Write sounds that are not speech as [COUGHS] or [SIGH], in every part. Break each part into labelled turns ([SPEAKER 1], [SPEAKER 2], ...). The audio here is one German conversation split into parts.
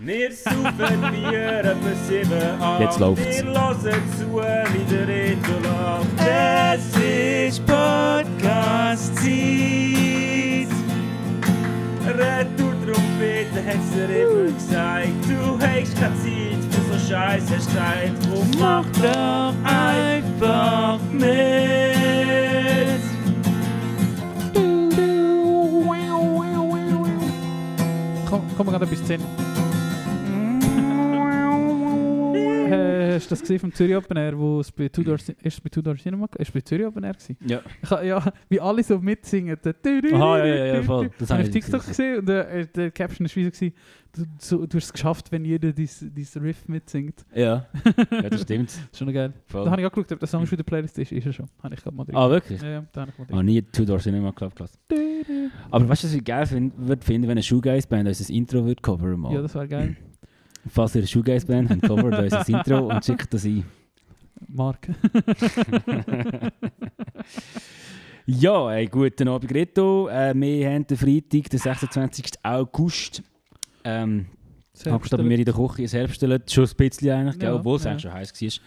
[SPEAKER 1] Wir saufen Bier etwa sieben ab.
[SPEAKER 2] Jetzt läuft's.
[SPEAKER 1] Wir hören zu, wie der Ritter lacht. Es ist Podcast-Zeit. Retour-Trompete hat's dir immer gesagt. Du hast keine Zeit für so Scheiß, hast Zeit. Drum mach doch einfach mit.
[SPEAKER 2] Komm, komm gerade bis 10. äh, hast du das gesehen vom Zürich Open Air, wo es bei Tudor, Cin- ist es bei Tudor Cinema, ist es bei Zürich Open Air gewesen?
[SPEAKER 3] Ja.
[SPEAKER 2] Ich, hab- ja, wie alle so mitsingen. da-
[SPEAKER 3] Aha, ja, ja, ja, voll. Das
[SPEAKER 2] habe
[SPEAKER 3] hab
[SPEAKER 2] ich auf
[SPEAKER 3] ich
[SPEAKER 2] TikTok
[SPEAKER 3] gesehen.
[SPEAKER 2] gesehen und der, der Caption war wie so, du, so, du hast es geschafft, wenn jeder dieses dies Riff mitsingt.
[SPEAKER 3] Ja. ja, das stimmt.
[SPEAKER 2] [LAUGHS] Schon geil. Da
[SPEAKER 3] Voll.
[SPEAKER 2] habe ich auch geschaut, ob der Song schon in der Playlist ist. Ist er schon. Habe ich gerade mal drin.
[SPEAKER 3] Ah, wirklich?
[SPEAKER 2] Ja, ja, da habe ich mal
[SPEAKER 3] Ich habe
[SPEAKER 2] drin.
[SPEAKER 3] nie Tudor Cinema Club gelassen.
[SPEAKER 2] Du, du.
[SPEAKER 3] Aber weißt du, was ich geil find, würde finden, wenn eine Shoegaze-Band unser Intro würde covern mal.
[SPEAKER 2] Ja, das wäre geil.
[SPEAKER 3] Falls ihr eine Shoegaze-Band habt, covert unser Intro und schickt das ein. [LAUGHS]
[SPEAKER 2] Mark.
[SPEAKER 3] Ja, hey, guten Abend, Reto. Äh, wir haben den Freitag, den 26. August. Ähm, Abgestimmt bei mir in der Küche, es herbstelt schon ein bisschen eigentlich, gell,
[SPEAKER 2] Ja,
[SPEAKER 3] obwohl es
[SPEAKER 2] ja.
[SPEAKER 3] eigentlich schon heiß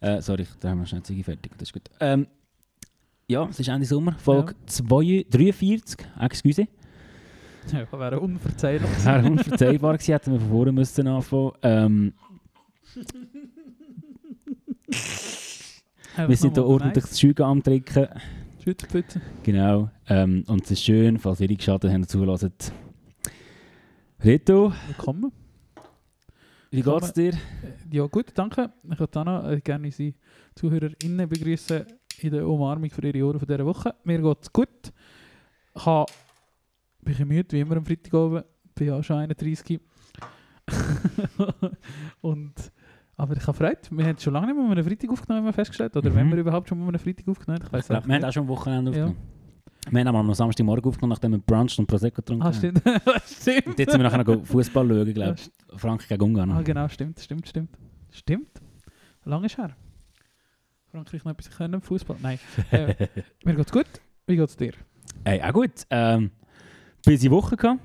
[SPEAKER 3] war. Äh, sorry, da haben wir schnell Züge fertig, das ist gut. Ähm, ja, es ist Ende Sommer, Folge 2, 43,
[SPEAKER 2] [LAUGHS]
[SPEAKER 3] excuse.
[SPEAKER 2] Ja,
[SPEAKER 3] [LAUGHS]
[SPEAKER 2] wäre unverzeihlich.
[SPEAKER 3] Das wäre unverzeihbar gewesen, hätten wir von vorne müssen anfangen. Ähm, wir sind hier ordentlich das Schüge am Trinken.
[SPEAKER 2] Schüttelpütze.
[SPEAKER 3] Genau. Ähm, und es ist schön, falls ihr eingeschaltet habt und zulässt. Reto,
[SPEAKER 2] Willkommen.
[SPEAKER 3] wie
[SPEAKER 2] Willkommen.
[SPEAKER 3] geht's dir?
[SPEAKER 2] Eh, Ja, gut, danke. Ich würde auch noch äh, gerne unsere ZuhörerInnen begrüßen in der Umarmung für ihre Ohren von dieser Woche. Mir geht's gut. Ich hab- bin ein bisschen müde, wie immer am Freitag oben. Bin ja schon [LAUGHS] 31. Und, aber ich habe Freude. Wir haben schon lange nicht mehr einen Freitag aufgenommen, haben wir festgestellt. Oder
[SPEAKER 3] Mhm.
[SPEAKER 2] wenn wir überhaupt schon mal einen Freitag aufgenommen haben. Ich weiß
[SPEAKER 3] Ich glaub, wir haben auch schon am Wochenende
[SPEAKER 2] Ja.
[SPEAKER 3] aufgenommen. Wir haben aber am Samstagmorgen aufgenommen, nachdem wir Brunch und Prosecco getrunken
[SPEAKER 2] Ah,
[SPEAKER 3] haben.
[SPEAKER 2] [LAUGHS] stimmt. stimmt.
[SPEAKER 3] Und jetzt sind wir nachher noch Fußball schauen, glaube ich. Frankreich gegen Ungarn.
[SPEAKER 2] Ah, genau, stimmt, stimmt, stimmt. Stimmt. Lang ist her. Frankreich noch etwas können im Fußball. Nein.
[SPEAKER 3] [LAUGHS]
[SPEAKER 2] Äh, mir geht's gut. Wie geht's dir?
[SPEAKER 3] Hey, auch gut. Ähm, busy Woche gehabt.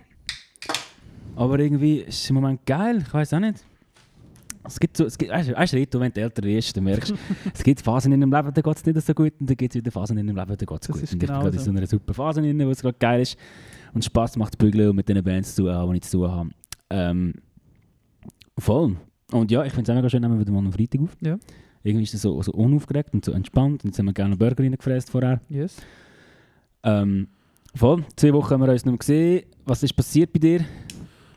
[SPEAKER 3] Aber irgendwie ist es im Moment geil. Ich weiß auch nicht. Es gibt so, es gibt, weißt du, weißt du, Rito, wenn du älter wirst, dann
[SPEAKER 2] [LAUGHS]
[SPEAKER 3] merkst du, es gibt Phasen in deinem Leben, da geht es nicht so gut. Und dann gibt es wieder Phasen in deinem Leben, da geht es
[SPEAKER 2] Das
[SPEAKER 3] gut. Und
[SPEAKER 2] ist
[SPEAKER 3] ich
[SPEAKER 2] genau
[SPEAKER 3] bin gerade in
[SPEAKER 2] so.
[SPEAKER 3] so einer super Phase drin, wo es gerade geil ist. Und Spass macht Bügeln und mit den Bands zu tun haben, die ich zu tun habe. Ähm, voll. Und ja, ich finde es auch mega schön, nehmen wir wieder mal am Freitag auf.
[SPEAKER 2] Ja.
[SPEAKER 3] Irgendwie ist es so, so unaufgeregt und so entspannt. Und jetzt haben wir gerne einen Burger reingefräst vorher.
[SPEAKER 2] Yes.
[SPEAKER 3] Ähm, voll, zwei Wochen haben wir uns nicht mehr gesehen. Was ist passiert bei dir?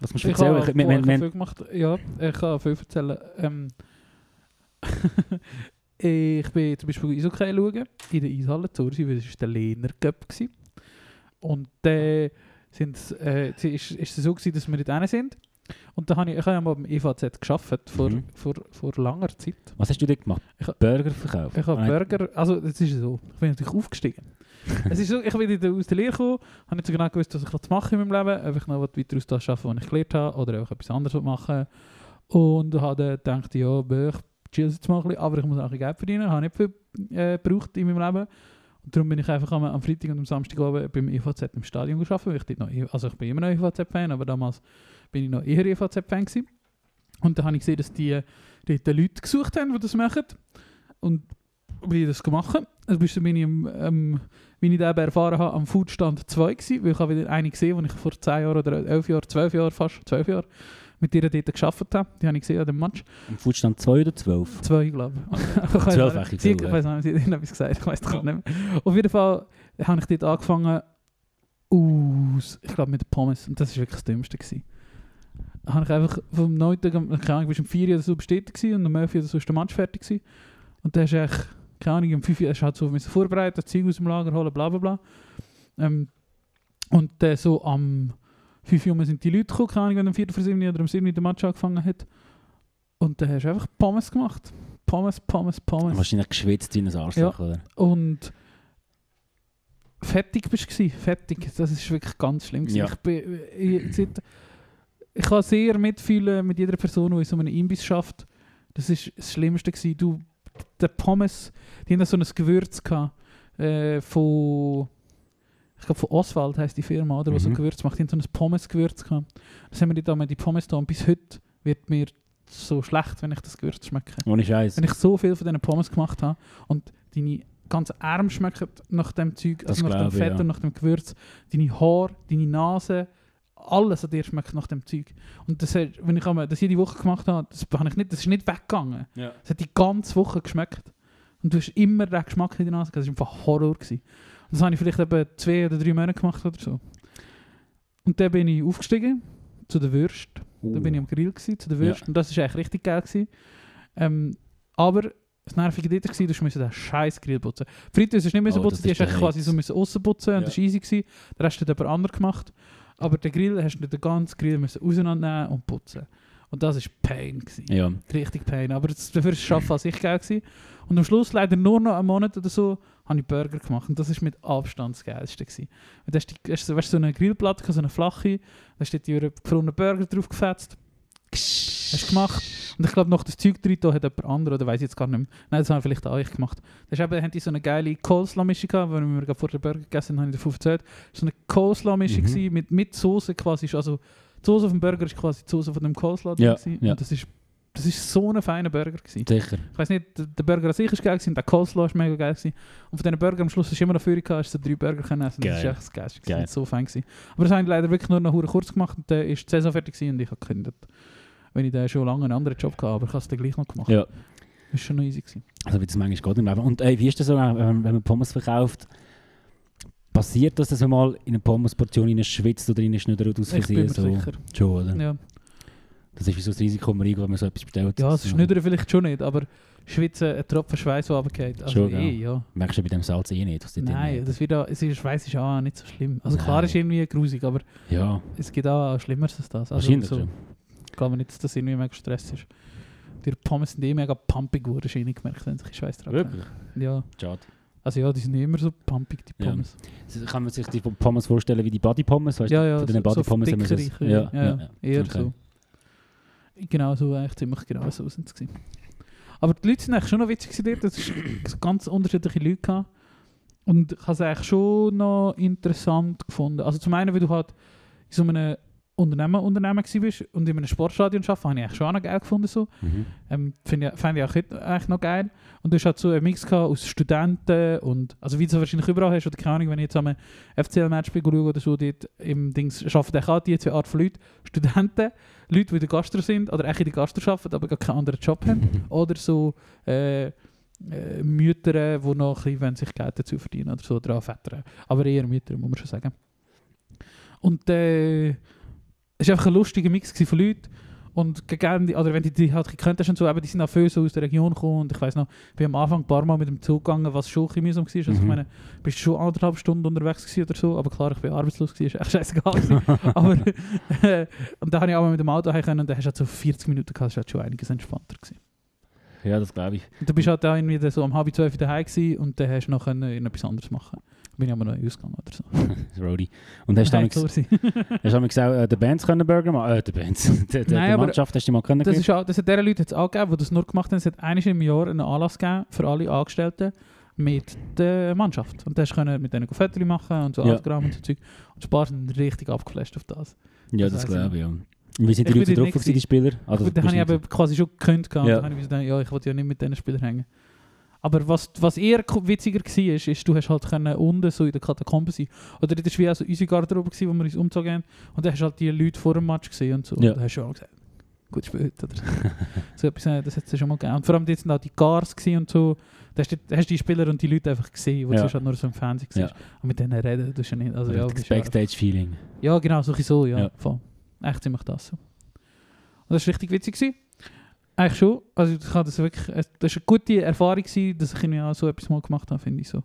[SPEAKER 3] Was musst du erzählen?
[SPEAKER 2] Ich
[SPEAKER 3] Ich,
[SPEAKER 2] habe
[SPEAKER 3] wir, wir, wir,
[SPEAKER 2] viel gemacht. Ja, ich kann viel erzählen. Ähm, [LAUGHS] ich bin zum Beispiel Eishockey schauen, in der Eishalle zu Ursi, weil es war der Lehner Cup. gsi. Und dann sind's, äh, es ist, ist es so, gewesen, dass wir nicht einer sind. Und dann habe ich, ich habe ja mal beim EVZ gearbeitet, vor,
[SPEAKER 3] Mhm.
[SPEAKER 2] vor, vor langer Zeit.
[SPEAKER 3] was hast du dort gemacht?
[SPEAKER 2] Ich hab-
[SPEAKER 3] Burger verkauft?
[SPEAKER 2] Ich habe Burger, also es ist so, ich bin natürlich aufgestiegen. es ist so, ich bin in der- aus der Lehre gekommen, habe nicht so genau gewusst, was ich zu machen in meinem Leben, ob ich noch was weiter aus das arbeite, was ich gelernt habe, oder ob ich etwas anderes machen will. Und habe dann gedacht, ja, bö, ich chill jetzt mal ein bisschen, aber ich muss auch ein bisschen Geld verdienen, habe nicht viel äh, gebraucht in meinem Leben. Und darum bin ich einfach am, am Freitag und am Samstag oben beim EVZ im Stadion gearbeitet, weil ich dort noch, E- also ich bin immer noch EVZ-Fan, aber damals bin ich noch eher EVZ-Fan gewesen. Und dann habe ich gesehen, dass die dort Leute gesucht haben, die das machen. Und bin ich das gemacht. Also bist du, bin ich, am- am- wie ich das eben erfahren habe, am Foodstand 2 gewesen, weil ich habe wieder eine gesehen, die ich vor 10 Jahren oder 11 Jahren, 12 Jahren fast, 12 Jahren, mit ihr dort gearbeitet habe. Die habe ich gesehen an dem Match.
[SPEAKER 3] Im Foodstand 2 oder 12?
[SPEAKER 2] Zwei, glaube ich. [LAUGHS] Ich weiss
[SPEAKER 3] Zwölf
[SPEAKER 2] nicht.
[SPEAKER 3] wäre ich
[SPEAKER 2] Sie-
[SPEAKER 3] viel,
[SPEAKER 2] Ich weiß nicht, sie hat etwas gesagt, ich weiß es gerade nicht mehr. Auf jeden Fall habe ich dort angefangen, aus, ich glaube mit Pommes, und das war wirklich das Dümmste. Gewesen. Da Habe ich einfach vom 9. am- keine Ahnung, bis um 4 Uhr oder so bestätigt gewesen, und um 11 Uhr oder so ist der Match fertig gewesen. Und dann ist echt, keine Ahnung, um 5 Uhr hast du halt so müssen vorbereiten, das Zeug aus dem Lager holen, bla bla bla. Ähm, und dann so am 5 Uhr sind die Leute gekommen, keine Ahnung, wenn am 4. vor 7 Uhr oder am 7 Uhr der Match angefangen hat. Und dann hast du einfach Pommes gemacht. Pommes, Pommes, Pommes.
[SPEAKER 3] Wahrscheinlich geschwitzt in einem Arschloch, oder?
[SPEAKER 2] Und fertig bist du, gewesen, fertig. Das ist wirklich ganz schlimm. gewesen.
[SPEAKER 3] Ja.
[SPEAKER 2] Ich, bin, äh, ich, seit, ich kann sehr mitfühlen mit jeder Person, die in so einem Imbiss schafft. Das ist das Schlimmste gewesen. Du, der Pommes, die haben so ein Gewürz gehabt, äh, von ich glaube von Oswald heißt die Firma, oder, die so
[SPEAKER 3] Mhm.
[SPEAKER 2] Gewürz macht, die haben so ein Pommes-Gewürz gehabt. Das haben wir da mal die Pommes da und bis heute wird mir so schlecht, wenn ich das Gewürz schmecke.
[SPEAKER 3] Ohne Scheiß.
[SPEAKER 2] Wenn ich so viel von diesen Pommes gemacht habe und deine ganzen Arme schmecken nach dem Zeug,
[SPEAKER 3] Das
[SPEAKER 2] also nach dem
[SPEAKER 3] glaube ich,
[SPEAKER 2] Fett
[SPEAKER 3] ja.
[SPEAKER 2] und nach dem Gewürz, deine Haare, deine Nase, alles an dir schmeckt nach dem Zeug. Und das, hat- wenn ich einmal das jede Woche gemacht habe, das, habe ich nicht, das ist nicht weggegangen.
[SPEAKER 3] Ja.
[SPEAKER 2] Es hat die ganze Woche geschmeckt. Und du hast immer den Geschmack in der Nase gehabt. Das war einfach Horror. Gewesen. Und das habe ich vielleicht eben zwei oder drei Monate gemacht oder so. Und dann bin ich aufgestiegen zu der Würst. Da bin ich am Grill gewesen, zu der Würst und das war eigentlich richtig geil. Gewesen. Ähm, aber das Nervige dort war, du musst den scheiß Grill putzen. Frites hast du nicht müssen
[SPEAKER 3] Oh,
[SPEAKER 2] putzen,
[SPEAKER 3] das
[SPEAKER 2] die
[SPEAKER 3] ist
[SPEAKER 2] hast du eigentlich
[SPEAKER 3] der
[SPEAKER 2] quasi so müssen aussen putzen
[SPEAKER 3] Ja.
[SPEAKER 2] und das war easy. Gewesen. Der Rest hat jemand anderes gemacht. Aber den Grill hast du den ganzen Grill müssen auseinandernehmen und putzen. Und das war Pain. Gewesen.
[SPEAKER 3] Ja.
[SPEAKER 2] Richtig Pain. Aber das, dafür war das Arbeiten an sich geil. Gewesen. Und am Schluss, leider nur noch einen Monat oder so, habe ich Burger gemacht. Und das war mit Abstand das Geilste. Gewesen. Und da hast du, hast du weißt, so eine Grillplatte, gehabt, so eine flache, da steht die gefrorenen Burger drauf gefetzt. Hast du gemacht? Und ich glaube, noch das Zeug drin da hat jemand anderes, oder weiß ich jetzt gar nicht mehr. Nein, das haben vielleicht auch ich gemacht. Da haben die so eine geile Coleslaw-Mischung gehabt, weil wir gerade vor der Burger gegessen haben, habe ich davon erzählt. Das war so eine Coleslaw-Mischung
[SPEAKER 3] Mhm.
[SPEAKER 2] gewesen mit, mit Soße quasi. Also die Soße auf dem Burger ist quasi die Soße von dem Coleslaw drin
[SPEAKER 3] Ja,
[SPEAKER 2] gewesen.
[SPEAKER 3] ja.
[SPEAKER 2] Und das ist, das ist so ein feiner Burger. Gewesen.
[SPEAKER 3] Sicher.
[SPEAKER 2] Ich weiß nicht, der- der Burger an sich war geil, gewesen, der Coleslaw war mega geil. Gewesen. Und von diesen Burger am Schluss hast du immer noch Führung gehabt, hast du drei Burger können essen. Das
[SPEAKER 3] Geil.
[SPEAKER 2] war echt das Geilste. gewesen.
[SPEAKER 3] Geil.
[SPEAKER 2] Das war so fein. Gewesen. Aber das habe ich leider wirklich nur noch hure kurz gemacht und dann war die Saison fertig gewesen und ich habe gekündigt. Wenn ich dann schon lange einen anderen Job hatte, aber ich habe es dann gleich noch gemacht.
[SPEAKER 3] Ja.
[SPEAKER 2] Das war schon noch easy. Gewesen.
[SPEAKER 3] Also wie das manchmal geht im Leben. Und ey, wie ist das so, wenn wenn man Pommes verkauft? Passiert das, dass man mal in eine Pommesportion rein schwitzt oder rein schneidert aus
[SPEAKER 2] Ich
[SPEAKER 3] Versehen?
[SPEAKER 2] bin mir
[SPEAKER 3] So.
[SPEAKER 2] sicher.
[SPEAKER 3] Schon, oder?
[SPEAKER 2] Ja,
[SPEAKER 3] Das ist wie so das Risiko, wenn man reingeht, wenn man so etwas bestellt.
[SPEAKER 2] ja das schneidern vielleicht schon nicht, aber schwitzen, ein Tropfen Schweiß, der runtergeht. Also
[SPEAKER 3] Schon,
[SPEAKER 2] eh, ja.
[SPEAKER 3] Merkst du bei dem Salz eh nicht, was die drin
[SPEAKER 2] Nein,
[SPEAKER 3] hat.
[SPEAKER 2] das wird auch, es ist, Schweiß ist auch nicht so schlimm. Also klar
[SPEAKER 3] Nein.
[SPEAKER 2] ist irgendwie grusig, aber
[SPEAKER 3] Ja,
[SPEAKER 2] es gibt auch Schlimmeres als das. Also
[SPEAKER 3] wahrscheinlich
[SPEAKER 2] so-
[SPEAKER 3] schon.
[SPEAKER 2] glaube nicht, dass das irgendwie mega Stress ist. Die Pommes sind eh mega pumpig geworden, hast du eh nicht gemerkt, wenn sich Schweiß dran
[SPEAKER 3] Wirklich?
[SPEAKER 2] Ja.
[SPEAKER 3] Schade.
[SPEAKER 2] Also ja, die sind immer so pumpig, die
[SPEAKER 3] Ja.
[SPEAKER 2] Pommes.
[SPEAKER 3] Das Kann man sich die Pommes vorstellen wie die Body Pommes? Weißt
[SPEAKER 2] Ja,
[SPEAKER 3] du?
[SPEAKER 2] ja,
[SPEAKER 3] Von den Body Pommes haben wir so-
[SPEAKER 2] dickere,
[SPEAKER 3] ja, ja, ja.
[SPEAKER 2] eher
[SPEAKER 3] Okay.
[SPEAKER 2] so. Genau so, eigentlich ziemlich genau so sind es gewesen. Aber die Leute sind eigentlich schon noch witzig gewesen dort, es waren ganz unterschiedliche Leute. Gehabt. Und ich habe es eigentlich schon noch interessant gefunden. Also zum einen, weil du halt in so einem Unternehmen, Unternehmen warst und in einem Sportstadion arbeiten, habe ich eigentlich schon auch noch geil gefunden. So.
[SPEAKER 3] Mhm.
[SPEAKER 2] Ähm, Finde ich, fand ich auch heute eigentlich noch geil. Und du hast halt so einen Mix gehabt aus Studenten und, also wie du es wahrscheinlich überall hast, oder keine Ahnung, wenn ich jetzt an einem FCL-Match bin schaue oder so, dort im Dings arbeiten auch die zwei Arten von Leuten. Studenten, Leute, die in der Gastro sind, oder echt in der Gastro arbeiten, aber gar keinen anderen Job haben. Oder so äh, äh, Mütter, die noch ein bisschen wollen, sich Geld dazu verdienen oder so, oder auch Väter. Aber eher Mütter, muss man schon sagen. Und äh, es war einfach ein lustiger Mix gewesen von Leuten. Und gegen die, oder wenn die die halt gekannt hast und so, eben, die sind auch viel so aus der Region gekommen. Und ich weiss noch, ich bin am Anfang ein paar Mal mit dem Zug gegangen, was schon ein bisschen mühsam war. Also ich
[SPEAKER 3] Mhm.
[SPEAKER 2] meine, bist schon anderthalb Stunden unterwegs gewesen oder so. Aber klar, ich bin arbeitslos gewesen, ist echt scheißegal gewesen. aber, [LAUGHS] äh, und da habe ich auch mal mit dem Auto heim können und dann hast du halt so 40 Minuten gehabt, das war halt schon einiges entspannter gewesen.
[SPEAKER 3] [LAUGHS] Ja, das glaube ich. [LAUGHS]
[SPEAKER 2] Und du bist halt auch irgendwie so am halb zwölf daheim gewesen und dann hast du noch können irgendetwas anderes machen. Dann bin ich aber noch ausgegangen oder so.
[SPEAKER 3] Roadie. Und hast du
[SPEAKER 2] Nein,
[SPEAKER 3] damals
[SPEAKER 2] klar sein.
[SPEAKER 3] Hast du damals auch äh, den Bands können Burger machen? Äh, den Bands. [LAUGHS] Der, der,
[SPEAKER 2] Nein,
[SPEAKER 3] der
[SPEAKER 2] aber
[SPEAKER 3] Mannschaft hast du die mal können
[SPEAKER 2] Das,
[SPEAKER 3] geben?
[SPEAKER 2] ist auch, das hat diesen Leuten jetzt auch gegeben, die das nur gemacht haben. Es hat eines im Jahr einen Anlass gegeben für alle Angestellten mit der Mannschaft. Und da hast du können mit denen Fotos machen und so
[SPEAKER 3] Ja.
[SPEAKER 2] Autogramm und so Zeug. Und ein paar sind richtig abgeflasht auf das.
[SPEAKER 3] Ja, das
[SPEAKER 2] das weiss
[SPEAKER 3] glaube ich, ja. Und wie sind die
[SPEAKER 2] Ich
[SPEAKER 3] Leute
[SPEAKER 2] bin
[SPEAKER 3] drauf,
[SPEAKER 2] dort
[SPEAKER 3] gewesen,
[SPEAKER 2] nicht
[SPEAKER 3] die Spieler? Ah, das
[SPEAKER 2] Gut, dann habe ich
[SPEAKER 3] bist du
[SPEAKER 2] eben quasi schon gekündigt. gehabt.
[SPEAKER 3] Ja.
[SPEAKER 2] Dann habe ich mir gedacht, ja, ich wollte ja nicht mit diesen Spielern hängen. Aber was, was eher ko- witziger war, ist, ist, du hast halt können unten so in der Katakombe sein. Oder das war wie auch so unsere Garderobe, gewesen, wo wir uns umgezogen haben. Und dann hast du halt die Leute vor dem Match gesehen und so.
[SPEAKER 3] Ja.
[SPEAKER 2] Und dann hast du auch gesagt, gut Spiel heute. Oder [LAUGHS] so. so etwas, äh, das hat es schon mal gegeben. Und vor allem dort sind auch die Gars gewesen und so. Da hast du da hast du die Spieler und die Leute einfach gesehen,
[SPEAKER 3] Ja.
[SPEAKER 2] die du sonst halt nur so im Fernsehen
[SPEAKER 3] Ja.
[SPEAKER 2] siehst. Und mit denen reden du schon nicht. Also, ja,
[SPEAKER 3] das
[SPEAKER 2] bist ja-
[SPEAKER 3] Backstage-Feeling.
[SPEAKER 2] ja, genau, so, ein bisschen so ja.
[SPEAKER 3] Ja.
[SPEAKER 2] Voll. Echt ziemlich das so. Und das war richtig witzig. Gewesen. Eigentlich schon. Also ich habe das wirklich, es- das war eine gute Erfahrung, gewesen, dass ich irgendwie auch so etwas mal gemacht habe, finde ich so.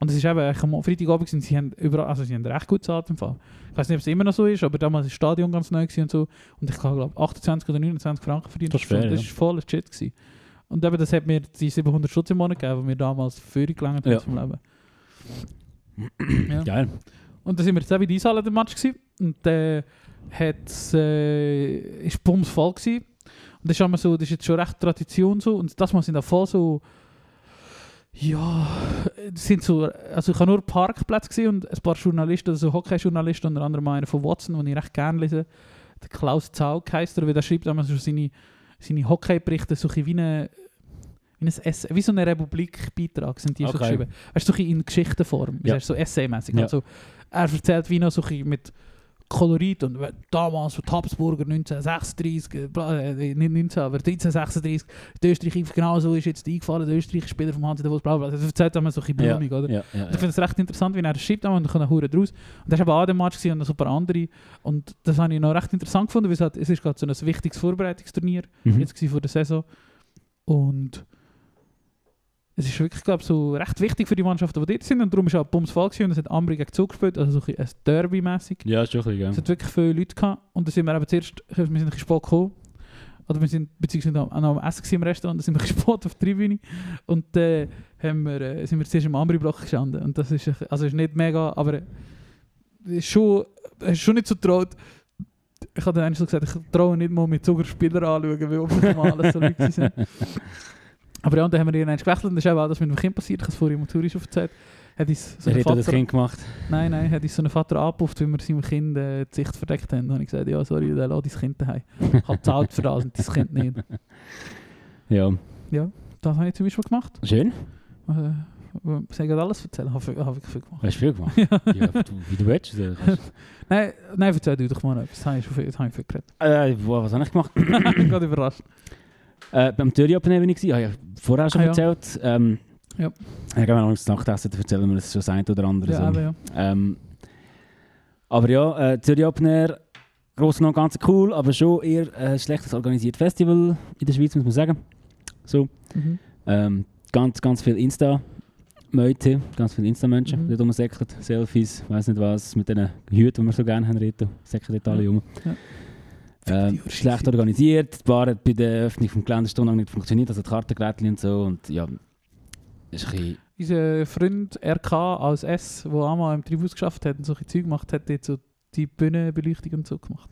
[SPEAKER 2] Und es ist eben, ich am Freitagabend sind sie haben überall, also sie haben recht gut gezahlt im Fall. Ich weiß nicht, ob es immer noch so ist, aber damals war das Stadion ganz neu gewesen und so. Und ich glaube 28 oder 29 Franken verdient.
[SPEAKER 3] Das ist fair,
[SPEAKER 2] Und das
[SPEAKER 3] ja.
[SPEAKER 2] ist voll legit gewesen. Und eben, das hat mir die 700 Schutz im Monat gegeben, die mir damals für gelangt haben
[SPEAKER 3] Ja.
[SPEAKER 2] zum Leben. Ja.
[SPEAKER 3] Geil.
[SPEAKER 2] Und dann sind wir jetzt auch wieder einzahlen im Match gewesen. Und dann hat's, äh, ist Bums voll gewesen. Und das ist immer so, das ist jetzt schon recht Tradition so. Und das Mal sind auch voll so Ja, das sind so, also ich habe nur Parkplätze gesehen und ein paar Journalisten, also Hockey-Journalisten, unter anderem einen von Watson, den ich recht gerne lese, der Klaus Zaug heisst er, weil der schreibt immer so seine, seine Hockey-Berichte so ein bisschen wie, eine, wie, ein Essay, wie so ein Republik-Beitrag sind die so
[SPEAKER 3] Okay.
[SPEAKER 2] geschrieben. Weißt du, so ein bisschen in Geschichtenform,
[SPEAKER 3] Ja.
[SPEAKER 2] ja. so essaymäßig.
[SPEAKER 3] Ja.
[SPEAKER 2] Also, er erzählt wie noch so ein bisschen mit Kolorit und we- damals von die Habsburger 1936, äh, bla, äh, nicht 19, aber 1336, die Österreich einfach genau so ist jetzt eingefallen, der Österreich Spieler vom Hansi Davos, bla bla. Das erzählt immer so ein bisschen blumig, oder?
[SPEAKER 3] ja, ja,
[SPEAKER 2] Und Ich finde es recht interessant, wie er das schreibt und ich kann Huren draus. Und das war eben auch der Match gewesen und noch so ein paar andere. Und das habe ich noch recht interessant gefunden, weil es, hat, es ist gerade so ein wichtiges Vorbereitungsturnier
[SPEAKER 3] Mhm.
[SPEAKER 2] jetzt gewesen vor der Saison. Und es ist wirklich, glaube ich, so recht wichtig für die Mannschaften, die dort sind. Und darum ist auch Bums voll gewesen und es hat Ambri gegen Zug gespielt, also so ein, bisschen ein Derby-mässig.
[SPEAKER 3] ja, ist schon ein bisschen,
[SPEAKER 2] Es
[SPEAKER 3] gell.
[SPEAKER 2] hat wirklich viele Leute gehabt. Und da sind wir eben zuerst, wir sind ein bisschen spät gekommen. Oder wir sind, beziehungsweise auch noch am Essen gewesen im Restaurant, da sind wir [LAUGHS] ein bisschen spät auf der Tribüne. Und dann haben wir, äh, sind wir zuerst im anderen Block gestanden. Und das ist, ein bisschen- also ist nicht mega, aber ist schon, ist schon nicht so traut. Ich habe dann eigentlich so gesagt, ich traue nicht mal mit Zuckerspieler anschauen, weil ob mal alles so
[SPEAKER 3] [LAUGHS]
[SPEAKER 2] Leute sind. Aber ja, und dann haben wir ihn eigentlich gewechselt. Und das ist eben auch das mit dem Kind passiert, ich habe es vorhin im Tourist aufgezählt. Hat uns so
[SPEAKER 3] Er
[SPEAKER 2] ein
[SPEAKER 3] hat auch das
[SPEAKER 2] Vater-
[SPEAKER 3] Kind gemacht.
[SPEAKER 2] Nein, nein, hat uns so einen Vater angepufft, weil wir seinem Kind äh, die Sicht verdeckt haben. Dann habe ich gesagt, ja, sorry, der lässt dein
[SPEAKER 3] [LAUGHS]
[SPEAKER 2] Kind daheim. Ich habe gezahlt für das und dein Kind nicht.
[SPEAKER 3] Ja,
[SPEAKER 2] Das habe ich zum Beispiel gemacht.
[SPEAKER 3] schön.
[SPEAKER 2] Äh, Sie haben alles erzählen, habe ich, habe ich viel gemacht.
[SPEAKER 3] Hast du viel
[SPEAKER 2] [LAUGHS]
[SPEAKER 3] gemacht. ja, du- wie du willst. also kannst-
[SPEAKER 2] Nein, nein, erzähl du doch mal noch etwas. Das habe ich schon viel, das habe ich viel
[SPEAKER 3] [COUGHS]
[SPEAKER 2] geredet.
[SPEAKER 3] Äh, boah, was habe ich gemacht?
[SPEAKER 2] ich bin gerade überrascht.
[SPEAKER 3] Äh, beim Türi Open bin ich, gewesen, habe ich ja vorher schon
[SPEAKER 2] Ah, ja.
[SPEAKER 3] erzählt. Ähm,
[SPEAKER 2] Ja.
[SPEAKER 3] Dann gehen wir noch ins Nachtessen, dann erzählen wir das schon das eine oder andere. so.
[SPEAKER 2] Ja, aber ja.
[SPEAKER 3] Ähm, aber ja, äh, Zürich Opener, groß und ganz cool, aber schon eher ein schlechtes organisiertes eh, Festival in der Schweiz, muss man sagen. So,
[SPEAKER 2] Mhm.
[SPEAKER 3] ähm, ganz, ganz viel Insta. Leute, ganz viele Insta-Menschen,
[SPEAKER 2] Mhm.
[SPEAKER 3] die rumsäckeln, Selfies, weiß nicht was, mit diesen Hüten, die wir so gerne haben, Rito, säckeln dort alle
[SPEAKER 2] Ja.
[SPEAKER 3] rum.
[SPEAKER 2] Ja.
[SPEAKER 3] Ähm, schlecht organisiert, die Bar hat bei der Öffnung vom Gelände stundenlang nicht funktioniert, also die Kartengeräte und so und ja, ist ein bisschen,
[SPEAKER 2] Unser Freund RK aus S, der auch mal im Tribus geschafft hat und solche Zeug gemacht hat, hat so die Bühnenbeleuchtung und so gemacht.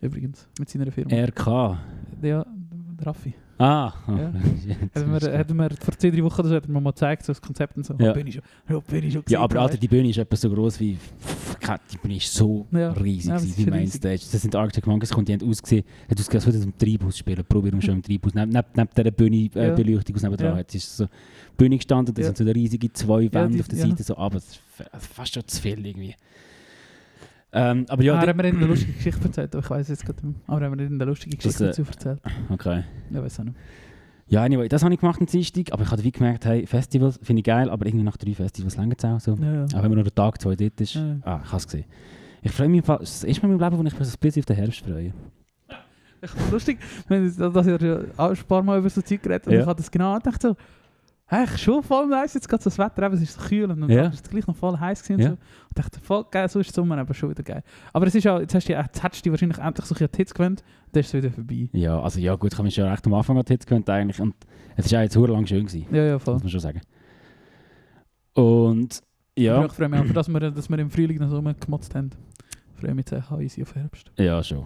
[SPEAKER 2] Übrigens, mit seiner Firma.
[SPEAKER 3] RK.
[SPEAKER 2] ja, der Raffi.
[SPEAKER 3] Ah!
[SPEAKER 2] Ja.
[SPEAKER 3] [LAUGHS]
[SPEAKER 2] Hätten wir, hätten wir vor zwei, drei Wochen oder so, hätten wir mal gezeigt, so das Konzept und so.
[SPEAKER 3] Ja.
[SPEAKER 2] Ja. Bin ich schon, ja, bin ich schon
[SPEAKER 3] Ja,
[SPEAKER 2] gesehen,
[SPEAKER 3] aber Alter,
[SPEAKER 2] weißt
[SPEAKER 3] die Bühne ist etwa so groß wie. Fuck, Die Bühne ist so
[SPEAKER 2] Ja.
[SPEAKER 3] riesig,
[SPEAKER 2] Ja, das
[SPEAKER 3] gewesen,
[SPEAKER 2] ist
[SPEAKER 3] wie
[SPEAKER 2] riesig.
[SPEAKER 3] Mainstage. Das sind Arctic Monkeys, gekommen, die haben ausgesehen, hat ausgesehen, als würden sie im Treibhaus spielen. Probieren wir schon im Treibhaus. Neben, neben, neben dieser Bühne, äh,
[SPEAKER 2] Ja.
[SPEAKER 3] Beleuchtung aus nebenan.
[SPEAKER 2] Ja.
[SPEAKER 3] Jetzt ist so Bühne gestanden, da
[SPEAKER 2] Ja.
[SPEAKER 3] sind so riesige zwei Wände
[SPEAKER 2] die-
[SPEAKER 3] auf der
[SPEAKER 2] ja.
[SPEAKER 3] Seite, so aber also fast schon zu viel irgendwie. Ähm, aber
[SPEAKER 2] du?
[SPEAKER 3] ja,
[SPEAKER 2] ah,
[SPEAKER 3] die-
[SPEAKER 2] haben wir in der lustigen Geschichte erzählt, aber ich weiß jetzt gerade nicht mehr. Aber haben wir oh, in der lustigen
[SPEAKER 3] Das,
[SPEAKER 2] Geschichte
[SPEAKER 3] äh,
[SPEAKER 2] dazu erzählt?
[SPEAKER 3] okay.
[SPEAKER 2] Ja, weiß auch nicht.
[SPEAKER 3] Ja, anyway, das habe ich gemacht am Dienstag, aber ich habe wie gemerkt, hey, Festivals finde ich geil, aber irgendwie nach drei Festivals länger es auch so.
[SPEAKER 2] Ja, ja.
[SPEAKER 3] Auch wenn man nur einen Tag, zwei dort ist.
[SPEAKER 2] Ja.
[SPEAKER 3] Ah, ich habe es gesehen. Ich freue mich, im Fall- das ist mir in meinem Leben, wo ich mich so ein bisschen auf den Herbst freue.
[SPEAKER 2] Lustig, wenn ich- dass ich ja auch ein paar Mal über so Zeug geredet und
[SPEAKER 3] Ja.
[SPEAKER 2] ich habe das genau gedacht, so, hey, ich schon voll nice, jetzt geht so das Wetter, eben, es ist so kühl und dann
[SPEAKER 3] Ja.
[SPEAKER 2] ist es gleich noch voll heiß gewesen
[SPEAKER 3] Ja.
[SPEAKER 2] und so. Und dachte, voll geil, so ist der Sommer aber schon wieder geil. Aber es ist auch, jetzt hast du, ja- jetzt hättest du dich wahrscheinlich endlich so ein bisschen an die Hitze gewöhnt, dann ist es wieder vorbei.
[SPEAKER 3] Ja, also ja gut, ich habe mich schon recht am Anfang an die Hitze gewöhnt eigentlich und es war auch jetzt lang schön, gewesen,
[SPEAKER 2] Ja, ja, voll.
[SPEAKER 3] muss man schon sagen. Und
[SPEAKER 2] Aber
[SPEAKER 3] ja,
[SPEAKER 2] Ich freue mich einfach, dass wir, dass wir im Frühling noch so rumgemotzt haben. Ich freue mich sehr, easy auf Herbst.
[SPEAKER 3] ja schon.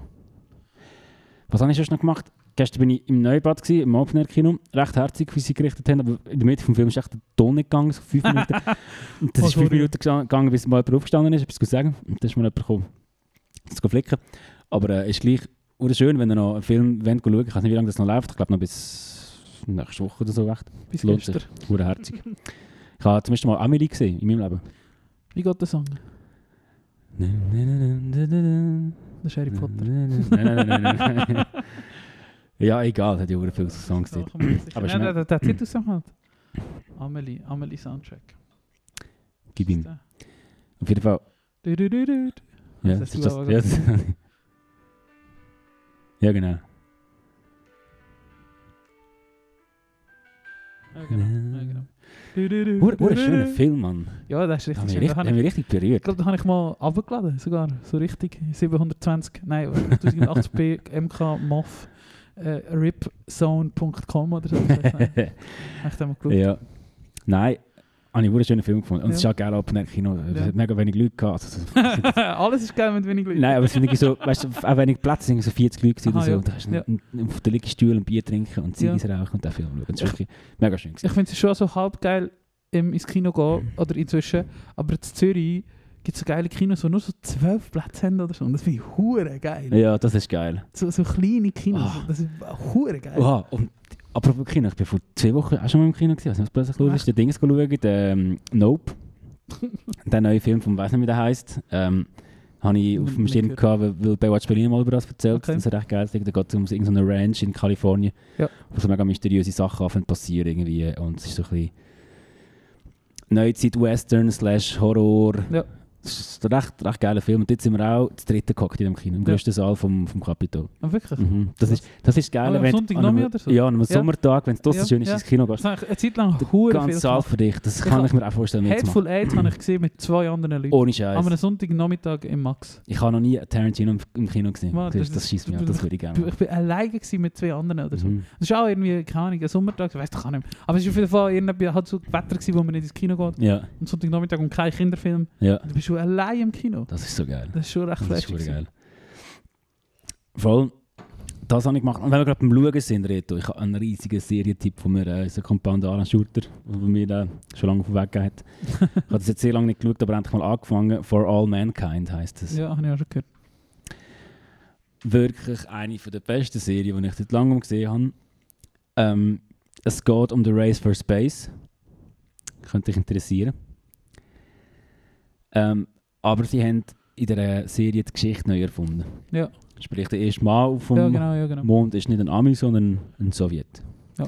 [SPEAKER 3] Was habe ich sonst noch gemacht? Gestern bin ich im Neubad, gewesen, im Opener-Kino, recht herzig, wie sie gerichtet haben, aber in der Mitte des Films ist echt der Ton nicht gegangen, so
[SPEAKER 2] [LAUGHS]
[SPEAKER 3] fünf Minuten. Und das
[SPEAKER 2] Oh,
[SPEAKER 3] ist fünf
[SPEAKER 2] sorry.
[SPEAKER 3] Minuten gesa- gegangen, bis mal jemand aufgestanden ist, etwas zu sagen. Und dann ist mir jemand gekommen, um das zu flicken. Aber es äh, ist gleich urschön, schön, wenn ihr noch einen Film wollt, schauen wollt. Ich weiß nicht, wie lange das noch läuft. Ich glaube noch bis nächste Woche oder so echt.
[SPEAKER 2] Bis
[SPEAKER 3] Lohnt
[SPEAKER 2] gestern.
[SPEAKER 3] Hure herzig. ich habe zum ersten Mal Amelie gesehen in meinem Leben.
[SPEAKER 2] Wie geht der Song? Das ist Harry
[SPEAKER 3] Mhm.
[SPEAKER 2] Potter.
[SPEAKER 3] Nein, nein, nein, nein, nein. Ja, egal, hat ja hure viele Songs dort. Aber
[SPEAKER 2] Aber
[SPEAKER 3] schnell.
[SPEAKER 2] Nein, der, der Titelsong halt. dus Amelie, Amelie Soundtrack.
[SPEAKER 3] Gib ihm. Auf jeden Fall.
[SPEAKER 2] Du, du, du, du.
[SPEAKER 3] Ja,
[SPEAKER 2] Das
[SPEAKER 3] das ist
[SPEAKER 2] hast du
[SPEAKER 3] das.
[SPEAKER 2] aber
[SPEAKER 3] Ja, das [LAUGHS] ja genau.
[SPEAKER 2] Ja, genau. Ja, genau. Du, du, du,
[SPEAKER 3] Hure
[SPEAKER 2] du,
[SPEAKER 3] hure
[SPEAKER 2] du,
[SPEAKER 3] schöner
[SPEAKER 2] du.
[SPEAKER 3] Film, Mann.
[SPEAKER 2] Ja, das ist
[SPEAKER 3] Haben
[SPEAKER 2] richtig
[SPEAKER 3] mich
[SPEAKER 2] schön.
[SPEAKER 3] richtig,
[SPEAKER 2] Da
[SPEAKER 3] haben
[SPEAKER 2] habe Ich
[SPEAKER 3] mich richtig berührt.
[SPEAKER 2] ich glaube, da habe ich mal abgeladen, sogar. So richtig. 720, nein, 1080p MK MOF. Äh, ripzone.com oder so. Das heißt, nein, Habe ich da mal geschaut.
[SPEAKER 3] Ja. Nein, habe ich einen schönen Film gefunden. Und es ist
[SPEAKER 2] Ja.
[SPEAKER 3] auch geil ab in Kino. Es
[SPEAKER 2] Ja.
[SPEAKER 3] hat mega wenig Leute gehabt. Also, so-
[SPEAKER 2] [LAUGHS] Alles ist geil mit wenig Leuten.
[SPEAKER 3] Nein, aber es sind irgendwie so, weißt du, auch wenig Platz, es sind so 40 Leute gewesen oder
[SPEAKER 2] Aha,
[SPEAKER 3] so.
[SPEAKER 2] ja.
[SPEAKER 3] Da hast du
[SPEAKER 2] Ja.
[SPEAKER 3] einen- einen- auf der Liegestuhl ein Bier trinken und
[SPEAKER 2] Ja.
[SPEAKER 3] Ziggis rauchen und den Film schauen. Das war wirklich mega schön.
[SPEAKER 2] Ich
[SPEAKER 3] Gewesen.
[SPEAKER 2] finde es schon so halb geil, ähm, ins Kino gehen oder inzwischen. Aber in Zürich gibt es so geile Kinos, die nur so zwölf Plätze haben oder so. Und das finde ich hure geil.
[SPEAKER 3] Ja, das ist geil.
[SPEAKER 2] So, so kleine Kinos,
[SPEAKER 3] Ah. Oh.
[SPEAKER 2] das ist hure geil.
[SPEAKER 3] Oha, und apropos Kino, ich bin vor zwei Wochen auch schon mal im Kino gewesen. Also, was plötzlich los ist, der Dings schauen, der ähm,
[SPEAKER 2] [LAUGHS]
[SPEAKER 3] Nope. der neue Film von, weiß nicht, wie der heisst. Ähm, habe ich auf dem
[SPEAKER 2] Nicht
[SPEAKER 3] Schirm
[SPEAKER 2] gehört.
[SPEAKER 3] gehabt, weil weil Baywatch Berlin mal über das erzählt.
[SPEAKER 2] Okay.
[SPEAKER 3] Das ist recht geil. Da geht es um irgendeine Ranch in Kalifornien,
[SPEAKER 2] Ja.
[SPEAKER 3] wo so mega mysteriöse Sachen anfangen zu passieren irgendwie. Und es ist so ein bisschen Neuzeit-Western slash Horror.
[SPEAKER 2] Ja.
[SPEAKER 3] Es ist ein recht, recht geiler Film. Und jetzt sind wir auch das dritte gehockt in dem Kino, im
[SPEAKER 2] Ja.
[SPEAKER 3] grössten Saal vom, vom Kapitol.
[SPEAKER 2] Ah, wirklich.
[SPEAKER 3] Mhm. Das, ist, das ist geil.
[SPEAKER 2] Ah, am
[SPEAKER 3] wenn
[SPEAKER 2] Sonntag
[SPEAKER 3] an einem-
[SPEAKER 2] Nachmittag oder so?
[SPEAKER 3] Ja, an einem
[SPEAKER 2] Ja.
[SPEAKER 3] Sommertag, wenn es draußen
[SPEAKER 2] Ja,
[SPEAKER 3] schön ist,
[SPEAKER 2] ja.
[SPEAKER 3] ins Kino
[SPEAKER 2] Das
[SPEAKER 3] gehst.
[SPEAKER 2] habe ich eine Zeit lang hure viel
[SPEAKER 3] Ganz Saal
[SPEAKER 2] gemacht.
[SPEAKER 3] für dich. Das
[SPEAKER 2] Ich
[SPEAKER 3] kann
[SPEAKER 2] hab-
[SPEAKER 3] ich mir auch vorstellen, nicht zu machen.
[SPEAKER 2] Hateful Eight habe ich gesehen mit zwei anderen Leuten.
[SPEAKER 3] Ohne
[SPEAKER 2] Am
[SPEAKER 3] Scheiß.
[SPEAKER 2] einem Sonntagnachmittag im Max.
[SPEAKER 3] Ich habe noch nie Tarantino im, im Kino gesehen.
[SPEAKER 2] Mann,
[SPEAKER 3] das
[SPEAKER 2] das
[SPEAKER 3] das
[SPEAKER 2] ist-
[SPEAKER 3] schießt mich an,
[SPEAKER 2] du-
[SPEAKER 3] das würde ich gerne. machen.
[SPEAKER 2] Ich war alleine gewesen mit zwei anderen oder so.
[SPEAKER 3] Mhm.
[SPEAKER 2] Das ist auch irgendwie, keine Ahnung, ein Sommertag, ich weiß doch auch nicht mehr. Aber es war auf jeden Fall irgendwie halt so Wetter, gewesen, wo man nicht ins Kino geht.
[SPEAKER 3] Ja,
[SPEAKER 2] Und Sonntagnachmittag und kein Kinderfilm.
[SPEAKER 3] ja.
[SPEAKER 2] Du bist schon allein im Kino.
[SPEAKER 3] Das ist so geil.
[SPEAKER 2] Das ist schon
[SPEAKER 3] Das
[SPEAKER 2] recht
[SPEAKER 3] ist
[SPEAKER 2] flashig.
[SPEAKER 3] super
[SPEAKER 2] gewesen.
[SPEAKER 3] geil. Vor allem, das habe ich gemacht. Und wenn wir gerade beim Schauen sind, Reto, ich habe einen riesigen Serientipp von mir, äh, unser Kompagnon Alan Schurter, der mir äh, schon lange auf den Weg gegeben hat. ich habe das jetzt sehr lange nicht geschaut, aber endlich mal angefangen. For All Mankind heisst es.
[SPEAKER 2] Ja, habe ich auch schon gehört.
[SPEAKER 3] wirklich eine von der besten Serien, die ich seit langem gesehen habe. Ähm, es geht um The Race for Space. Könnte dich interessieren. Ähm, aber sie haben in der Serie die Geschichte neu erfunden.
[SPEAKER 2] Ja.
[SPEAKER 3] Sprich, der erste Mann vom
[SPEAKER 2] Ja, genau, ja, genau.
[SPEAKER 3] Mond ist nicht ein Ami, sondern ein Sowjet.
[SPEAKER 2] Ja.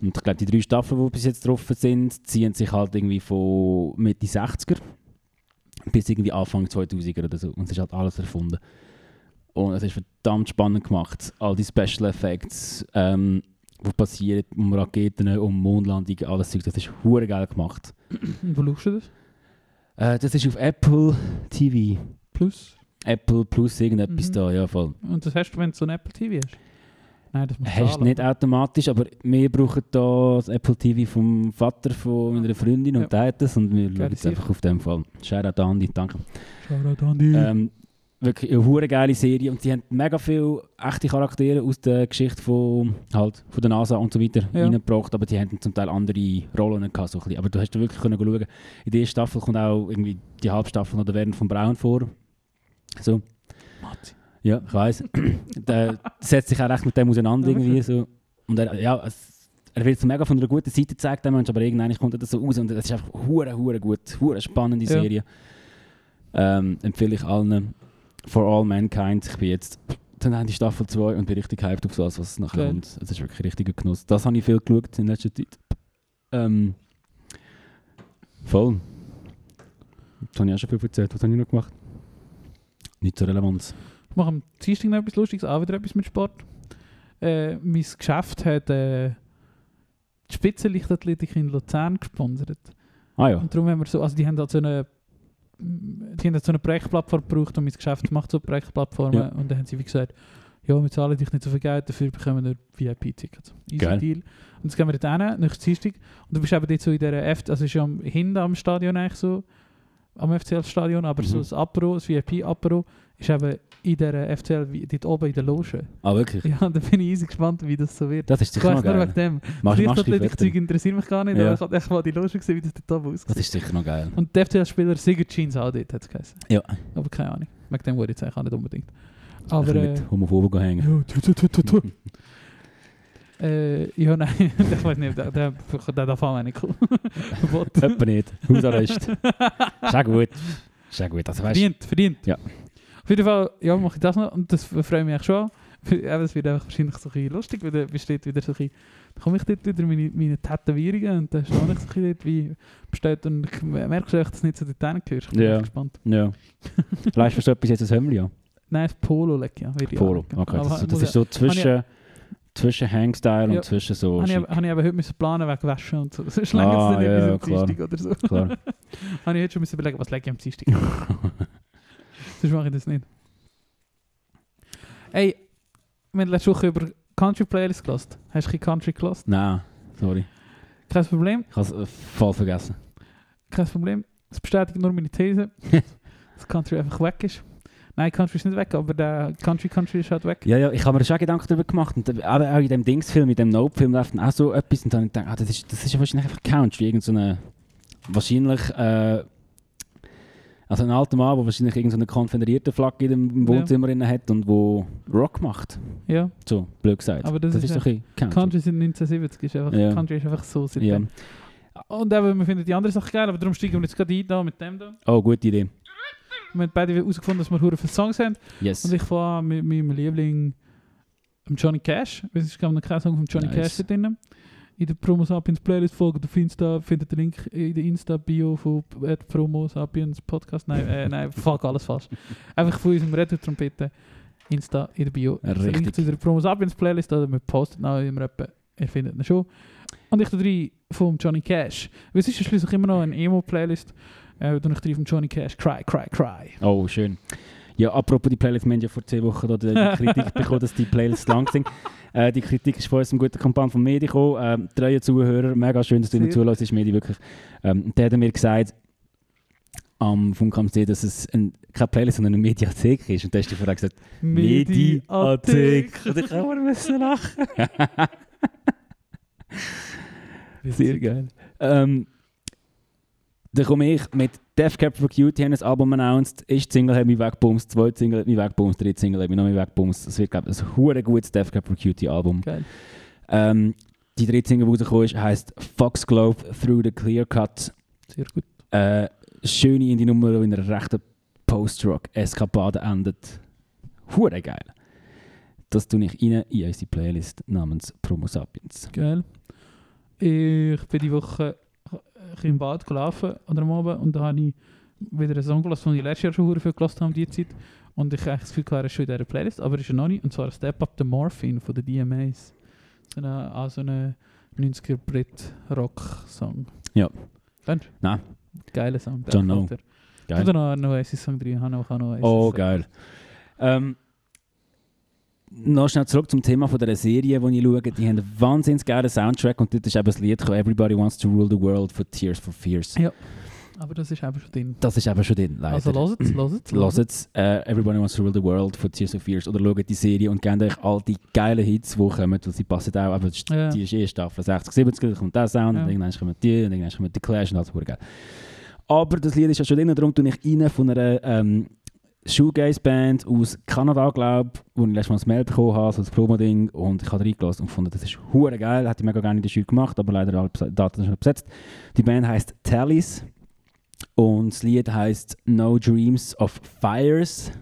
[SPEAKER 3] Und ich glaube, die drei Staffeln, die bis jetzt getroffen sind, ziehen sich halt irgendwie von Mitte 60er bis irgendwie Anfang 2000er oder so. Und es ist halt alles erfunden. Und es ist verdammt spannend gemacht. All die Special Effects, ähm, die passieren, um Raketen, um Mondlandungen, alles. Zeug, Das ist hure geil gemacht.
[SPEAKER 2] Und wo schaust du das?
[SPEAKER 3] Äh, das ist auf Apple TV.
[SPEAKER 2] Plus.
[SPEAKER 3] Apple Plus irgendetwas
[SPEAKER 2] Mhm.
[SPEAKER 3] da, ja voll.
[SPEAKER 2] Und das hast du, wenn du so ein Apple TV hast? Nein, das musst du
[SPEAKER 3] Hast du
[SPEAKER 2] zahlen.
[SPEAKER 3] nicht automatisch, aber wir brauchen da das Apple TV vom Vater von meiner Freundin und
[SPEAKER 2] Ja.
[SPEAKER 3] der hat das und wir schauen jetzt
[SPEAKER 2] sicher. Mhm.
[SPEAKER 3] einfach auf dem Fall. Shoutout an Andi, danke.
[SPEAKER 2] Shoutout an dich.
[SPEAKER 3] Ähm, wirklich eine hure geile Serie und sie haben mega viele echte Charaktere aus der Geschichte von, halt, von der NASA und so weiter
[SPEAKER 2] Ja.
[SPEAKER 3] reingebracht, aber die hatten zum Teil andere Rollen gehabt, so ein bisschen. aber du hast da wirklich können schauen. In der ersten Staffel kommt auch irgendwie die Halbstaffel noch der Werner von Braun vor. So. Äh,
[SPEAKER 2] Matzi.
[SPEAKER 3] Ja, ich weiß. der setzt sich auch recht mit dem auseinander
[SPEAKER 2] Ja,
[SPEAKER 3] irgendwie so. Und er, ja, es, er wird so mega von einer guten Seite gezeigt, der Mensch, aber irgendwann kommt er das so raus und das ist einfach hure hure gut, hure spannende
[SPEAKER 2] Ja.
[SPEAKER 3] Serie. Ähm, empfehle ich allen. For All Mankind. Ich bin jetzt dann haben die Staffel 2 und bin richtig hyped auf das, was nachher
[SPEAKER 2] Geil.
[SPEAKER 3] kommt. Es ist wirklich richtig ein Genuss. Das habe ich viel geschaut in letzter Zeit. Ähm, voll. Das habe ich auch schon viel erzählt. Was habe ich noch gemacht? Nicht so relevant.
[SPEAKER 2] Ich mache am Dienstag noch etwas Lustiges, auch wieder etwas mit Sport. Äh, mein Geschäft hat äh, die Spitzenlichtathletik in Luzern gesponsert.
[SPEAKER 3] Ah ja.
[SPEAKER 2] Und darum haben wir so, also die haben halt so eine die haben halt so eine Projektplattform gebraucht und mein Geschäft macht so Projektplattformen
[SPEAKER 3] Ja.
[SPEAKER 2] und dann haben sie wie gesagt, ja, wir zahlen dich nicht so viel Geld, dafür bekommen wir VIP-Tickets. Easy
[SPEAKER 3] Geil.
[SPEAKER 2] Deal. Und jetzt gehen wir dort hin, nächstes Dienstag, und du bist eben dort so in dieser F, also es ist ja am- hinten am Stadion eigentlich so, am FCL-Stadion, aber so
[SPEAKER 3] Mhm.
[SPEAKER 2] das Apero, das VIP-Apero, ist eben in dieser FCL, wie- dort oben in der Loge.
[SPEAKER 3] Ah wirklich?
[SPEAKER 2] Ja, und da bin ich easy gespannt, wie das so wird.
[SPEAKER 3] Das ist
[SPEAKER 2] Ich
[SPEAKER 3] sicher noch
[SPEAKER 2] weiß nur wegen
[SPEAKER 3] geil.
[SPEAKER 2] dem.
[SPEAKER 3] Machst machst du die
[SPEAKER 2] Lichtathletik-Zeug
[SPEAKER 3] Fotos?
[SPEAKER 2] interessiert mich gar nicht,
[SPEAKER 3] Ja.
[SPEAKER 2] aber ich habe echt mal die Loge gesehen, wie das dort oben aussieht.
[SPEAKER 3] Das ist sicher noch geil.
[SPEAKER 2] Und der FCL-Spieler Sigurd Jeans auch dort, hat es geheißen.
[SPEAKER 3] Ja.
[SPEAKER 2] Aber keine Ahnung. Wegen dem würde ich jetzt auch nicht unbedingt.
[SPEAKER 3] Aber
[SPEAKER 2] Aber äh,
[SPEAKER 3] Also mit Homophoben
[SPEAKER 2] [LAUGHS]
[SPEAKER 3] hängen.
[SPEAKER 2] ja, tu, tu, tu, tu, tu. äh, ja, [LAUGHS] nein, ich weiß nicht, der, der, der darf auch nicht [LAUGHS] cool. Verbot.
[SPEAKER 3] Etwa nicht. Hausarrest. ist auch gut. Ist auch gut. Also weißt
[SPEAKER 2] verdient, verdient.
[SPEAKER 3] Ja.
[SPEAKER 2] Auf jeden Fall, ja, mache ich das noch und das freut mich echt schon. Eben, es wird einfach wahrscheinlich so ein bisschen lustig, weil da besteht wieder so ein bisschen, da komme ich dort wieder meine, meine Tätowierungen und da stehe ich so ein bisschen dort wie bestellt und ich merke schon, dass das nicht so dort hingehört. Ich bin
[SPEAKER 3] Ja.
[SPEAKER 2] echt gespannt.
[SPEAKER 3] Ja. Leist du so etwas jetzt ein Hemdli an?
[SPEAKER 2] Nein, das Polo legt ja. würde ich
[SPEAKER 3] Polo.
[SPEAKER 2] anlegen.
[SPEAKER 3] Okay.
[SPEAKER 2] Aber
[SPEAKER 3] Das, das
[SPEAKER 2] muss
[SPEAKER 3] ist
[SPEAKER 2] ja-
[SPEAKER 3] so zwischen, zwischen Hangstyle
[SPEAKER 2] Ja.
[SPEAKER 3] und zwischen so.
[SPEAKER 2] Habe ich,
[SPEAKER 3] schick.
[SPEAKER 2] habe ich aber heute müssen planen wegen Waschen und so. Sonst
[SPEAKER 3] Ah,
[SPEAKER 2] länger es dann nicht
[SPEAKER 3] ja,
[SPEAKER 2] bis
[SPEAKER 3] ja,
[SPEAKER 2] am
[SPEAKER 3] klar.
[SPEAKER 2] Dienstag oder so. [LAUGHS]
[SPEAKER 3] Klar.
[SPEAKER 2] habe ich heute schon müssen überlegen, was lege ich am Dienstag.
[SPEAKER 3] [LAUGHS]
[SPEAKER 2] Sonst mache ich das nicht. Ey, wir haben letzte Woche über Country Playlist gelassen. Hast du ein bisschen Country gelassen?
[SPEAKER 3] Nein, sorry.
[SPEAKER 2] Kein Problem,
[SPEAKER 3] Ich habe es äh, voll vergessen.
[SPEAKER 2] kein Problem. Es bestätigt nur meine
[SPEAKER 3] [LAUGHS]
[SPEAKER 2] These, dass Country einfach weg ist. Nein, Country ist nicht weg, aber der Country Country ist halt weg.
[SPEAKER 3] Ja, ja, ich habe mir schon Gedanken darüber gemacht. Und eben auch in dem Dingsfilm, in dem Nope-Film läuft dann auch so etwas. Und dann habe ich gedacht, ah, das, ist, das ist ja wahrscheinlich einfach Country. Irgend so eine wahrscheinlich äh, also ein alter Mann, der wahrscheinlich irgendeine konföderierte Flagge in dem Wohnzimmer inne hat und wo Rock macht.
[SPEAKER 2] Ja,
[SPEAKER 3] So, blöd gesagt.
[SPEAKER 2] Aber das ist
[SPEAKER 3] doch ein bisschen Country.
[SPEAKER 2] Country sind 1970, ist einfach,
[SPEAKER 3] Ja.
[SPEAKER 2] Country ist einfach so.
[SPEAKER 3] Ja.
[SPEAKER 2] seitdem. Und eben, wir finden die andere Sache geil, aber darum steigen wir jetzt gerade ein da mit dem da.
[SPEAKER 3] Oh, gute Idee.
[SPEAKER 2] Wir haben beide herausgefunden, dass wir hure viele Songs haben.
[SPEAKER 3] Yes.
[SPEAKER 2] Und ich fange an mit meinem Liebling dem um, Johnny Cash. Weil Es ist glaube ich noch kein Song von Johnny
[SPEAKER 3] Nice.
[SPEAKER 2] Cash da drin. In der Promo Sapiens Playlist folgt auf Insta, findet den Link in der Insta-Bio von at Promo Sapiens Podcast. Nein, äh, nein, [LAUGHS] fuck, alles falsch. Einfach von unserem Retro-Trompeten. eh, Insta in der Bio. Ist der Link
[SPEAKER 3] Richtig.
[SPEAKER 2] zu der Promo Sapiens Playlist, oder wir posten auch immer etwa. Ihr findet ihn schon. Und ich drei von Johnny Cash. Weil es ist ja schließlich immer noch eine Emo-Playlist. Äh, dann ich drei von Johnny Cash. Cry, cry, cry.
[SPEAKER 3] Oh, schön. Ja, apropos die Playlist, wir haben ja vor zwei Wochen da die die Kritik bekommen, dass die Playlist lang sind. Äh, die Kritik ist von unserem guten Kampagne von Medi gekommen. Äh, treue Zuhörer, mega schön, dass du
[SPEAKER 2] Sehr.
[SPEAKER 3] ihnen zulässt, ist Medi wirklich. Ähm, der hat mir gesagt, am Funkam See, dass es ein, keine Playlist, sondern eine Mediathek ist. Und da hast du vorher gesagt, Mediathek. Und ich habe immer müssen
[SPEAKER 2] [LAUGHS]
[SPEAKER 3] lachen. Sehr geil. Ähm, dann komme ich mit Death Cab for Cutie, haben ein Album announced. Ist die Single hat mich wegbumst, zweite Single hat mich wegbumst, dritte Single hat mich noch mehr wegbumst. Es wird, glaube ich, ein hure gutes Death Cab for Cutie Album.
[SPEAKER 2] Geil.
[SPEAKER 3] Ähm, die dritte Single, die rausgekommen ist, heisst Foxglove Through the Clear Cut.
[SPEAKER 2] Sehr gut.
[SPEAKER 3] Äh, schöne Indie-Nummer, die in einer rechten Post-Rock-Eskapade endet. Hure geil. Das tue ich rein in unsere Playlist namens Promo Sapiens.
[SPEAKER 2] Geil. Ich bin die Woche äh, im Bad gelaufen an am Abend und da habe ich wieder einen Song gelassen, den ich letztes Jahr schon sehr viel gelassen habe, die Zeit. Und ich habe eigentlich das Gefühl, er ist schon in dieser Playlist, aber ist er noch nicht. Und zwar Step Up the Morphine von den DMAs. So eine, auch so ein 90er-Brit-Rock-Song.
[SPEAKER 3] Ja.
[SPEAKER 2] Kennst du?
[SPEAKER 3] Nein.
[SPEAKER 2] Geiler Song. der
[SPEAKER 3] Don't know.
[SPEAKER 2] gefällt dir.
[SPEAKER 3] Geil.
[SPEAKER 2] Ich habe noch einen Oasis-Song drin. Ich habe auch noch einen
[SPEAKER 3] Oh,
[SPEAKER 2] Oasis-Song.
[SPEAKER 3] geil. Ähm, noch schnell zurück zum Thema von dieser Serie, die ich schaue. Die haben einen wahnsinnig geilen Soundtrack und dort ist eben das Lied gekommen, «Everybody Wants to Rule the World» von Tears for Fears.
[SPEAKER 2] Ja. Aber das ist einfach schon drin.
[SPEAKER 3] Das ist eben schon drin, leider.
[SPEAKER 2] Also hört es, hört es.
[SPEAKER 3] Hört äh, «Everybody Wants to Rule the World» von Tears for Fears oder schaut die Serie und gebt euch all die geilen Hits, die kommen, weil sie passen auch, aber die
[SPEAKER 2] Ja.
[SPEAKER 3] die ist eh Staffel 60, 70, dann kommt der Sound
[SPEAKER 2] Ja.
[SPEAKER 3] und irgendwann kommt die und irgendwann kommt die Clash und alles verdammt geil. Aber das Lied ist ja schon drin, darum tue ich rein von einer ähm, Shoegaze-Band aus Kanada, glaube ich, wo ich letztes Mal das Mail bekommen habe, so das Promo-Ding und ich habe reingelassen und gefunden, das ist hure geil, hätte ich mega gerne in der Schule gemacht, aber leider alle Bes- Daten schon besetzt. Die Band heißt Tallies und das Lied heißt No Dreams of Fires.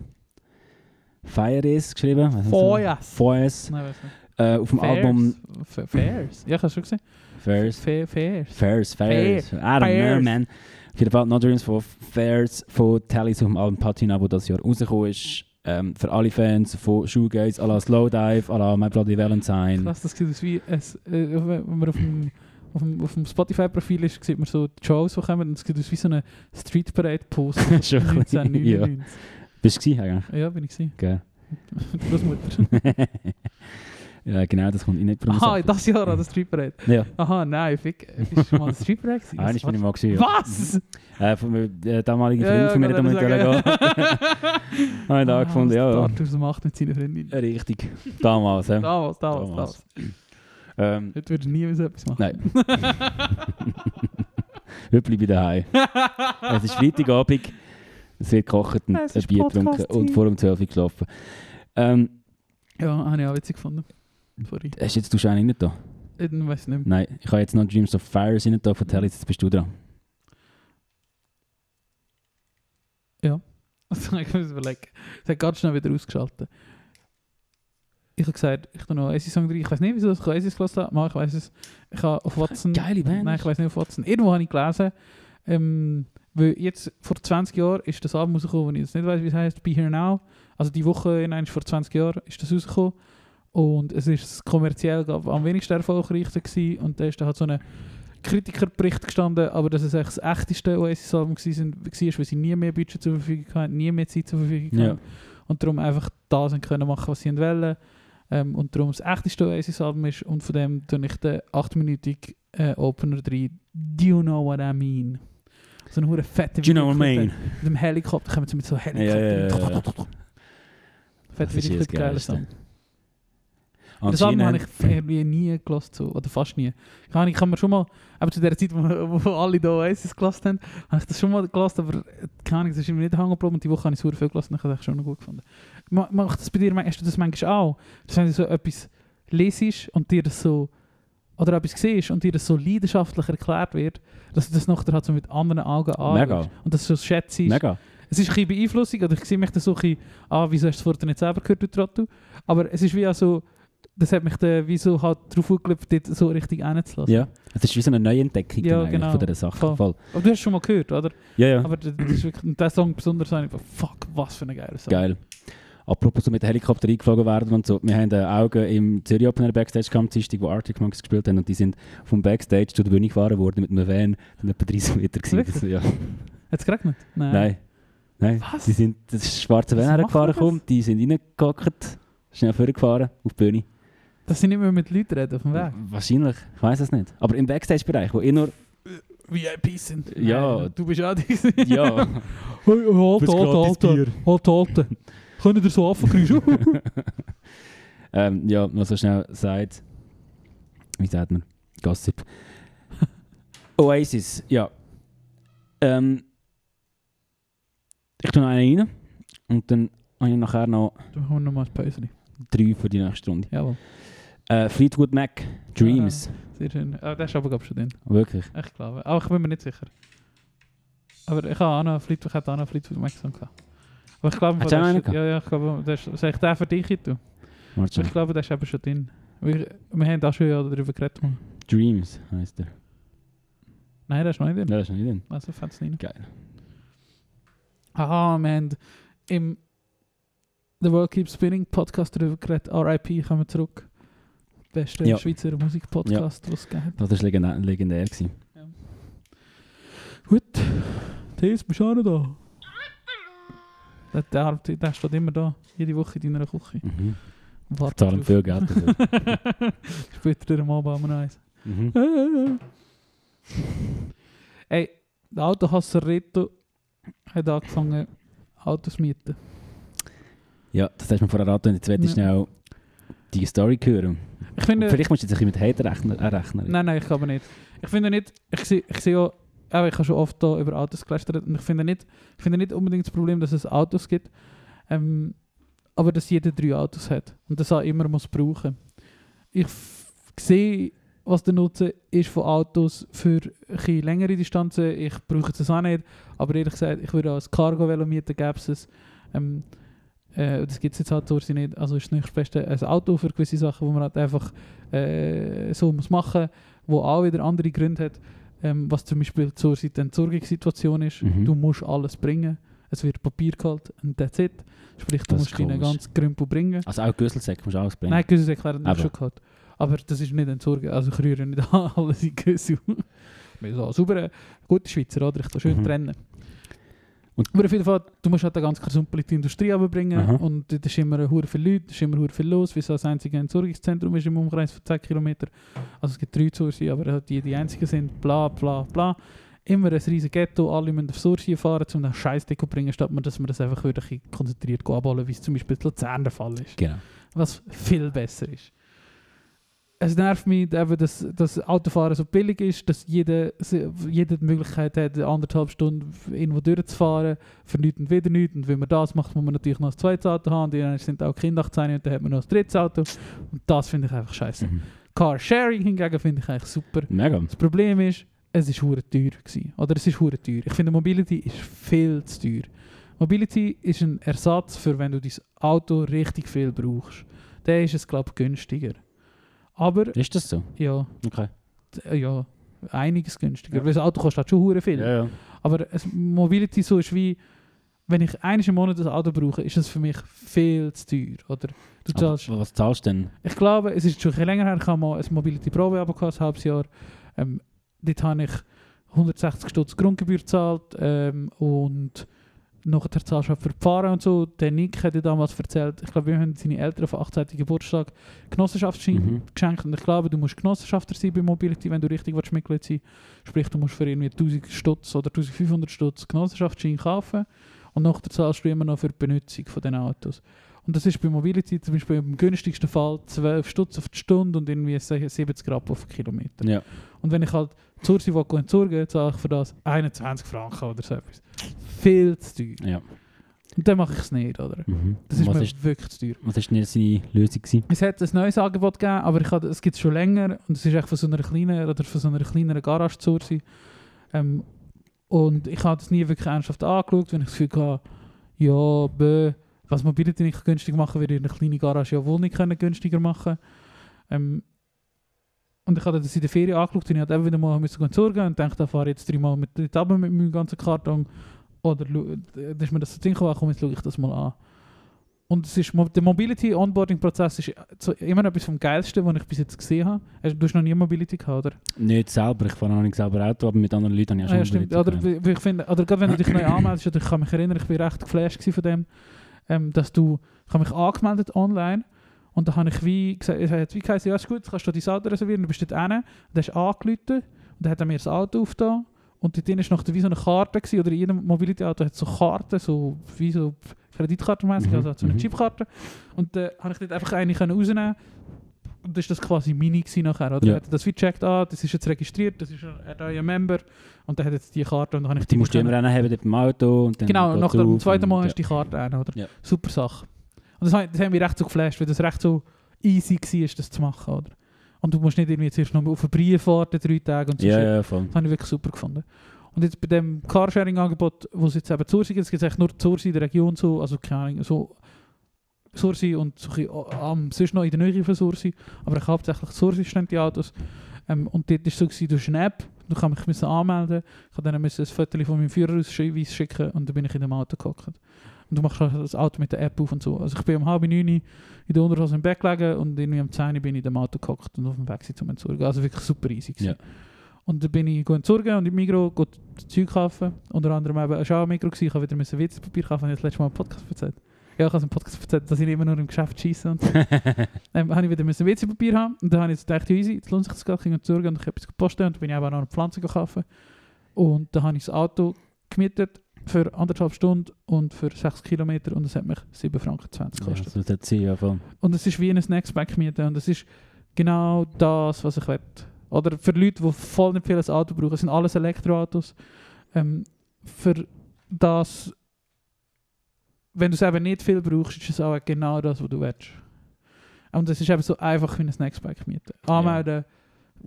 [SPEAKER 3] Fire is geschrieben. weiss nicht so.
[SPEAKER 2] Feuers.
[SPEAKER 3] Fires.
[SPEAKER 2] Nein, weiß nicht.
[SPEAKER 3] Äh, auf dem
[SPEAKER 2] Fairs.
[SPEAKER 3] Album
[SPEAKER 2] F- Fairs. Ja, ich habe schon gesehen.
[SPEAKER 3] Fairs.
[SPEAKER 2] Fa- Fairs.
[SPEAKER 3] Fairs, Fairs. I don't know,
[SPEAKER 2] Fairs.
[SPEAKER 3] man. Auf jeden Fall No Dreams von Fairs von Tallys auf dem Album Patina, wo das Jahr rausgekommen ist. Ähm, für alle Fans von Shoegaze, à la Slowdive, à la My Bloody Valentine.
[SPEAKER 2] Krass, das sieht aus wie, es, äh, wenn man auf dem, auf dem, auf dem Spotify-Profil ist, sieht man so die Shows, die kommen, und es sieht aus wie so eine Street Parade-Post
[SPEAKER 3] [LAUGHS]
[SPEAKER 2] von
[SPEAKER 3] Schon ein bisschen,
[SPEAKER 2] 1999.
[SPEAKER 3] Bist du gewesen, eigentlich?
[SPEAKER 2] Ja. bin ich gesehen. [LAUGHS]
[SPEAKER 3] Gell. [LAUGHS]
[SPEAKER 2] Die Großmutter.
[SPEAKER 3] ja, genau, das kommt in nicht
[SPEAKER 2] Aha, Ah, das Jahr an der Street Parade.
[SPEAKER 3] Ja,
[SPEAKER 2] Aha, nein, fick. äh, Bist du schon mal an der Street Parade gewesen?
[SPEAKER 3] eigentlich bin ich mal gewesen. ja.
[SPEAKER 2] Was?
[SPEAKER 3] Äh, von meinem äh, damaligen
[SPEAKER 2] Ja,
[SPEAKER 3] Freund
[SPEAKER 2] ja,
[SPEAKER 3] von mir, der
[SPEAKER 2] kann ich
[SPEAKER 3] mit
[SPEAKER 2] sagen.
[SPEAKER 3] Gallagher, [LAUGHS]
[SPEAKER 2] [LAUGHS]
[SPEAKER 3] habe ich da gefunden, Ah,
[SPEAKER 2] Was
[SPEAKER 3] ja.
[SPEAKER 2] der
[SPEAKER 3] ja.
[SPEAKER 2] Arthur so Ah, macht mit seiner Freundin.
[SPEAKER 3] Eh, Richtig. Damals, ja.
[SPEAKER 2] Damals, damals,
[SPEAKER 3] Damals.
[SPEAKER 2] damals.
[SPEAKER 3] Ähm,
[SPEAKER 2] Heute würde ich nie so etwas [LAUGHS] machen.
[SPEAKER 3] Nein. Heute bleibe ich daheim. Es ist Freitagabend, es wird gekocht und
[SPEAKER 2] Es
[SPEAKER 3] ein
[SPEAKER 2] ist
[SPEAKER 3] Bier getrunken
[SPEAKER 2] Podcast-Zeit.
[SPEAKER 3] und vor um 12 Uhr geschlafen. Ähm,
[SPEAKER 2] Ja, habe ich auch witzig gefunden. Sorry.
[SPEAKER 3] hast du jetzt du schon einen rein da?
[SPEAKER 2] Ich weiß [LAUGHS] nicht mehr.
[SPEAKER 3] Nein, ich habe jetzt noch Dreams of Fires rein da, vertell jetzt, jetzt bist du dran.
[SPEAKER 2] Also, ich muss überlegen. Es hat ganz schnell wieder ausgeschaltet. Ich habe gesagt, ich tue noch Easy Song 3. Ich weiß nicht, wieso ich Easy gelassen habe. Mal, ich weiß es. Ich habe auf Watson.
[SPEAKER 3] Geile Band.
[SPEAKER 2] Nein, ich weiß nicht auf Watson. Irgendwo habe ich gelesen, ähm, weil jetzt vor 20 Jahren ist das Album rausgekommen, wenn ich jetzt nicht weiß, wie es heißt, Be Here Now. Also die Woche in eins vor 20 Jahren ist das rausgekommen. Und es ist kommerziell glaub, ich, am wenigsten erfolgreich gewesen. Und da ist dann halt so ein Kritikerbericht gestanden, aber dass es eigentlich das echteste Oasis-Album gewesen- war, weil sie nie mehr Budget zur Verfügung hatten, nie mehr Zeit zur Verfügung
[SPEAKER 3] Ja.
[SPEAKER 2] hatten. Und darum einfach das haben können machen, was sie wollen. Ähm, und darum das echteste Oasis-Album ist. Und von dem tue ich den 8-minütigen äh, Opener 3 Do You Know What I Mean? So eine hure fette
[SPEAKER 3] Do you know what I
[SPEAKER 2] Videoclip
[SPEAKER 3] mean?
[SPEAKER 2] Mit dem Helikopter, kommen sie mit so Helikopter. [LAUGHS]
[SPEAKER 3] Ja, ja, ja, ja.
[SPEAKER 2] Fette
[SPEAKER 3] Das ist das
[SPEAKER 2] Videoclip, geiler
[SPEAKER 3] Geilste.
[SPEAKER 2] Song. Das Album habe
[SPEAKER 3] Anscheinend-
[SPEAKER 2] ich irgendwie nie gelassen, so, oder fast nie. Ich kann, ich kann mir schon mal, aber zu der Zeit, wo, wo alle da Oasis gelassen haben, habe ich das schon mal gelassen, aber äh, keine Ahnung, das ist mir nicht hängen geblieben und die Woche habe ich super viel gelassen und ich habe es schon noch gut gefunden. Ma- Macht das bei dir, hast du das manchmal auch? Dass wenn du so etwas lesest und dir das so, oder etwas siehst und dir das so leidenschaftlich erklärt wird, dass du das nachher halt so mit anderen Augen
[SPEAKER 3] Mega.
[SPEAKER 2] anschaust und das so schätzt.
[SPEAKER 3] Mega.
[SPEAKER 2] Es ist ein bisschen Beeinflussung, oder ich sehe mich dann so ein bisschen, ah, wieso hast du es vorher nicht selber gehört, du Trottel? Aber es ist wie auch so, das hat mich dann wie so halt drauf angelöpft, dort so richtig reinzulassen.
[SPEAKER 3] Ja. Es ist wie so eine Neuentdeckung
[SPEAKER 2] Ja,
[SPEAKER 3] dann eigentlich
[SPEAKER 2] genau.
[SPEAKER 3] von dieser Sache.
[SPEAKER 2] Voll.
[SPEAKER 3] Voll.
[SPEAKER 2] Aber du hast es schon mal gehört, oder?
[SPEAKER 3] Ja, ja.
[SPEAKER 2] Aber das das ist wirklich, und der Song besonders, habe ich gedacht, fuck, was für ein geiler Song.
[SPEAKER 3] Geil. Apropos so mit dem Helikopter eingeflogen werden und so. Wir haben äh, Augen im Zürich Open Air Backstage gehabt, am Dienstag, wo Arctic Monkeys gespielt haben und die sind vom Backstage zu der Bühne gefahren worden mit einem Van, dann etwa 30 Meter gewesen.
[SPEAKER 2] Wirklich?
[SPEAKER 3] Das, ja.
[SPEAKER 2] Hat es geregnet? Nein.
[SPEAKER 3] Nein. Nein.
[SPEAKER 2] Was?
[SPEAKER 3] Die sind das schwarze Van
[SPEAKER 2] Was macht man
[SPEAKER 3] hergefahren,
[SPEAKER 2] das?
[SPEAKER 3] gekommen, die sind reingehackt, schnell vorgefahren auf die Bühne.
[SPEAKER 2] Dass sie nicht mehr mit Leuten reden auf dem Weg.
[SPEAKER 3] Wahrscheinlich, ich weiß es nicht. Aber im Backstage-Bereich, wo ich
[SPEAKER 2] [LAUGHS]
[SPEAKER 3] nur.
[SPEAKER 2] VIPs sind.
[SPEAKER 3] Ja.
[SPEAKER 2] Nein, Du bist auch diese.
[SPEAKER 3] [LAUGHS] Ja,
[SPEAKER 2] Hey, hey, halt,
[SPEAKER 3] Fürs
[SPEAKER 2] halt,
[SPEAKER 3] Gratisbier.
[SPEAKER 2] halt, halt, halt. Können ihr so [LAUGHS] affen
[SPEAKER 3] ähm, ja, was so schnell sagt. Wie sagt man?
[SPEAKER 2] [LAUGHS]
[SPEAKER 3] Gossip. Oasis, ja. Ähm, ich tue noch einen rein und dann habe ich nachher noch
[SPEAKER 2] Dann machen wir nochmal ein Päuschen.
[SPEAKER 3] drei für die nächste Runde.
[SPEAKER 2] Jawohl,
[SPEAKER 3] Äh, Fleetwood Mac, Dreams.
[SPEAKER 2] sehr schön. Ah, der ist aber, glaube ich, schon drin.
[SPEAKER 3] Wirklich.
[SPEAKER 2] Ich glaube. Aber ich bin mir nicht sicher. Aber ich habe auch noch Fleetwood, ich hätte auch noch Fleetwood Mac Song gehabt. Aber ich glaube,
[SPEAKER 3] Hast
[SPEAKER 2] der
[SPEAKER 3] du auch
[SPEAKER 2] ist-
[SPEAKER 3] einen gehabt?
[SPEAKER 2] ja, ja, ich glaube, der ist, soll ich den für dich tun?
[SPEAKER 3] Warte
[SPEAKER 2] Ich [LAUGHS]
[SPEAKER 3] schon.
[SPEAKER 2] glaube, der ist eben schon drin. Wir, wir haben auch schon ja darüber geredet. Mann.
[SPEAKER 3] Dreams heisst er.
[SPEAKER 2] Nein, der ist noch nicht drin.
[SPEAKER 3] Ja, das ist noch nicht drin.
[SPEAKER 2] Also fällt es nicht.
[SPEAKER 3] Geil.
[SPEAKER 2] Aha, wir haben im The World Keeps Spinning Podcast darüber geredet. RIP, kommen wir zurück. Beste
[SPEAKER 3] Ja.
[SPEAKER 2] Schweizer Musikpodcast, was es gegeben hat.
[SPEAKER 3] Das war legendär, legendär gewesen.
[SPEAKER 2] Gut, Thees, bist du auch noch da? Der, der, der, der steht immer da, jede Woche in deiner Küche.
[SPEAKER 3] Mhm.
[SPEAKER 2] und wartet
[SPEAKER 3] Zahlen
[SPEAKER 2] drauf.
[SPEAKER 3] viel Geld dafür.
[SPEAKER 2] [LAUGHS] Später am Abend haben wir eins.
[SPEAKER 3] mhm.
[SPEAKER 2] Ey, der Autohasser Reto hat angefangen, Autos zu mieten.
[SPEAKER 3] Ja, das hast du mir vorher angetan. Jetzt werde ich
[SPEAKER 2] Ja.
[SPEAKER 3] schnell die Story hören.
[SPEAKER 2] Ich finde,
[SPEAKER 3] Vielleicht musst du jetzt ein bisschen mit Hate rechnen. Äh, rechnen.
[SPEAKER 2] Nein, nein, ich glaube nicht. Ich finde nicht, ich sehe ich sehe auch, aber ich habe schon oft da über Autos gelästert und ich finde nicht, ich finde nicht unbedingt das Problem, dass es Autos gibt, ähm, aber dass jeder drei Autos hat und das auch immer muss brauchen. Ich f- sehe, was der Nutzen ist von Autos für ein bisschen längere Distanzen. Ich brauche es auch nicht, aber ehrlich gesagt, ich würde auch ein Cargo-Velo mieten, gäbe es es. Ähm, äh, das gibt es jetzt halt so nicht. Also ist das Beste ein Auto für gewisse Sachen, wo man halt einfach äh, so muss machen, wo auch wieder andere Gründe hat, ähm, was zum Beispiel zur Seite die Entsorgungssituation ist.
[SPEAKER 3] Mhm.
[SPEAKER 2] Du musst alles bringen. Es wird Papier geholt und that's it. Sprich, du
[SPEAKER 3] Das ist
[SPEAKER 2] musst deinen
[SPEAKER 3] komisch.
[SPEAKER 2] ganzen Krümpel bringen.
[SPEAKER 3] Also auch Güsselsäcke musst du alles bringen.
[SPEAKER 2] Nein, Güsse erklären
[SPEAKER 3] Aber-
[SPEAKER 2] habe ich schon gehabt. Aber das ist nicht entsorgen. Also ich rühre nicht [LAUGHS] an, alles in Güsse. Wir sind so super äh, gute Schweizer, oder? Ich kann schön
[SPEAKER 3] Mhm.
[SPEAKER 2] trennen.
[SPEAKER 3] Und-
[SPEAKER 2] aber auf jeden Fall, du musst halt den ganzen Krümpel in die Industrie runterbringen.
[SPEAKER 3] Aha.
[SPEAKER 2] Und dort ist immer hure viele Leute, ist immer hure viel los, weil es das einzige Entsorgungszentrum ist im Umkreis von 10 Kilometern. Also es gibt drei Zursi, aber halt die die einzigen sind, bla bla bla. Immer ein riesiges Ghetto, alle müssen auf Sursi fahren, um den Scheiß zu bringen, statt man, dass man das einfach wieder ein bisschen konzentriert abholen, wie es zum Beispiel in Luzern der Fall ist
[SPEAKER 3] Genau.
[SPEAKER 2] was viel besser ist. Es nervt mich, eben, dass das Autofahren so billig ist, dass jeder, se- jeder die Möglichkeit hat, eine anderthalb Stunden irgendwo durchzufahren, für nichts und wieder nichts. Und wenn man das macht, muss man natürlich noch ein zweites Auto haben. Die anderen sind auch Kinder 18 und dann hat man noch ein drittes Auto. Und das finde ich einfach scheiße.
[SPEAKER 3] Mhm.
[SPEAKER 2] Carsharing hingegen finde ich eigentlich super.
[SPEAKER 3] Mega.
[SPEAKER 2] Das Problem ist, es ist hure teuer gewesen. Oder es ist hure teuer. Ich finde Mobility ist viel zu teuer. Mobility ist ein Ersatz für wenn du dein Auto richtig viel brauchst. Der ist es glaube ich günstiger. Aber
[SPEAKER 3] Ist das so?
[SPEAKER 2] ja,
[SPEAKER 3] Okay.
[SPEAKER 2] d- ja, einiges günstiger.
[SPEAKER 3] Ja.
[SPEAKER 2] Weil das Auto kostet halt schon hure viel.
[SPEAKER 3] ja.
[SPEAKER 2] Aber es, Mobility so ist wie, wenn ich eines im Monat ein Auto brauche, ist das für mich viel zu teuer. Oder du
[SPEAKER 3] Aber
[SPEAKER 2] zahlst
[SPEAKER 3] was zahlst du denn?
[SPEAKER 2] ich glaube, es ist schon ein bisschen länger her, ich habe mal ein Mobility Pro Abo gehabt, ein halbes Jahr. Ähm, dort habe ich 160 Stutz Grundgebühr gezahlt ähm, und nachher zahlst du auch für die Fahrer und so. Der Nick hat ja damals erzählt, ich glaube, wir haben seine Eltern auf 18. Geburtstag Genossenschaftsschein
[SPEAKER 3] Mhm.
[SPEAKER 2] geschenkt und ich glaube, du musst Genossenschafter sein bei Mobility, wenn du richtig willst, Mitglied sein Sprich, du musst für irgendwie 1000 Stutz oder 1500 Stutz Genossenschaftsschein kaufen und nachher zahlst du immer noch für die Benutzung von den Autos. Und das ist bei Mobility zum Beispiel im günstigsten Fall 12 Stutz auf die Stunde und irgendwie 70 Rappen auf den Kilometer.
[SPEAKER 3] Ja.
[SPEAKER 2] Und wenn ich halt Zürich will, gehen Zürich, zahle ich für das 21 Franken oder so etwas. Viel zu teuer.
[SPEAKER 3] ja.
[SPEAKER 2] Und dann mache ich es nicht, oder?
[SPEAKER 3] Mhm.
[SPEAKER 2] Das ist
[SPEAKER 3] was,
[SPEAKER 2] mir
[SPEAKER 3] ist,
[SPEAKER 2] wirklich zu teuer.
[SPEAKER 3] was ist denn seine Lösung? Gewesen?
[SPEAKER 2] Es hat ein neues Angebot gegeben, aber ich hatte, es gibt es schon länger und es ist echt von so einer kleinen oder von so einer kleineren Garage zu sein. Ähm, und ich habe das nie wirklich ernsthaft angeschaut, wenn ich das Gefühl hatte, ja, bö, was Mobility nicht günstig machen, würde ich eine kleine Garage ja wohl nicht können günstiger machen. Ähm, und ich habe das in der Ferien angeschaut und ich habe eben wieder mal müssen gehen sorgen und dachte, da fahre ich jetzt dreimal mit der Tabelle mit meinem ganzen Karton. Oder schau- da ist mir das zu Ding gekommen, komm, jetzt schaue ich das mal an. Und es ist, mo- der Mobility-Onboarding-Prozess ist zu- immer noch etwas vom Geilsten, was ich bis jetzt gesehen habe. Hast- Du hast noch nie Mobility gehabt, oder?
[SPEAKER 3] Nicht selber, ich fahre noch nicht selber Auto, aber mit anderen Leuten habe ich auch
[SPEAKER 2] Ah,
[SPEAKER 3] schon
[SPEAKER 2] ja, stimmt.
[SPEAKER 3] überlegt,
[SPEAKER 2] Oder, wie- wie ich finde, oder gerade wenn du dich neu anmeldest, oder ich kann mich erinnern, ich war recht geflasht gewesen von dem, ähm, dass du, ich habe mich angemeldet online und dann habe ich wie gesagt, es hat wie gesagt, ja ist gut, kannst du dein Auto reservieren, du bist dort hin, dann hast du angerufen und dann hat er mir das Auto aufgetan und dort drin war noch wie so eine Karte gewesen, oder in jedem Mobility-Auto hat so Karten, so wie so Kreditkartenmäßig,
[SPEAKER 3] Mhm,
[SPEAKER 2] also so eine
[SPEAKER 3] mhm.
[SPEAKER 2] Chipkarte und dann habe ich dort einfach eine können rausnehmen und ist das quasi mini gewesen nachher, oder?
[SPEAKER 3] Ja.
[SPEAKER 2] Hat er das wie gecheckt, ah, das ist jetzt registriert, das ist ein ein neuer Member und dann hat jetzt die Karte und dann habe ich
[SPEAKER 3] Die musst du
[SPEAKER 2] können-
[SPEAKER 3] immer einen haben im Auto und dann
[SPEAKER 2] Genau,
[SPEAKER 3] geht's
[SPEAKER 2] nach dem
[SPEAKER 3] auf
[SPEAKER 2] zweiten
[SPEAKER 3] und-
[SPEAKER 2] Mal
[SPEAKER 3] ja.
[SPEAKER 2] hast du die Karte ein, oder?
[SPEAKER 3] Ja.
[SPEAKER 2] Super Sache. Und das, hat- das hat mich recht so geflasht, weil das recht so easy war, das zu machen, oder? Und du musst nicht irgendwie zuerst noch auf einen Brief warten, drei Tage und so
[SPEAKER 3] Ja,
[SPEAKER 2] shit.
[SPEAKER 3] ja, voll.
[SPEAKER 2] Das habe ich wirklich super gefunden. Und jetzt bei dem Carsharing-Angebot, wo es jetzt eben Zursi gibt, es gibt echt nur Zursi in der Region so, also keine Ahnung, so Zursi und so ein bisschen, oh, am- sonst noch in der Nähe von Zursi, aber ich hauptsächlich Zursi stehen die Autos. Ähm, und dort war es so, gewesen, du hast eine App, du kannst mich müssen anmelden, ich habe dann müssen ein Foto von meinem Führerausweis schicken und dann bin ich in dem Auto gehockt. Und du machst halt das Auto mit der App auf und so. Also ich bin um halb neun in der Unterhose im Bett gelegen und irgendwie um 10 Uhr bin ich in dem Auto gehockt und auf dem Weg gewesen, zum Entsorgen. Also wirklich super easy gewesen.
[SPEAKER 3] Ja.
[SPEAKER 2] Und dann bin ich go entsorgen und im Migro go das Zeug kaufen. Unter anderem eben, es war auch ein Migro, gewesen, ich habe wieder müssen Witzpapier kaufen, habe ich das letzte Mal im Podcast erzählt. Ja, ich habe es im Podcast erzählt, dass ich immer nur im Geschäft schieße und so. ähm, habe ich wieder müssen WC-Papier haben und dann habe ich jetzt gedacht, ja, easy, jetzt lohnt sich das gerade, ich ging entsorgen und ich habe etwas gepostet und dann bin ich eben auch noch eine Pflanze gekauft. Und dann habe ich das Auto gemietet für anderthalb Stunden und für sechs Kilometer und es hat mich 7,20 Franken
[SPEAKER 3] Ja,
[SPEAKER 2] gekostet.
[SPEAKER 3] das wird jetzt sein, ja, voll.
[SPEAKER 2] Und es ist wie ein Snacksback mieten. Und es ist genau das, was ich will. Oder für Leute, die voll nicht viel ein Auto brauchen, es sind alles Elektroautos. Ähm, für das, wenn du es eben nicht viel brauchst, ist es auch genau das, was du willst. Und es ist eben so einfach wie ein Snacksback mieten. Anmelden,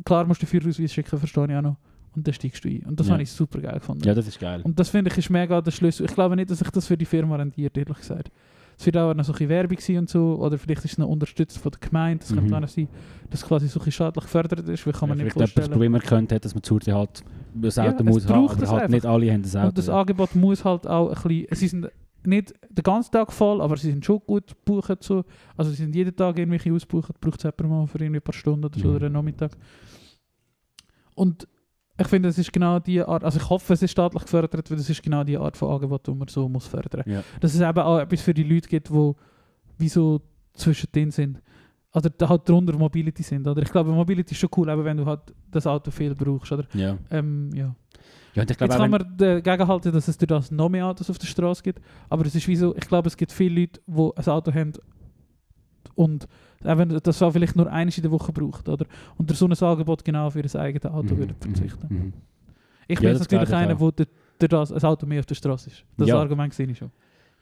[SPEAKER 2] klar musst du den Führerausweis schicken, verstehe ich auch noch. Und dann steigst du ein. Und das
[SPEAKER 3] Ja.
[SPEAKER 2] habe ich super geil gefunden.
[SPEAKER 3] Ja, das ist geil.
[SPEAKER 2] Und das finde ich ist mega der Schlüssel. Ich glaube nicht, dass sich das für die Firma rendiert, ehrlich gesagt. Es wird auch noch so ein bisschen Werbung sein und so, oder vielleicht ist es noch unterstützt von der Gemeinde. Es
[SPEAKER 3] Mhm.
[SPEAKER 2] könnte auch noch sein, dass quasi so ein bisschen schadlich gefördert ist, weil kann man
[SPEAKER 3] ja,
[SPEAKER 2] nicht
[SPEAKER 3] vielleicht jemand das
[SPEAKER 2] vorstellen.
[SPEAKER 3] Problem erkannt hat, dass man zu Hause halt das
[SPEAKER 2] Ja,
[SPEAKER 3] Auto
[SPEAKER 2] es
[SPEAKER 3] muss haben,
[SPEAKER 2] braucht
[SPEAKER 3] aber
[SPEAKER 2] es
[SPEAKER 3] halt
[SPEAKER 2] einfach.
[SPEAKER 3] nicht alle haben das Auto.
[SPEAKER 2] Und das
[SPEAKER 3] ja.
[SPEAKER 2] Angebot muss halt auch ein bisschen, sie sind nicht den ganzen Tag voll, aber sie sind schon gut gebucht. So. Also sie sind jeden Tag irgendwelche ausgebucht, braucht es jemand mal für irgendwie ein paar Stunden oder so,
[SPEAKER 3] Mhm.
[SPEAKER 2] oder einen Nachmittag. Und ich finde, es ist genau die Art, also ich hoffe, es ist staatlich gefördert, weil das ist genau die Art von Angebot, die man so muss fördern.
[SPEAKER 3] Ja.
[SPEAKER 2] Dass es eben auch etwas für die Leute gibt, die wie so zwischendrin sind. Oder da halt drunter Mobility sind. Oder ich glaube, Mobility ist schon cool, eben wenn du halt das Auto viel brauchst. Oder?
[SPEAKER 3] ja.
[SPEAKER 2] Ähm, ja.
[SPEAKER 3] ja, und ich
[SPEAKER 2] Jetzt
[SPEAKER 3] glaube
[SPEAKER 2] kann
[SPEAKER 3] auch, wenn-
[SPEAKER 2] man dagegen halten, dass es durch das noch mehr dus Autos auf der Straße gibt. Aber es ist wie so, ich glaube, es gibt viele Leute, die ein Auto haben und eben, das war vielleicht nur eines in der Woche braucht, oder? Und durch so ein Angebot genau für das eigene Auto
[SPEAKER 3] Mhm,
[SPEAKER 2] würde verzichten.
[SPEAKER 3] mhm, mhm.
[SPEAKER 2] Ich
[SPEAKER 3] Ja, das
[SPEAKER 2] bin jetzt natürlich
[SPEAKER 3] glaube ich
[SPEAKER 2] einer, der durch durch das ein Auto mehr auf der Straße ist. Das
[SPEAKER 3] Ja.
[SPEAKER 2] Argument sehe ich schon.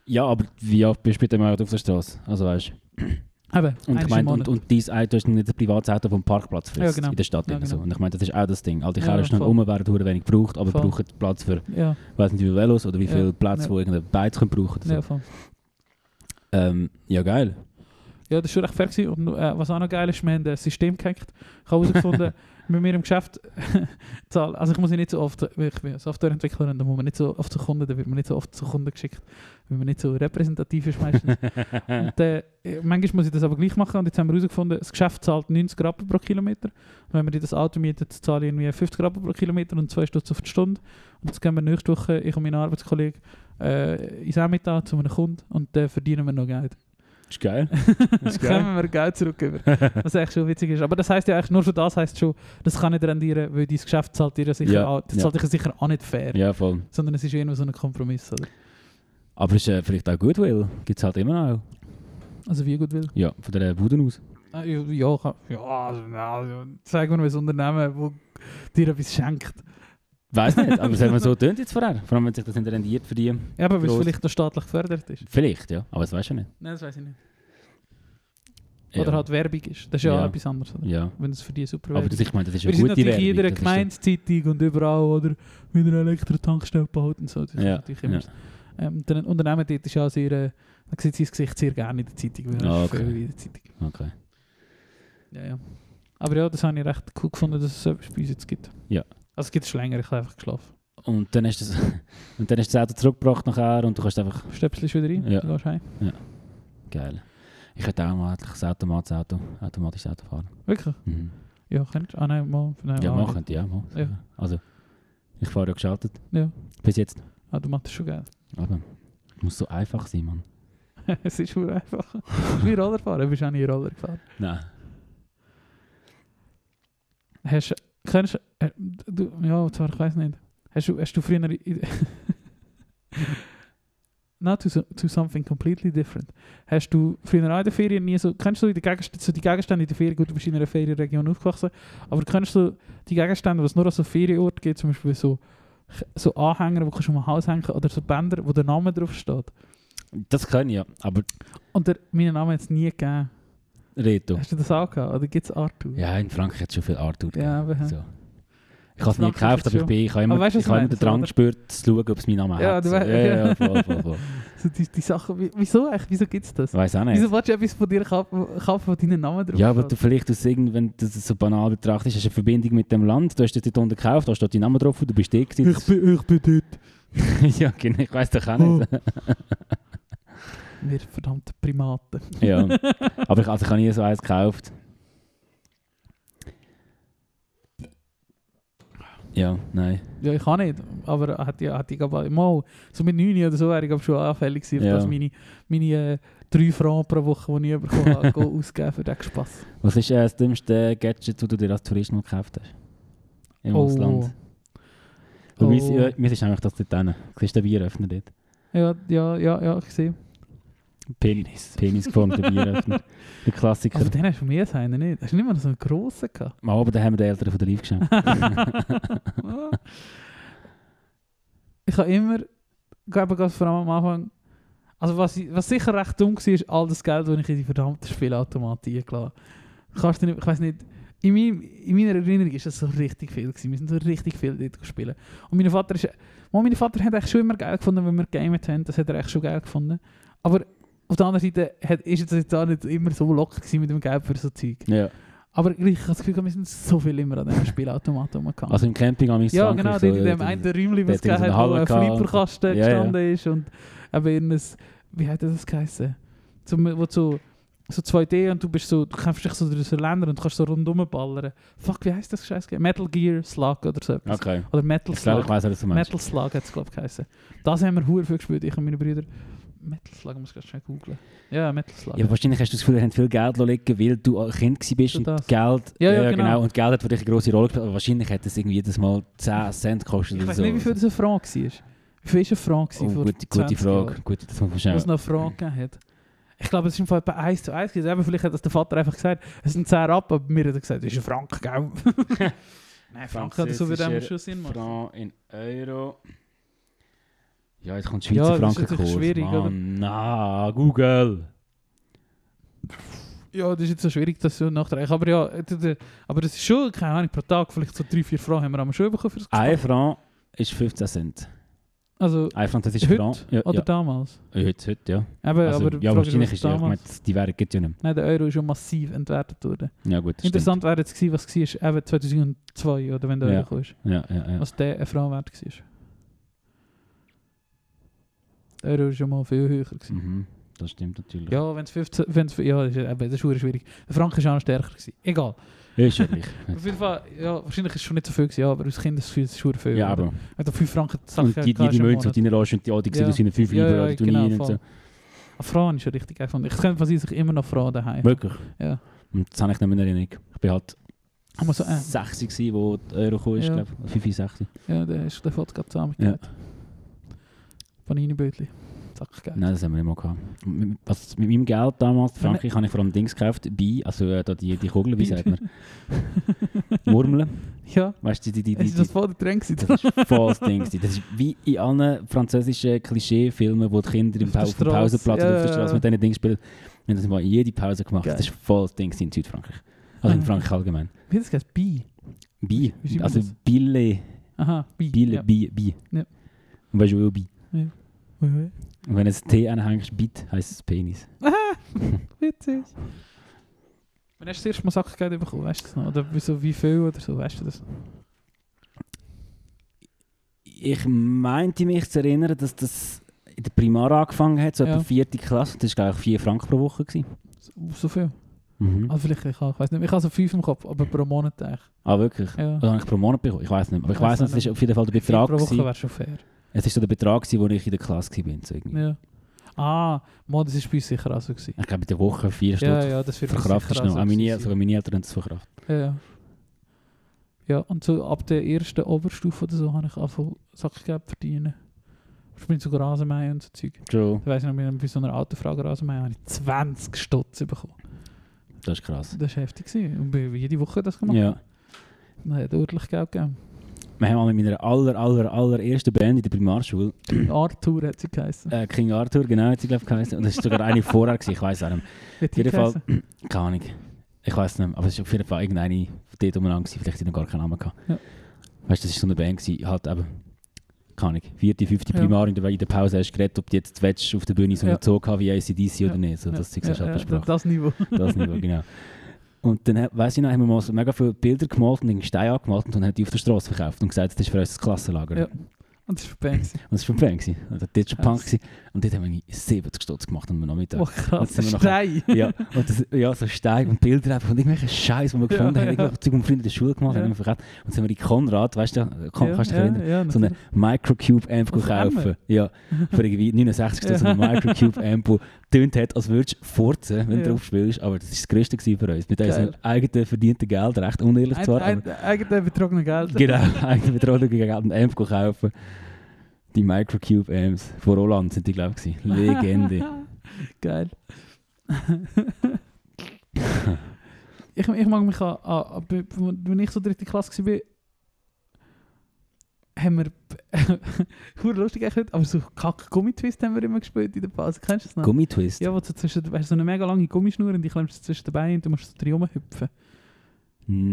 [SPEAKER 3] Ja, aber wie oft bist du mit dem Auto auf der Straße? Also weißt du.
[SPEAKER 2] Eben,
[SPEAKER 3] Und ich
[SPEAKER 2] eines im
[SPEAKER 3] meine,
[SPEAKER 2] Monat.
[SPEAKER 3] und, und dein Auto ist nicht ein privates Auto vom Parkplatz frisst
[SPEAKER 2] Ja, genau.
[SPEAKER 3] in der Stadt.
[SPEAKER 2] Ja,
[SPEAKER 3] drin, So.
[SPEAKER 2] genau.
[SPEAKER 3] Und ich meine, das ist auch das Ding. All die
[SPEAKER 2] Ja,
[SPEAKER 3] Kerle schnell
[SPEAKER 2] voll.
[SPEAKER 3] rum, werden hure wenig gebraucht, aber
[SPEAKER 2] Voll.
[SPEAKER 3] brauchen Platz für,
[SPEAKER 2] ja,
[SPEAKER 3] weiß nicht wie viele Velos oder wie
[SPEAKER 2] Ja,
[SPEAKER 3] viel Platz,
[SPEAKER 2] ja.
[SPEAKER 3] wo irgendein Beiz können brauchen.
[SPEAKER 2] ja,
[SPEAKER 3] Ja.
[SPEAKER 2] voll.
[SPEAKER 3] Ähm, ja, geil.
[SPEAKER 2] Ja, das war schon recht fair. Gewesen. Und äh, was auch noch geil ist, wir haben ein System gehackt. Ich habe herausgefunden, mit mir im Geschäft [LAUGHS] zahlen. Also ich muss ja nicht so oft, weil ich bin Softwareentwickler und da muss man nicht so oft zu Kunden, da wird man nicht so oft zu Kunden geschickt, weil man nicht so repräsentativ ist meistens. und, äh, manchmal muss ich das aber gleich machen und jetzt haben wir herausgefunden, das Geschäft zahlt 90 Rappen pro Kilometer. Und wenn man in das Auto mietet, zahle ich irgendwie 50 Rappen pro Kilometer und 2 Stutz auf die Stunde. Und jetzt gehen wir nächste Woche, ich und mein Arbeitskollege, äh, ins Emmental zu einem Kunden und dann verdienen wir noch Geld.
[SPEAKER 3] Ist geil.
[SPEAKER 2] Dann [LAUGHS]
[SPEAKER 3] Ist geil.
[SPEAKER 2] kommen wir Geld zurück über. Was echt schon witzig ist. Aber das heisst ja eigentlich nur schon das heisst schon, das kann nicht rendieren, weil dein Geschäft zahlt dir ja sicher
[SPEAKER 3] Ja,
[SPEAKER 2] auch, das
[SPEAKER 3] ja.
[SPEAKER 2] zahlt dir sicher auch nicht fair.
[SPEAKER 3] ja, voll.
[SPEAKER 2] Sondern es ist irgendwo so ein Kompromiss, oder?
[SPEAKER 3] Aber ist äh, vielleicht auch Goodwill. Gibt es halt immer noch.
[SPEAKER 2] Also wie gut will.
[SPEAKER 3] Ja, von der Bude aus.
[SPEAKER 2] Ah, Ja, ja, kann- ja, also, na, ja. zeig mir mal ein Unternehmen, das dir etwas schenkt.
[SPEAKER 3] Weiß nicht, aber es hat mir
[SPEAKER 2] [LAUGHS]
[SPEAKER 3] so tönt jetzt vorher. Vor allem, wenn sich das nicht rendiert für die.
[SPEAKER 2] Ja, aber weil es
[SPEAKER 3] Gross.
[SPEAKER 2] vielleicht noch staatlich gefördert ist.
[SPEAKER 3] Vielleicht, ja. Aber das weiß ich nicht.
[SPEAKER 2] Nein, das weiß ich nicht.
[SPEAKER 3] Ja.
[SPEAKER 2] Oder halt Werbung ist. Das ist ja,
[SPEAKER 3] Ja.
[SPEAKER 2] etwas anderes, oder?
[SPEAKER 3] Ja.
[SPEAKER 2] Wenn es für die super
[SPEAKER 3] Aber
[SPEAKER 2] Werbung
[SPEAKER 3] das, ich meine, das ist
[SPEAKER 2] Wir
[SPEAKER 3] eine
[SPEAKER 2] sind
[SPEAKER 3] gute
[SPEAKER 2] natürlich
[SPEAKER 3] Werbung.
[SPEAKER 2] in jeder
[SPEAKER 3] das ist ja-
[SPEAKER 2] Gemeindezeitung und überall, oder mit einer Elektrotankstelle behalten und so. Das
[SPEAKER 3] Ja,
[SPEAKER 2] ist natürlich immer
[SPEAKER 3] ja.
[SPEAKER 2] so. ähm, Der Unternehmen dort ist auch sehr, äh, man sieht sein Gesicht sehr gerne in der Zeitung, weil er
[SPEAKER 3] Ah,
[SPEAKER 2] ist
[SPEAKER 3] okay.
[SPEAKER 2] viel in der Zeitung.
[SPEAKER 3] Okay.
[SPEAKER 2] Ja, ja. Aber ja, das habe ich recht cool gefunden, dass es so etwas bei uns jetzt gibt.
[SPEAKER 3] Ja.
[SPEAKER 2] Also es gibt es schon länger, ich habe einfach geschlafen.
[SPEAKER 3] Und dann hast du das, [LAUGHS] und dann hast du das Auto zurückgebracht nachher und du kannst einfach.
[SPEAKER 2] Stöpselst wieder rein,
[SPEAKER 3] Ja.
[SPEAKER 2] du gehst heim.
[SPEAKER 3] Geil. Ich könnte auch mal das automatisches Auto, automatisches Auto fahren.
[SPEAKER 2] Wirklich?
[SPEAKER 3] Mhm.
[SPEAKER 2] Ja, könntest du? Ah nein, mal. Nein,
[SPEAKER 3] Ja,
[SPEAKER 2] ah,
[SPEAKER 3] machen, ja, mal.
[SPEAKER 2] Ja.
[SPEAKER 3] Also, ich fahre ja geschaltet.
[SPEAKER 2] Ja.
[SPEAKER 3] Bis jetzt.
[SPEAKER 2] nicht. Ah, du machst das schon geil.
[SPEAKER 3] Aber muss so einfach sein, Mann.
[SPEAKER 2] [LAUGHS] es ist nur einfach. Es ist wie Roller fahren, du bist auch nie Roller gefahren.
[SPEAKER 3] Nein.
[SPEAKER 2] Hast kennst, äh, du, ja, zwar, ich weiß nicht. Hast du, hast du früher. [LAUGHS] in- No, to, so- to something completely different. Hast du früher auch in der Ferien nie so. Kennst du in der Gegenstände, so die Gegenstände in der Ferien? Gut, du bist in einer Ferienregion aufgewachsen. Aber kennst du die Gegenstände, die es nur an so Ferienort gibt? Zum Beispiel so, so Anhänger, die kannst du um den Hals hängen oder so Bänder, wo der Name drauf steht.
[SPEAKER 3] Das kann ich ja, aber
[SPEAKER 2] Und der, meinen Namen hat es nie gegeben.
[SPEAKER 3] Reto.
[SPEAKER 2] Hast du das auch gehabt? Oder gibt es Arthur?
[SPEAKER 3] Ja, in Frankreich hat es schon viel Arthur gegeben.
[SPEAKER 2] Ja, aber-
[SPEAKER 3] so. Ich habe es nie
[SPEAKER 2] Frankreich
[SPEAKER 3] gekauft, aber
[SPEAKER 2] ist
[SPEAKER 3] ich,
[SPEAKER 2] schon-
[SPEAKER 3] bin, ich habe immer,
[SPEAKER 2] Aber weißt du, was
[SPEAKER 3] ich habe
[SPEAKER 2] ich
[SPEAKER 3] immer
[SPEAKER 2] meine,
[SPEAKER 3] den Drang
[SPEAKER 2] oder?
[SPEAKER 3] gespürt, zu schauen, ob es meinen Namen
[SPEAKER 2] Ja,
[SPEAKER 3] hat.
[SPEAKER 2] du
[SPEAKER 3] So,
[SPEAKER 2] weißt-
[SPEAKER 3] ja,
[SPEAKER 2] [LAUGHS]
[SPEAKER 3] ja, voll, voll, voll.
[SPEAKER 2] So die, die Sachen. wie- Wieso eigentlich? Wieso gibt es das?
[SPEAKER 3] Ich weiss auch nicht.
[SPEAKER 2] Wieso willst du etwas von dir kaufen, kaufen wo deinen Namen drauf halt.
[SPEAKER 3] Ja, aber du
[SPEAKER 2] steht?
[SPEAKER 3] vielleicht, aus irgend- wenn du das so banal betrachtest, hast du eine Verbindung mit dem Land, du hast das dort unten gekauft, da steht dein Name drauf und du bist dick.
[SPEAKER 2] Ich bin, ich bin dort.
[SPEAKER 3] [LAUGHS]
[SPEAKER 2] Oh.
[SPEAKER 3] ja, genau, ich weiß doch auch nicht.
[SPEAKER 2] Wir verdammte
[SPEAKER 3] [LAUGHS]
[SPEAKER 2] Primaten.
[SPEAKER 3] ja. Aber ich, also, ich habe nie so eins gekauft. Ja, nein.
[SPEAKER 2] Ja, ich kann nicht. Aber hat ja, hat ich aber mal, so mit 9 oder so wäre ich aber schon anfällig gewesen,
[SPEAKER 3] Ja.
[SPEAKER 2] dass meine, meine äh, 3 Franken pro Woche, die ich bekommen habe, go ausgeben für den
[SPEAKER 3] [LAUGHS]
[SPEAKER 2] Spass.
[SPEAKER 3] Was ist äh, das dümmste Gadget, das du dir als Tourist mal gekauft hast? Im
[SPEAKER 2] Oh.
[SPEAKER 3] Ausland. Oh. Mir
[SPEAKER 2] Oh.
[SPEAKER 3] ja, mir ist nämlich das dort hin. Du siehst den Bieröffner dort.
[SPEAKER 2] Ja, ja, ja, ja, ich sehe. [LAUGHS]
[SPEAKER 3] Penis. Penis geformter Bieröffner. Der Klassiker.
[SPEAKER 2] Aber den hast du mir einen nicht. Hast du nicht mal so einen grossen gehabt?
[SPEAKER 3] Mal, aber den haben wir den Eltern von der Live geschenkt.
[SPEAKER 2] [LAUGHS] ich habe immer, ich glaube, ganz vor allem am Anfang, also was, ich- was sicher recht dumm war, ist all das Geld, das ich in die verdammte Spielautomaten eingeladen habe. Kannst du nicht, ich weiß nicht, in, meinem, in meiner Erinnerung ist das so richtig viel. Gewesen. Wir sind so richtig viel dort gespielt. Und mein Vater ist, Mann, mein Vater hat eigentlich schon immer geil gefunden, wenn wir gegamet haben. Das hat dus er echt schon geil gefunden. Aber auf der anderen Seite hat, ist es jetzt auch nicht immer so locker gewesen mit dem Geld für so Zeug.
[SPEAKER 3] ja.
[SPEAKER 2] Aber gleich, ich habe das Gefühl, wir sind so viel immer an diesem Spielautomaten rumgegangen.
[SPEAKER 3] Also im Camping am
[SPEAKER 2] Ja, genau, dort
[SPEAKER 3] äh,
[SPEAKER 2] in dem einen Räumchen, was es
[SPEAKER 3] dort in so einer
[SPEAKER 2] gegeben hat, wo
[SPEAKER 3] Halle
[SPEAKER 2] ein
[SPEAKER 3] gehabt.
[SPEAKER 2] Flipperkasten
[SPEAKER 3] Ja, ja.
[SPEAKER 2] gestanden ist und eben in wie hat das geheißen? Zum, wo du so, so 2D und du bist so, du kämpfst dich so durch so Länder und kannst so rundum ballern. Fuck, wie heißt das Scheiß? Metal Gear Slug oder so etwas.
[SPEAKER 3] Okay.
[SPEAKER 2] Oder Metal
[SPEAKER 3] Ich glaube,
[SPEAKER 2] Slug.
[SPEAKER 3] ich weiss, was du meinst.
[SPEAKER 2] Metal Slug hat es, glaube ich, geheißen. Das haben wir hure viel gespielt, ich und meine Brüder. Metal Slug, muss ich gerade schnell googeln. Ja, Metal Slug.
[SPEAKER 3] Ja, aber wahrscheinlich hast du das Gefühl, wir haben viel Geld liegen, weil du ein Kind warst
[SPEAKER 2] So
[SPEAKER 3] und
[SPEAKER 2] das.
[SPEAKER 3] Geld...
[SPEAKER 2] Ja, ja, genau.
[SPEAKER 3] Und Geld hat für dich eine grosse Rolle gespielt, aber wahrscheinlich hat das irgendwie jedes Mal 10 Cent gekostet
[SPEAKER 2] ich
[SPEAKER 3] oder
[SPEAKER 2] weiß
[SPEAKER 3] so.
[SPEAKER 2] nicht, wie viel das ein Franc war. Wie viel ist ein Franc
[SPEAKER 3] oh,
[SPEAKER 2] gewesen vor
[SPEAKER 3] gute,
[SPEAKER 2] 20
[SPEAKER 3] gute
[SPEAKER 2] Jahren?
[SPEAKER 3] Frage. Gut, das muss man
[SPEAKER 2] wo es
[SPEAKER 3] schauen.
[SPEAKER 2] noch Fragen gegeben hat. Ich glaube, es ist im Fall etwa 1 zu 1 gewesen. Eben, vielleicht hat das der Vater einfach gesagt, es sind 10 Rappen, aber mir hat er gesagt, das ist ein Frank, gell? Nein, Frank hat so wie dem schon Sinn machen.
[SPEAKER 3] Franc in Euro. Ja, jetzt kommt
[SPEAKER 2] Ja,
[SPEAKER 3] Schweizer
[SPEAKER 2] das ist
[SPEAKER 3] Franken Frankenkurs.
[SPEAKER 2] natürlich schwierig,
[SPEAKER 3] Mann,
[SPEAKER 2] oder?
[SPEAKER 3] na, Google.
[SPEAKER 2] [LAUGHS] Ja, das ist jetzt so schwierig, das so nachzureichen. Aber ja, äh, d- d- aber das ist schon, keine Ahnung, pro Tag vielleicht so 3, 4 Franken haben wir am schon bekommen fürs
[SPEAKER 3] Ein Franc ist 15 Cent.
[SPEAKER 2] Also,
[SPEAKER 3] Ein Franc, das ist
[SPEAKER 2] heute
[SPEAKER 3] Franc. Ja,
[SPEAKER 2] oder
[SPEAKER 3] ja.
[SPEAKER 2] damals?
[SPEAKER 3] Heute, heute, ja.
[SPEAKER 2] Eben,
[SPEAKER 3] Also,
[SPEAKER 2] Äh, aber die
[SPEAKER 3] ja,
[SPEAKER 2] Frage
[SPEAKER 3] wahrscheinlich
[SPEAKER 2] was
[SPEAKER 3] ist ja, ich meine, die Währung gibt ja nicht
[SPEAKER 2] Nein, der Euro ist schon massiv entwertet worden.
[SPEAKER 3] mehr. Ja gut, das stimmt.
[SPEAKER 2] Interessant wäre jetzt gewesen, was es war, eben 2002, oder wenn der
[SPEAKER 3] Ja.
[SPEAKER 2] Euro kam.
[SPEAKER 3] Ja, ja, ja.
[SPEAKER 2] als eh, der eine Frau wert war. Der Euro war schon mal viel höher. Gewesen.
[SPEAKER 3] Mhm, das stimmt natürlich.
[SPEAKER 2] Ja, wenn es 15. Wenn's, ja, eh, das ist, eben, das ist verdammt schwierig. Der Frank war auch noch stärker. Gewesen. Egal.
[SPEAKER 3] Ist ja
[SPEAKER 2] [LAUGHS]
[SPEAKER 3] gleich.
[SPEAKER 2] Auf jeden Fall, ja, wahrscheinlich ist es schon nicht so viel, gewesen, ja, aber als Kind ist es schon viel.
[SPEAKER 3] ja,
[SPEAKER 2] oder?
[SPEAKER 3] aber
[SPEAKER 2] Wenn du 5 Franken
[SPEAKER 3] und die, die, die Münze, die
[SPEAKER 2] die
[SPEAKER 3] du reinlässt und die Adi
[SPEAKER 2] Ja.
[SPEAKER 3] ja. sind 5
[SPEAKER 2] Ja,
[SPEAKER 3] Euro
[SPEAKER 2] ja,
[SPEAKER 3] oder
[SPEAKER 2] genau,
[SPEAKER 3] Tunin und
[SPEAKER 2] voll.
[SPEAKER 3] so.
[SPEAKER 2] Frauen ist ja richtig geil. gefunden. Ich kenne von sich immer noch Frauen daheim.
[SPEAKER 3] Wirklich?
[SPEAKER 2] Ja.
[SPEAKER 3] Und das habe ich nicht mehr in Erinnerung. Ich bin halt
[SPEAKER 2] Aber so, äh,
[SPEAKER 3] 60 gewesen, wo der Euro gekommen ist,
[SPEAKER 2] Ja.
[SPEAKER 3] glaube ich. 5, 60.
[SPEAKER 2] ja, der ist der Foto gerade
[SPEAKER 3] Ja.
[SPEAKER 2] zusammengekehrt. Ja. Panini-Bötli. Sack Geld.
[SPEAKER 3] Nein, das haben wir nicht mal gehabt. Mit, mit- was, mit meinem Geld damals, in Frankreich, habe ich vor allem Dings gekauft, Bi, also äh, da die, die Kugeln, wie sagt man? Wurmeln.
[SPEAKER 2] [LAUGHS] Ja,
[SPEAKER 3] Weißt du, die, die, die, die,
[SPEAKER 2] ist das voll der Trend gewesen?
[SPEAKER 3] Das
[SPEAKER 2] [LAUGHS]
[SPEAKER 3] ist voll das Ding. gewesen. Das ist wie in allen französischen Klischee-Filmen, wo die Kinder im
[SPEAKER 2] Auf der
[SPEAKER 3] pa auf dem
[SPEAKER 2] Strasse,
[SPEAKER 3] Pausenplatz
[SPEAKER 2] ja,
[SPEAKER 3] oder auf der
[SPEAKER 2] ja,
[SPEAKER 3] Straße
[SPEAKER 2] ja.
[SPEAKER 3] mit diesen Dingen spielen. Wir haben das mal jede Pause gemacht.
[SPEAKER 2] Geil.
[SPEAKER 3] Das ist voll das Ding gewesen in Südfrankreich. Also in
[SPEAKER 2] Ah.
[SPEAKER 3] Frankreich allgemein.
[SPEAKER 2] Wie hat das heißt? Bi.
[SPEAKER 3] Bi.
[SPEAKER 2] Wie schreibt man
[SPEAKER 3] Also
[SPEAKER 2] das?
[SPEAKER 3] Bille.
[SPEAKER 2] Aha, Bi.
[SPEAKER 3] Bille,
[SPEAKER 2] ja.
[SPEAKER 3] Bi, Bi.
[SPEAKER 2] Ja.
[SPEAKER 3] Und weißt du, wo Bi?
[SPEAKER 2] Ui, ui.
[SPEAKER 3] Und wenn du ein T anhängst, Bit, heisst es Penis.
[SPEAKER 2] Witzig. Wann hast du das erste Mal Sackgeld bekommen? Weißt du das noch? Oder wieso, wie viel oder so? Weißt du das?
[SPEAKER 3] Ich meinte mich zu erinnern, dass das in der Primara angefangen hat, so
[SPEAKER 2] Ja.
[SPEAKER 3] etwa vierte Klasse. Das war, glaube ich, 4 Franken pro Woche. Gewesen.
[SPEAKER 2] So, so viel?
[SPEAKER 3] Mhm.
[SPEAKER 2] Also vielleicht, ich, ich weiß nicht. Ich habe so fünf im Kopf, aber pro Monat eigentlich.
[SPEAKER 3] Ah, wirklich?
[SPEAKER 2] Ja.
[SPEAKER 3] Oder habe ich pro Monat bekommen? Ich weiß nicht. mehr. Aber ich
[SPEAKER 2] Ich weiss
[SPEAKER 3] weiß
[SPEAKER 2] auch
[SPEAKER 3] nicht, es
[SPEAKER 2] nicht.
[SPEAKER 3] war auf jeden Fall der
[SPEAKER 2] Vier
[SPEAKER 3] Betrag.
[SPEAKER 2] pro Woche
[SPEAKER 3] gewesen.
[SPEAKER 2] wäre schon fair.
[SPEAKER 3] Es war so der Betrag, gewesen, wo ich in der Klasse war. So irgendwie.
[SPEAKER 2] Ja. Ah, Mann, das war bei uns sicher auch so. Gewesen.
[SPEAKER 3] Ich glaube, in der Woche vier
[SPEAKER 2] Ja,
[SPEAKER 3] Stunden
[SPEAKER 2] ja, das wird
[SPEAKER 3] verkraftet ist noch. Auch meine, sogar meine Eltern haben es verkraftet.
[SPEAKER 2] Ja, ja. Ja, und so ab der ersten Oberstufe oder so habe ich angefangen, Sackgeld zu verdienen. Ich bin sogar Rasenmäher und so Zeug.
[SPEAKER 3] True.
[SPEAKER 2] Ich weiss noch, bei so einer Autofrage Rasenmäher habe ich 20 Stutz bekommen.
[SPEAKER 3] Das ist krass.
[SPEAKER 2] Das war heftig. gewesen. Und wir haben jede Woche das gemacht.
[SPEAKER 3] Ja.
[SPEAKER 2] Dann hat ordentlich Geld gegeben.
[SPEAKER 3] Wir haben mal mit meiner aller, aller, allerersten Band in der Primarschule,
[SPEAKER 2] Arthur hat sie geheißen.
[SPEAKER 3] äh, King Arthur, genau, hat sie, glaube ich, geheißen. Und das war sogar eine vorher, gewesen, ich weiß auch nicht. mehr.
[SPEAKER 2] Auf
[SPEAKER 3] jeden Fall- Keine Ahnung. Ich weiß nicht mehr, aber es war auf jeden Fall irgendeine von dort umeinander, gewesen. vielleicht hat sie noch gar keinen Namen gehabt.
[SPEAKER 2] Ja.
[SPEAKER 3] Weißt du, das war so eine Band, gewesen, halt eben, keine Ahnung, vierte, fünfte
[SPEAKER 2] Ja.
[SPEAKER 3] Primar, in der, in der Pause hast du geredet, ob du jetzt willst, auf der Bühne so einen
[SPEAKER 2] Ja.
[SPEAKER 3] Zug haben wie ACDC
[SPEAKER 2] Ja.
[SPEAKER 3] oder nicht. So, Das Zeug hast du halt besprochen.
[SPEAKER 2] Das Niveau.
[SPEAKER 3] Das Niveau, genau. Und dann, weiß ich noch, haben wir mal so mega viele Bilder gemalt und einen Stein angemalt und dann hat die auf der Straße verkauft und gesagt, das ist für uns das Klassenlager.
[SPEAKER 2] Ja.
[SPEAKER 3] Und
[SPEAKER 2] Und das war Bang. gewesen.
[SPEAKER 3] das war schon Bang. gewesen. Und das war schon Punk.
[SPEAKER 2] Krass.
[SPEAKER 3] gewesen. Und dort haben wir irgendwie 70 Stutz gemacht am Nachmittag.
[SPEAKER 2] Oh krass,
[SPEAKER 3] Jetzt sind wir noch-
[SPEAKER 2] Stein.
[SPEAKER 3] Ja, und das, ja, so Stein und Bilder einfach und irgendwelche Scheiß, die wir gefunden
[SPEAKER 2] Ja,
[SPEAKER 3] haben.
[SPEAKER 2] ja.
[SPEAKER 3] Irgendwelche Zeug, die wir Freunde in der Schule gemacht haben,
[SPEAKER 2] Ja.
[SPEAKER 3] haben wir verkauft. Und dann sind wir in Konrad, weißt du, Kon
[SPEAKER 2] Ja,
[SPEAKER 3] kannst du dich
[SPEAKER 2] ja,
[SPEAKER 3] erinnern,
[SPEAKER 2] ja,
[SPEAKER 3] so einen
[SPEAKER 2] natürlich.
[SPEAKER 3] Microcube-Amp
[SPEAKER 2] Auf
[SPEAKER 3] kaufen. Ja, [LAUGHS] für irgendwie 69 Stutz so einen Microcube-Amp, der tönt hat, als würdest du furzen, wenn
[SPEAKER 2] Ja.
[SPEAKER 3] du drauf spielst. Aber das war das Größte gewesen für uns. Mit
[SPEAKER 2] Geil.
[SPEAKER 3] unserem eigenen verdienten Geld, recht unehrlich zwar. aber-
[SPEAKER 2] Ein- ein- Eigentlich betrogenes Geld.
[SPEAKER 3] Genau, [LAUGHS] eigentlich mit Roland gegen einen Amp kaufen. Die Microcube Amps von Roland sind die, glaube ich.
[SPEAKER 2] [LAUGHS]
[SPEAKER 3] gewesen. Legende.
[SPEAKER 2] Geil. ich, ich mag ah, mich an, an, an wenn ich so dritte Klasse war, haben wir [LAUGHS] hure lustig eigentlich heute, aber so kack Gummitwist haben wir immer gespielt in der Pause. Kennst du das noch?
[SPEAKER 3] Gummitwist.
[SPEAKER 2] ja, wo du so zwischen, weißt, du, so eine mega lange Gummischnur und die dus klemmst du zwischen den Beinen und du musst so drin rumhüpfen. Du musst es wie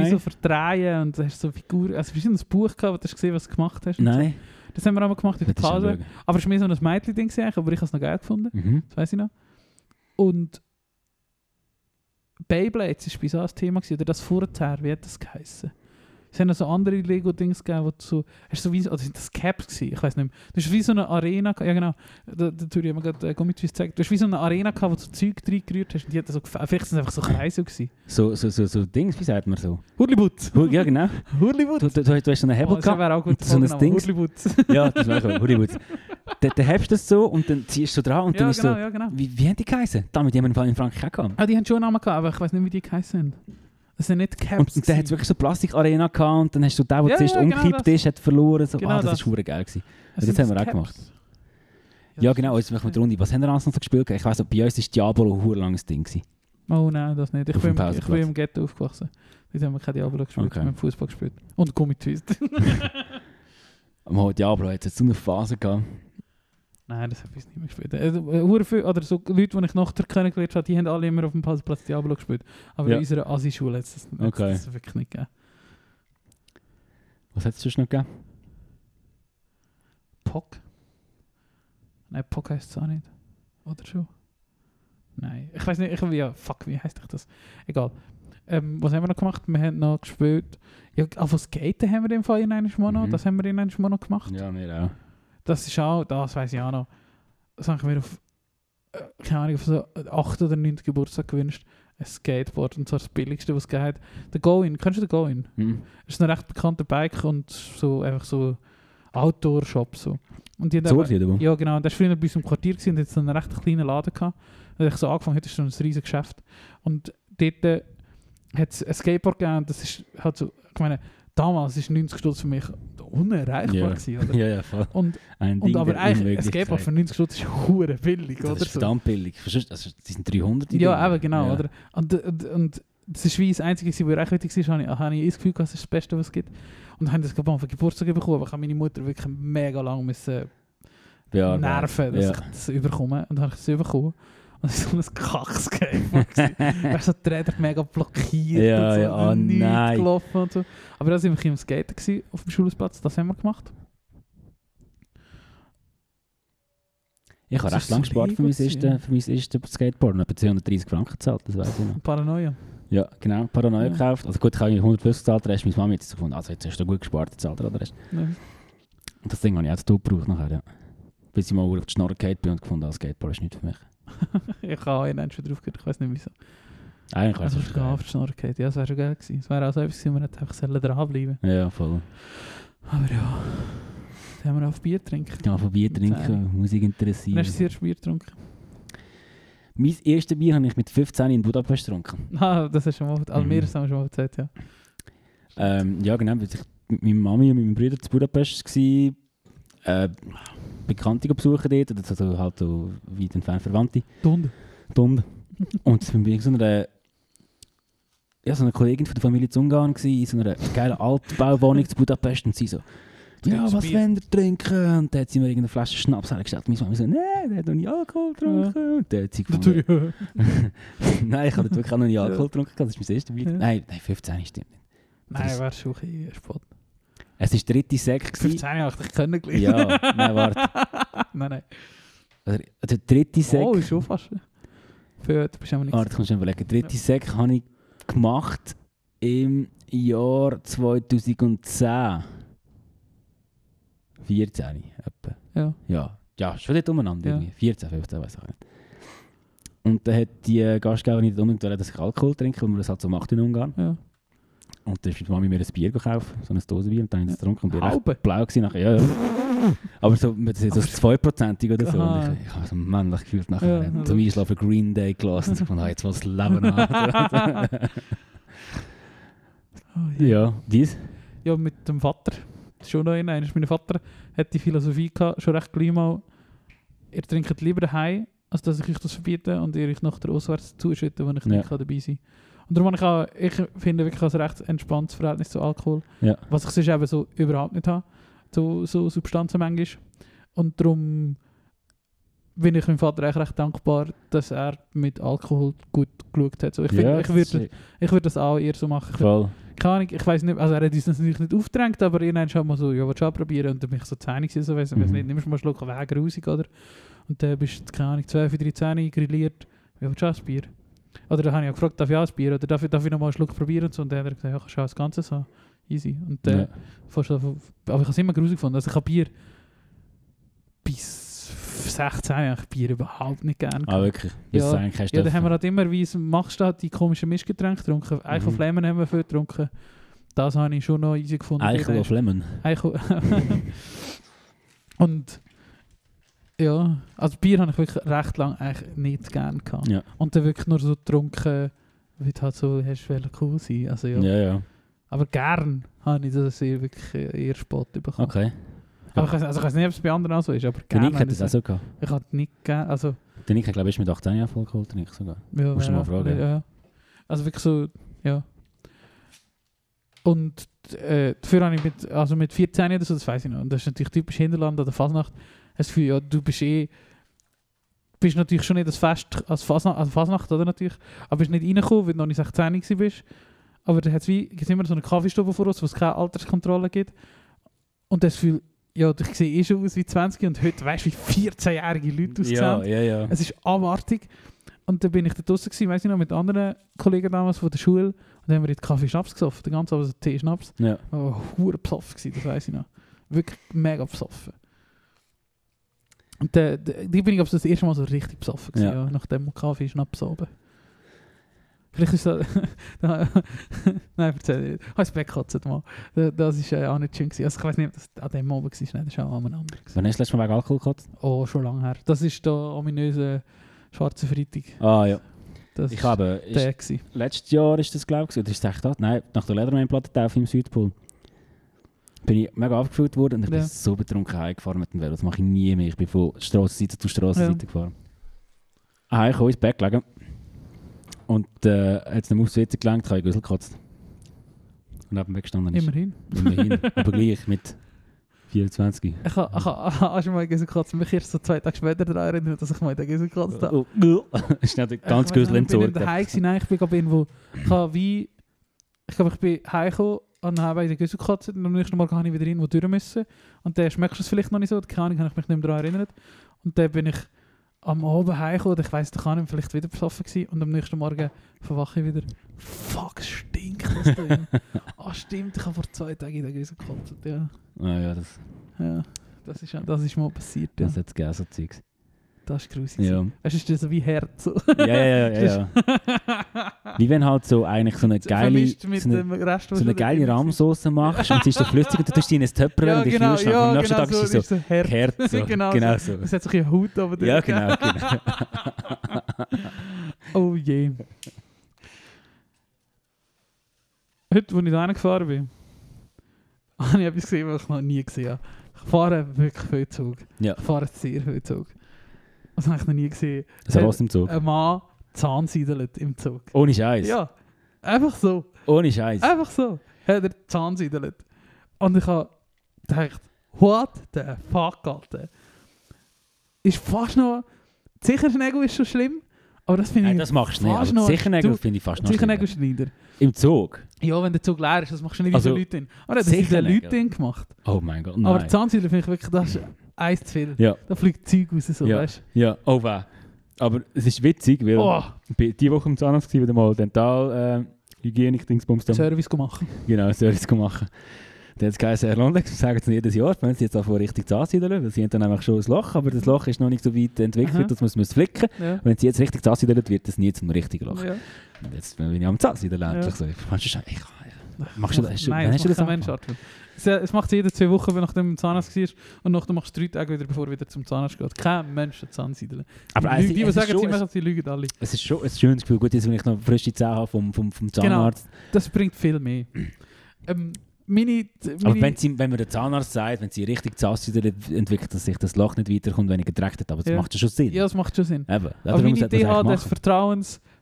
[SPEAKER 3] Nein.
[SPEAKER 2] so verdrehen und du hast so Figuren. Also, wir haben ein Buch gehabt, wo du hast gesehen was du gemacht hast. und
[SPEAKER 3] Nein.
[SPEAKER 2] So. Das haben wir einmal gemacht in Ah, der
[SPEAKER 3] Das ist ja
[SPEAKER 2] Pause.
[SPEAKER 3] blöd.
[SPEAKER 2] Aber es war mehr so ein Mädchen-Ding, gewesen eigentlich, aber ich habe es noch geil gefunden.
[SPEAKER 3] Mhm.
[SPEAKER 2] Das weiß ich noch. Und Beyblades war bei so ein Thema, gewesen, oder das vorher, wie hat das geheißen? Es haben noch so andere Lego-Dings gegeben, wo du so, hast du so wie, oder sind das Caps gewesen? Ich weiß nicht mehr. Du hast wie so eine Arena, ge- ja genau, da, da tue ich mir gerade äh, Gummitwist gezeigt. Du hast wie so eine Arena gehabt, wo du so Zeug reingerührt hast und die hat so, gefä- vielleicht sind es einfach so Kreise gewesen.
[SPEAKER 3] So, so, so, so Dings, wie sagt man so?
[SPEAKER 2] Hurlibut!
[SPEAKER 3] Hu- Ja, genau.
[SPEAKER 2] Hurlibut!
[SPEAKER 3] Du, du, du, hast- du hast so einen Hebel
[SPEAKER 2] Oh, das
[SPEAKER 3] gehabt.
[SPEAKER 2] wäre auch gut.
[SPEAKER 3] so ein Ding.
[SPEAKER 2] Hurlibut.
[SPEAKER 3] Ja, das ist auch
[SPEAKER 2] [LAUGHS]
[SPEAKER 3] Hollywood. Dann dann hebst du das so und dann ziehst du dran und dann
[SPEAKER 2] Ja,
[SPEAKER 3] ist
[SPEAKER 2] genau,
[SPEAKER 3] so.
[SPEAKER 2] ja, genau.
[SPEAKER 3] Wie, wie haben die geheißen? Damit haben wir im Fall in Frankreich auch gehabt.
[SPEAKER 2] Ah, die haben schon einen Namen gehabt, aber ich weiß nicht, wie die geheißen haben. Das sind nicht Caps.
[SPEAKER 3] Und, und dann hat es
[SPEAKER 2] gewesen.
[SPEAKER 3] wirklich so Plastikarena gehabt und dann hast du den, der
[SPEAKER 2] Ja,
[SPEAKER 3] zuerst
[SPEAKER 2] ja, genau
[SPEAKER 3] umgekippt
[SPEAKER 2] das.
[SPEAKER 3] ist, hat verloren. So.
[SPEAKER 2] Genau
[SPEAKER 3] ah, das,
[SPEAKER 2] das.
[SPEAKER 3] ist hure geil gewesen.
[SPEAKER 2] Es
[SPEAKER 3] das
[SPEAKER 2] sind
[SPEAKER 3] haben wir auch
[SPEAKER 2] Caps.
[SPEAKER 3] gemacht. Ja, genau, jetzt machen wir die Runde. Was haben wir alles noch so gespielt? Ich weiss, noch, bei uns war Diabolo ein verdammt langes Ding. Gewesen.
[SPEAKER 2] Oh nein, das nicht. Ich
[SPEAKER 3] Auf
[SPEAKER 2] bin,
[SPEAKER 3] dem
[SPEAKER 2] im, ich bin
[SPEAKER 3] Pausenplatz.
[SPEAKER 2] im Ghetto aufgewachsen. Dort haben wir kein Diablo gespielt,
[SPEAKER 3] Okay.
[SPEAKER 2] wir haben Fußball gespielt.
[SPEAKER 3] [LAUGHS]
[SPEAKER 2] Und Gummitwist.
[SPEAKER 3] Mal, Diablo hat jetzt so eine Phase gehabt.
[SPEAKER 2] nein, das habe ich nicht mehr gespielt. Also, äh, hure viel, oder so Leute, die ich nachher kennengelernt habe, die haben alle immer auf dem Pausenplatz Diablo gespielt. Aber
[SPEAKER 3] Ja.
[SPEAKER 2] in unserer Asi-Schule hat es das, hat's
[SPEAKER 3] Okay.
[SPEAKER 2] das wirklich nicht gegeben.
[SPEAKER 3] Was hat es sonst noch gegeben?
[SPEAKER 2] Pock? Nein, Pock heisst es auch nicht. Oder schon? Nein, ich weiß nicht, ich, ja, fuck, wie heisst ich das? Egal. Ähm, was haben wir noch gemacht? Wir haben noch gespielt. Ja, auf was Skaten haben wir in dem Fall in einem Mono.
[SPEAKER 3] Mhm.
[SPEAKER 2] Das haben wir in einem Mono gemacht.
[SPEAKER 3] Ja, wir auch.
[SPEAKER 2] Das ist auch, das weiß ich auch noch. Das habe ich mir auf, äh, keine Ahnung, auf so 8. oder 9. Geburtstag gewünscht. Ein Skateboard und zwar das billigste, was es gegeben hat. Der Go-In, kennst du den Go-In?
[SPEAKER 3] Mhm.
[SPEAKER 2] Das ist ein recht bekannter Bike und so einfach so Outdoor-Shop. So. Und die haben
[SPEAKER 3] So
[SPEAKER 2] aber-
[SPEAKER 3] oder
[SPEAKER 2] ja, genau. Und das war früher bei uns im Quartier gewesen, und jetzt so einen recht kleinen Laden gehabt. Und ich so angefangen, heute ist schon ein riesiges Geschäft. Und dort äh, hat es ein Skateboard gegeben und das ist halt so, ich meine, damals ist 90 Stutz für mich unerreichbar
[SPEAKER 3] Ja.
[SPEAKER 2] gewesen,
[SPEAKER 3] [LAUGHS]
[SPEAKER 2] oder?
[SPEAKER 3] ja, ja, voll.
[SPEAKER 2] Und,
[SPEAKER 3] Ein
[SPEAKER 2] und
[SPEAKER 3] Ding
[SPEAKER 2] aber
[SPEAKER 3] der
[SPEAKER 2] eigentlich, es gibt auch
[SPEAKER 3] Unmöglichkeit.
[SPEAKER 2] für 90 Stutz ist hure billig,
[SPEAKER 3] Das
[SPEAKER 2] oder?
[SPEAKER 3] ist
[SPEAKER 2] So.
[SPEAKER 3] verdammt billig. Verstehst du? Also, die sind 300 die
[SPEAKER 2] Ja,
[SPEAKER 3] Dinger.
[SPEAKER 2] eben, genau,
[SPEAKER 3] Ja.
[SPEAKER 2] oder? Und, und, und das ist wie das Einzige, gewesen, wo ich echt wichtig war, habe ich, habe ich das Gefühl, gehabt, das ist das Beste, was es gibt. Und haben das, glaube ich, am Geburtstag bekommen, aber ich habe meine Mutter wirklich mega lang müssen
[SPEAKER 3] Ja,
[SPEAKER 2] nerven, dass
[SPEAKER 3] ja.
[SPEAKER 2] ich das überkomme. Und dann habe ich das bekommen. Und es war so ein Kacksgame. [LAUGHS] weißt du, so die Räder mega blockiert
[SPEAKER 3] Ja,
[SPEAKER 2] und so,
[SPEAKER 3] ja, oh
[SPEAKER 2] und nichts
[SPEAKER 3] nein.
[SPEAKER 2] gelaufen und so. Aber da sind wir im Skaten gewesen, auf dem Schulplatz, das haben wir gemacht.
[SPEAKER 3] Ich habe
[SPEAKER 2] Das
[SPEAKER 3] recht
[SPEAKER 2] ist
[SPEAKER 3] lange
[SPEAKER 2] so
[SPEAKER 3] gespart für mein,
[SPEAKER 2] riesig, ja.
[SPEAKER 3] erste, für mein erstes Skateboard. Ich habe 230 Franken gezahlt, das weiß ich noch.
[SPEAKER 2] Paranoia. [LAUGHS]
[SPEAKER 3] Ja, genau. Paranoia
[SPEAKER 2] Ja.
[SPEAKER 3] gekauft. Also gut, ich habe irgendwie 150 gezahlt, der Rest meine Mama jetzt gefunden. Also jetzt hast du gut gespart, gezahlt oder Rest.
[SPEAKER 2] Ja.
[SPEAKER 3] Und das Ding habe ich auch zu tun gebraucht nachher, ja. Bis ich mal auf die Schnorr gefallen bin und gefunden habe, das Skateboard ist nicht für mich.
[SPEAKER 2] Ich habe einen schon drauf gehört, ich weiß nicht wieso.
[SPEAKER 3] Eigentlich
[SPEAKER 2] Also,
[SPEAKER 3] also,
[SPEAKER 2] ich habe auf die Schnur gehabt. Ja, das wäre schon geil gewesen. Es wäre auch so etwas gewesen, man hätte einfach sollen dranbleiben
[SPEAKER 3] Ja, voll.
[SPEAKER 2] Aber ja, dann haben wir auf Bier getrunken.
[SPEAKER 3] Ich kann von Bier trinken, Musik
[SPEAKER 2] Dann hast du das
[SPEAKER 3] interessieren.
[SPEAKER 2] erste Bier getrunken.
[SPEAKER 3] Mein erstes Bier habe ich mit 15 in Budapest getrunken.
[SPEAKER 2] [LAUGHS] Ah, das hast du schon mal, also
[SPEAKER 3] Mhm.
[SPEAKER 2] mir das haben wir schon mal erzählt, ja.
[SPEAKER 3] Ähm, ja, genau, weil ich mit meiner Mami und meinem Bruder zu Budapest war. Äh, Bekannte besuchen dort, oder also halt so weit entfernt Verwandte.
[SPEAKER 2] Dunde.
[SPEAKER 3] Dumm. Und ich war so einer, ja, so einer Kollegin von der Familie zu Ungarn, gewesen, in so einer geilen Altbauwohnung zu Budapest und sie so, ja,
[SPEAKER 2] Trinkst
[SPEAKER 3] was
[SPEAKER 2] Bier.
[SPEAKER 3] wollen ihr trinken? Und dann hat sie mir irgendeine Flasche Schnaps hergestellt. Meine Mama so, nein, der hat noch nie Alkohol getrunken. Und dann hat sie gefunden, [LAUGHS]
[SPEAKER 2] Natürlich. ja. [LAUGHS]
[SPEAKER 3] nein, ich habe dort wirklich auch noch nie Alkohol getrunken, das ist mein erstes Bier.
[SPEAKER 2] Ja.
[SPEAKER 3] Nein, nein, 15 stimmt nicht.
[SPEAKER 2] Nein, wäre schon ein bisschen spät.
[SPEAKER 3] Es war der dritte Sekt. gewesen.
[SPEAKER 2] 15 Jahre habe ich dich kennengelernt.
[SPEAKER 3] Ja, nein, warte.
[SPEAKER 2] [LAUGHS] nein, nein.
[SPEAKER 3] Also, der dritte Sekt.
[SPEAKER 2] Oh, ist schon fast. Für, du bist aber nicht.
[SPEAKER 3] Ah, das kannst du überlegen. Dritte Sekt habe ich gemacht im Jahr 2010. 14, etwa.
[SPEAKER 2] Ja.
[SPEAKER 3] Ja, ja schon dort umeinander.
[SPEAKER 2] Ja.
[SPEAKER 3] Irgendwie. 14, 15, weiß ich auch nicht. Und dann hat die Gastgeberin nicht unbedingt wollen, dass ich Alkohol trinke, weil man das halt so macht in Ungarn.
[SPEAKER 2] Ja.
[SPEAKER 3] Und dann ist mit Mami mir ein Bier gekauft, so eine Dose Bier, und dann habe ich das getrunken und bin recht
[SPEAKER 2] [LAUGHS] Halbe.
[SPEAKER 3] blau gewesen nachher. Ja, ja. Aber so, das ist so
[SPEAKER 2] Aber-
[SPEAKER 3] 2%ig oder so.
[SPEAKER 2] Aha.
[SPEAKER 3] Und ich, ich habe so männlich gefühlt nachher.
[SPEAKER 2] Ja,
[SPEAKER 3] Ja,
[SPEAKER 2] also-
[SPEAKER 3] Zum Einschlafen Green Day gelassen. Ich fand, ah, jetzt was das Leben
[SPEAKER 2] [LAUGHS]
[SPEAKER 3] an.
[SPEAKER 2] Oh, ja.
[SPEAKER 3] ja, dies.
[SPEAKER 2] Ja, mit dem Vater. Das ist Schon noch einer. Mein Vater hat die Philosophie gehabt, schon recht gleich mal. Ihr trinkt lieber daheim, als dass ich euch das verbiete und ihr euch nachher auswärts zuschütte, wenn ich
[SPEAKER 3] Ja.
[SPEAKER 2] nicht kann dabei sein kann. Und darum habe ich auch, ich finde wirklich ein recht entspanntes Verhältnis zu Alkohol.
[SPEAKER 3] Ja.
[SPEAKER 2] Was ich sonst eben so überhaupt nicht habe, zu so Substanzen manchmal. Und darum bin ich meinem Vater eigentlich recht dankbar, dass er mit Alkohol gut geschaut hat. So, ich finde,
[SPEAKER 3] ja,
[SPEAKER 2] ich würde
[SPEAKER 3] das ist-
[SPEAKER 2] ich würde das auch eher so machen. Ich würde
[SPEAKER 3] Voll.
[SPEAKER 2] keine Ahnung, ich weiß nicht, also er hat uns das natürlich nicht aufgedrängt, aber irgendwann schon mal so, ja, willst du auch probieren? Und dann bin ich so 10 gewesen, so weiss ich weiss
[SPEAKER 3] Mhm.
[SPEAKER 2] nicht, nimmst du mal einen Schluck Weg raus, oder? Und dann bist du, keine Ahnung, 12, 13 grilliert, ja, willst du auch ein Bier? Oder dann habe ich auch gefragt, darf ich auch ein Bier? Oder darf ich, darf ich noch mal einen Schluck probieren? Und, so, und dann hat er gesagt, ja, kannst du auch das Ganze haben. Easy. Und dann,
[SPEAKER 3] Ja.
[SPEAKER 2] fast, aber ich habe es immer grusig gefunden, also ich habe Bier bis 16 habe ich Bier überhaupt nicht gern
[SPEAKER 3] Ah,
[SPEAKER 2] gehabt.
[SPEAKER 3] wirklich. Bis
[SPEAKER 2] Ja,
[SPEAKER 3] ja, eigentlich hast
[SPEAKER 2] Ja, dann haben wir halt immer, wie es machst du, halt die komischen Mischgetränke getrunken. Eichel
[SPEAKER 3] Mhm.
[SPEAKER 2] Flemmen haben wir viel getrunken. Das habe ich schon noch easy gefunden.
[SPEAKER 3] Eichel auf Lemon.
[SPEAKER 2] Eichel. [LAUGHS] Und ja, also Bier habe ich wirklich recht lange eigentlich nicht gern gehabt.
[SPEAKER 3] Ja.
[SPEAKER 2] Und dann wirklich nur so getrunken, wie du halt so hast, wollen cool sein. Also ja.
[SPEAKER 3] Ja, ja.
[SPEAKER 2] Aber gern habe ich das eher wirklich äh, eher spät bekommen.
[SPEAKER 3] Okay.
[SPEAKER 2] Aber ich weiß, also ich weiß nicht, ob es bei anderen auch so ist, aber
[SPEAKER 3] Der
[SPEAKER 2] gern.
[SPEAKER 3] Nick hat
[SPEAKER 2] habe
[SPEAKER 3] das auch
[SPEAKER 2] ich-
[SPEAKER 3] so gehabt.
[SPEAKER 2] Ich hatte nicht gern, also
[SPEAKER 3] Der Nick hat, glaube ich, ist mit 18 Jahren voll geholt, Nick sogar.
[SPEAKER 2] Ja,
[SPEAKER 3] Musst du
[SPEAKER 2] ja,
[SPEAKER 3] mal fragen.
[SPEAKER 2] Ja, ja. Also wirklich so, ja. Und äh, dafür habe ich mit, also mit 14 oder so, das weiß ich noch, und das ist natürlich typisch Hinterland an der Fasnacht, das Gefühl, ja, du bist eh, bist natürlich schon nicht als Fest, als Fasnacht, als Fasnacht oder natürlich, aber bist nicht reingekommen, weil du noch nicht 16 gewesen bist. Aber da hat's wie, gibt's immer so eine Kaffeestube vor uns, wo es keine Alterskontrolle gibt. Und das Gefühl, ja, ich sehe eh schon aus wie 20 und heute weißt du, wie 14-jährige Leute aussehen.
[SPEAKER 3] Ja, ja, ja.
[SPEAKER 2] Es ist abartig. Und dann bin ich da draußen gewesen, weiß ich noch, mit anderen Kollegen damals von der Schule. Und dann haben wir dort Kaffee Schnaps gesoffen. Den ganzen Abend so Tee Schnaps.
[SPEAKER 3] Ja.
[SPEAKER 2] Oh, hure besoffen gewesen, das weiß ich noch. Wirklich mega besoffen. Und dann, dann dann bin ich, glaube ich, das erste Mal so richtig besoffen gewesen, ja.
[SPEAKER 3] Ja.
[SPEAKER 2] nach dem Kaffee Schnaps oben. Vielleicht ist [LAUGHS] das... Nein, erzähl ich nicht. Ich habe es weggekotzt mal. Das- Das ist äh, auch nicht schön gewesen. Also ich weiß nicht, ob das an dem Abend war, nein, das war auch an einem anderen. gewesen.
[SPEAKER 3] Wann hast du das letzte Mal wegen Alkohol gehabt?
[SPEAKER 2] Oh, schon lange her. Das ist der ominöse schwarze Freitag.
[SPEAKER 3] Ah, ja.
[SPEAKER 2] Das
[SPEAKER 3] Ich
[SPEAKER 2] ist
[SPEAKER 3] habe... ist-
[SPEAKER 2] der gewesen.
[SPEAKER 3] Letztes Jahr ist das, glaube ich, oder ist es echt das? Nein, nach der Leatherman-Platte auf im Südpol. bin ich mega abgefüllt worden und ich
[SPEAKER 2] Ja.
[SPEAKER 3] bin so betrunken heimgefahren mit dem Velo. Das mache ich nie mehr. Ich bin von Strassenseite zu Strassenseite
[SPEAKER 2] Ja.
[SPEAKER 3] gefahren. Ah, ich habe ins Bett gelegen. Und äh, hat es nicht aufs WC gelangt, habe ich Güssel gekotzt. Und neben mir gestanden ist.
[SPEAKER 2] Immerhin. [LAUGHS]
[SPEAKER 3] Immerhin. Aber gleich mit 24.
[SPEAKER 2] Ich habe, [LAUGHS] ich habe, hast du mal Gäse gekratzt? Mich erst so zwei Tage später daran erinnert, dass ich mal den Gäse
[SPEAKER 3] [LAUGHS]
[SPEAKER 2] gekratzt habe.
[SPEAKER 3] Oh, oh. Schnell den ganzen Güssel
[SPEAKER 2] Ich bin nicht
[SPEAKER 3] entsorgt.
[SPEAKER 2] daheim gewesen, nein, ich bin gerade irgendwo. Ich habe wie... Ich glaube, ich bin heimgekommen und dann habe ich den Güssel gekratzt und am nächsten Morgen habe ich wieder irgendwo durch müssen. Und dann schmeckst du es vielleicht noch nicht so, keine Ahnung, habe ich mich nicht mehr daran erinnert. Und dann bin ich am Abend heimgekommen und ich weiss, ich kann vielleicht wieder besoffen gewesen und am nächsten Morgen verwache ich wieder. Fuck, es stinkt das da
[SPEAKER 3] [LAUGHS]
[SPEAKER 2] drin. Ah stimmt, ich habe vor zwei Tagen den Güssel gekratzt, ja.
[SPEAKER 3] Ah, ja, das,
[SPEAKER 2] ja. Das ist, das ist mal passiert, ja.
[SPEAKER 3] das hat es gegeben, so Zeugs.
[SPEAKER 2] Das ist gruselig.
[SPEAKER 3] Ja.
[SPEAKER 2] Es ist so wie Herz. so.
[SPEAKER 3] Ja, ja, ja, ja, ja. [LAUGHS] Wie wenn halt so eigentlich so eine geile,
[SPEAKER 2] [LAUGHS] Vermischt
[SPEAKER 3] so
[SPEAKER 2] mit
[SPEAKER 3] eine,
[SPEAKER 2] dem Rest, was
[SPEAKER 3] so eine
[SPEAKER 2] da drin
[SPEAKER 3] geile
[SPEAKER 2] war.
[SPEAKER 3] Rahmsauce machst und sie ist so flüssig und du tust die in ein Töpper
[SPEAKER 2] Ja,
[SPEAKER 3] und ich
[SPEAKER 2] genau,
[SPEAKER 3] und am
[SPEAKER 2] ja,
[SPEAKER 3] nächsten
[SPEAKER 2] genau
[SPEAKER 3] Tag
[SPEAKER 2] so,
[SPEAKER 3] ist sie
[SPEAKER 2] ist
[SPEAKER 3] so
[SPEAKER 2] so Herz.
[SPEAKER 3] gehärt. So.
[SPEAKER 2] [LAUGHS] Genau
[SPEAKER 3] Genau so.
[SPEAKER 2] Es hat so ein Haut aber
[SPEAKER 3] Ja, genau, genau.
[SPEAKER 2] Oh je. Heute, als ich da gefahren [LAUGHS] bin, habe ich etwas gesehen, was ich noch nie gesehen habe. Ich fahre wirklich viel Zug.
[SPEAKER 3] Ja.
[SPEAKER 2] Ich fahre sehr viel Zug. Das habe ich noch nie gesehen.
[SPEAKER 3] Das war im Zug.
[SPEAKER 2] Ein Mann zahnseidelt im Zug.
[SPEAKER 3] Ohne Scheiß.
[SPEAKER 2] Ja, Äh, einfach so.
[SPEAKER 3] Ohne Scheiß.
[SPEAKER 2] Einfach so. Hat er Zahnseidelt. Und ich habe gedacht, what the fuck, Alter. Ist fast noch... Sichernägel ist schon schlimm, aber das finde
[SPEAKER 3] Nein,
[SPEAKER 2] ich...
[SPEAKER 3] das machst du nicht.
[SPEAKER 2] Fast
[SPEAKER 3] Also
[SPEAKER 2] noch-
[SPEAKER 3] Sichernägel
[SPEAKER 2] du-
[SPEAKER 3] finde ich fast noch
[SPEAKER 2] Sichernägel
[SPEAKER 3] schlimmer.
[SPEAKER 2] schneider.
[SPEAKER 3] Im Zug?
[SPEAKER 2] Ja, wenn der Zug leer ist, das machst du nicht
[SPEAKER 3] Also,
[SPEAKER 2] also, Leute hin. Aber das ist den
[SPEAKER 3] Sichernägel.
[SPEAKER 2] Leuten hin gemacht.
[SPEAKER 3] Oh mein Gott,
[SPEAKER 2] Aber
[SPEAKER 3] nein.
[SPEAKER 2] Zahnseidel finde ich wirklich, das ist eins zu viel.
[SPEAKER 3] Ja.
[SPEAKER 2] Da fliegt Zeug raus, so,
[SPEAKER 3] Ja.
[SPEAKER 2] weißt
[SPEAKER 3] Ja, oh wow. Aber es ist witzig, weil
[SPEAKER 2] du. Oh,
[SPEAKER 3] ich bin diese Woche im Zahnarzt gewesen, wieder mal Dental... Äh, Hygienik-Dingsbums da.
[SPEAKER 2] Service gemacht.
[SPEAKER 3] Genau, ein Service machen. Dann hat es geheißen, Herr Landex, wir sagen es nicht jedes Jahr, wenn sie jetzt anfangen richtig zu ansiedeln, weil sie haben dann nämlich schon ein Loch, aber das Loch ist noch nicht so weit entwickelt,
[SPEAKER 2] Aha.
[SPEAKER 3] dass man es muss flicken muss.
[SPEAKER 2] Ja.
[SPEAKER 3] Wenn sie jetzt richtig zu ansiedeln, wird das nie zum richtigen Loch.
[SPEAKER 2] Ja.
[SPEAKER 3] Und jetzt bin ich am Zahnsiedel endlich
[SPEAKER 2] Ja.
[SPEAKER 3] so. Ich fand schon, ich, Machst du das- hast du-
[SPEAKER 2] Nein,
[SPEAKER 3] wann hast
[SPEAKER 2] das
[SPEAKER 3] du
[SPEAKER 2] macht
[SPEAKER 3] das
[SPEAKER 2] kein Mensch, Arthur. Es, äh, es macht jede zwei Wochen, wenn nachdem du beim Zahnarzt warst und nachdem machst du drei Tage wieder, bevor du wieder zum Zahnarzt geht. Kein Mensch hat Zahnseideln.
[SPEAKER 3] aber also, es,
[SPEAKER 2] die, die, die
[SPEAKER 3] es, ist
[SPEAKER 2] sagen, sie
[SPEAKER 3] schon, es,
[SPEAKER 2] machen, die lügen alle.
[SPEAKER 3] es ist schon ein schönes Gefühl. Gut, jetzt will ich noch frische Zähne haben vom, vom,
[SPEAKER 2] Genau.
[SPEAKER 3] vom Zahnarzt.
[SPEAKER 2] Das bringt viel mehr. ähm, meine, d-
[SPEAKER 3] Aber wenn,
[SPEAKER 2] meine,
[SPEAKER 3] sie, wenn mir der Zahnarzt sagt, wenn sie richtig Zahnsiedel entwickelt, dass sich das Loch nicht weiterkommt, wenn ich gedreckt habe, aber das
[SPEAKER 2] Ja.
[SPEAKER 3] macht ja schon Sinn.
[SPEAKER 2] ja, das macht schon Sinn.
[SPEAKER 3] Eben.
[SPEAKER 2] Aber
[SPEAKER 3] Darum
[SPEAKER 2] meine
[SPEAKER 3] sollte man es
[SPEAKER 2] DH,
[SPEAKER 3] eigentlich
[SPEAKER 2] des
[SPEAKER 3] machen.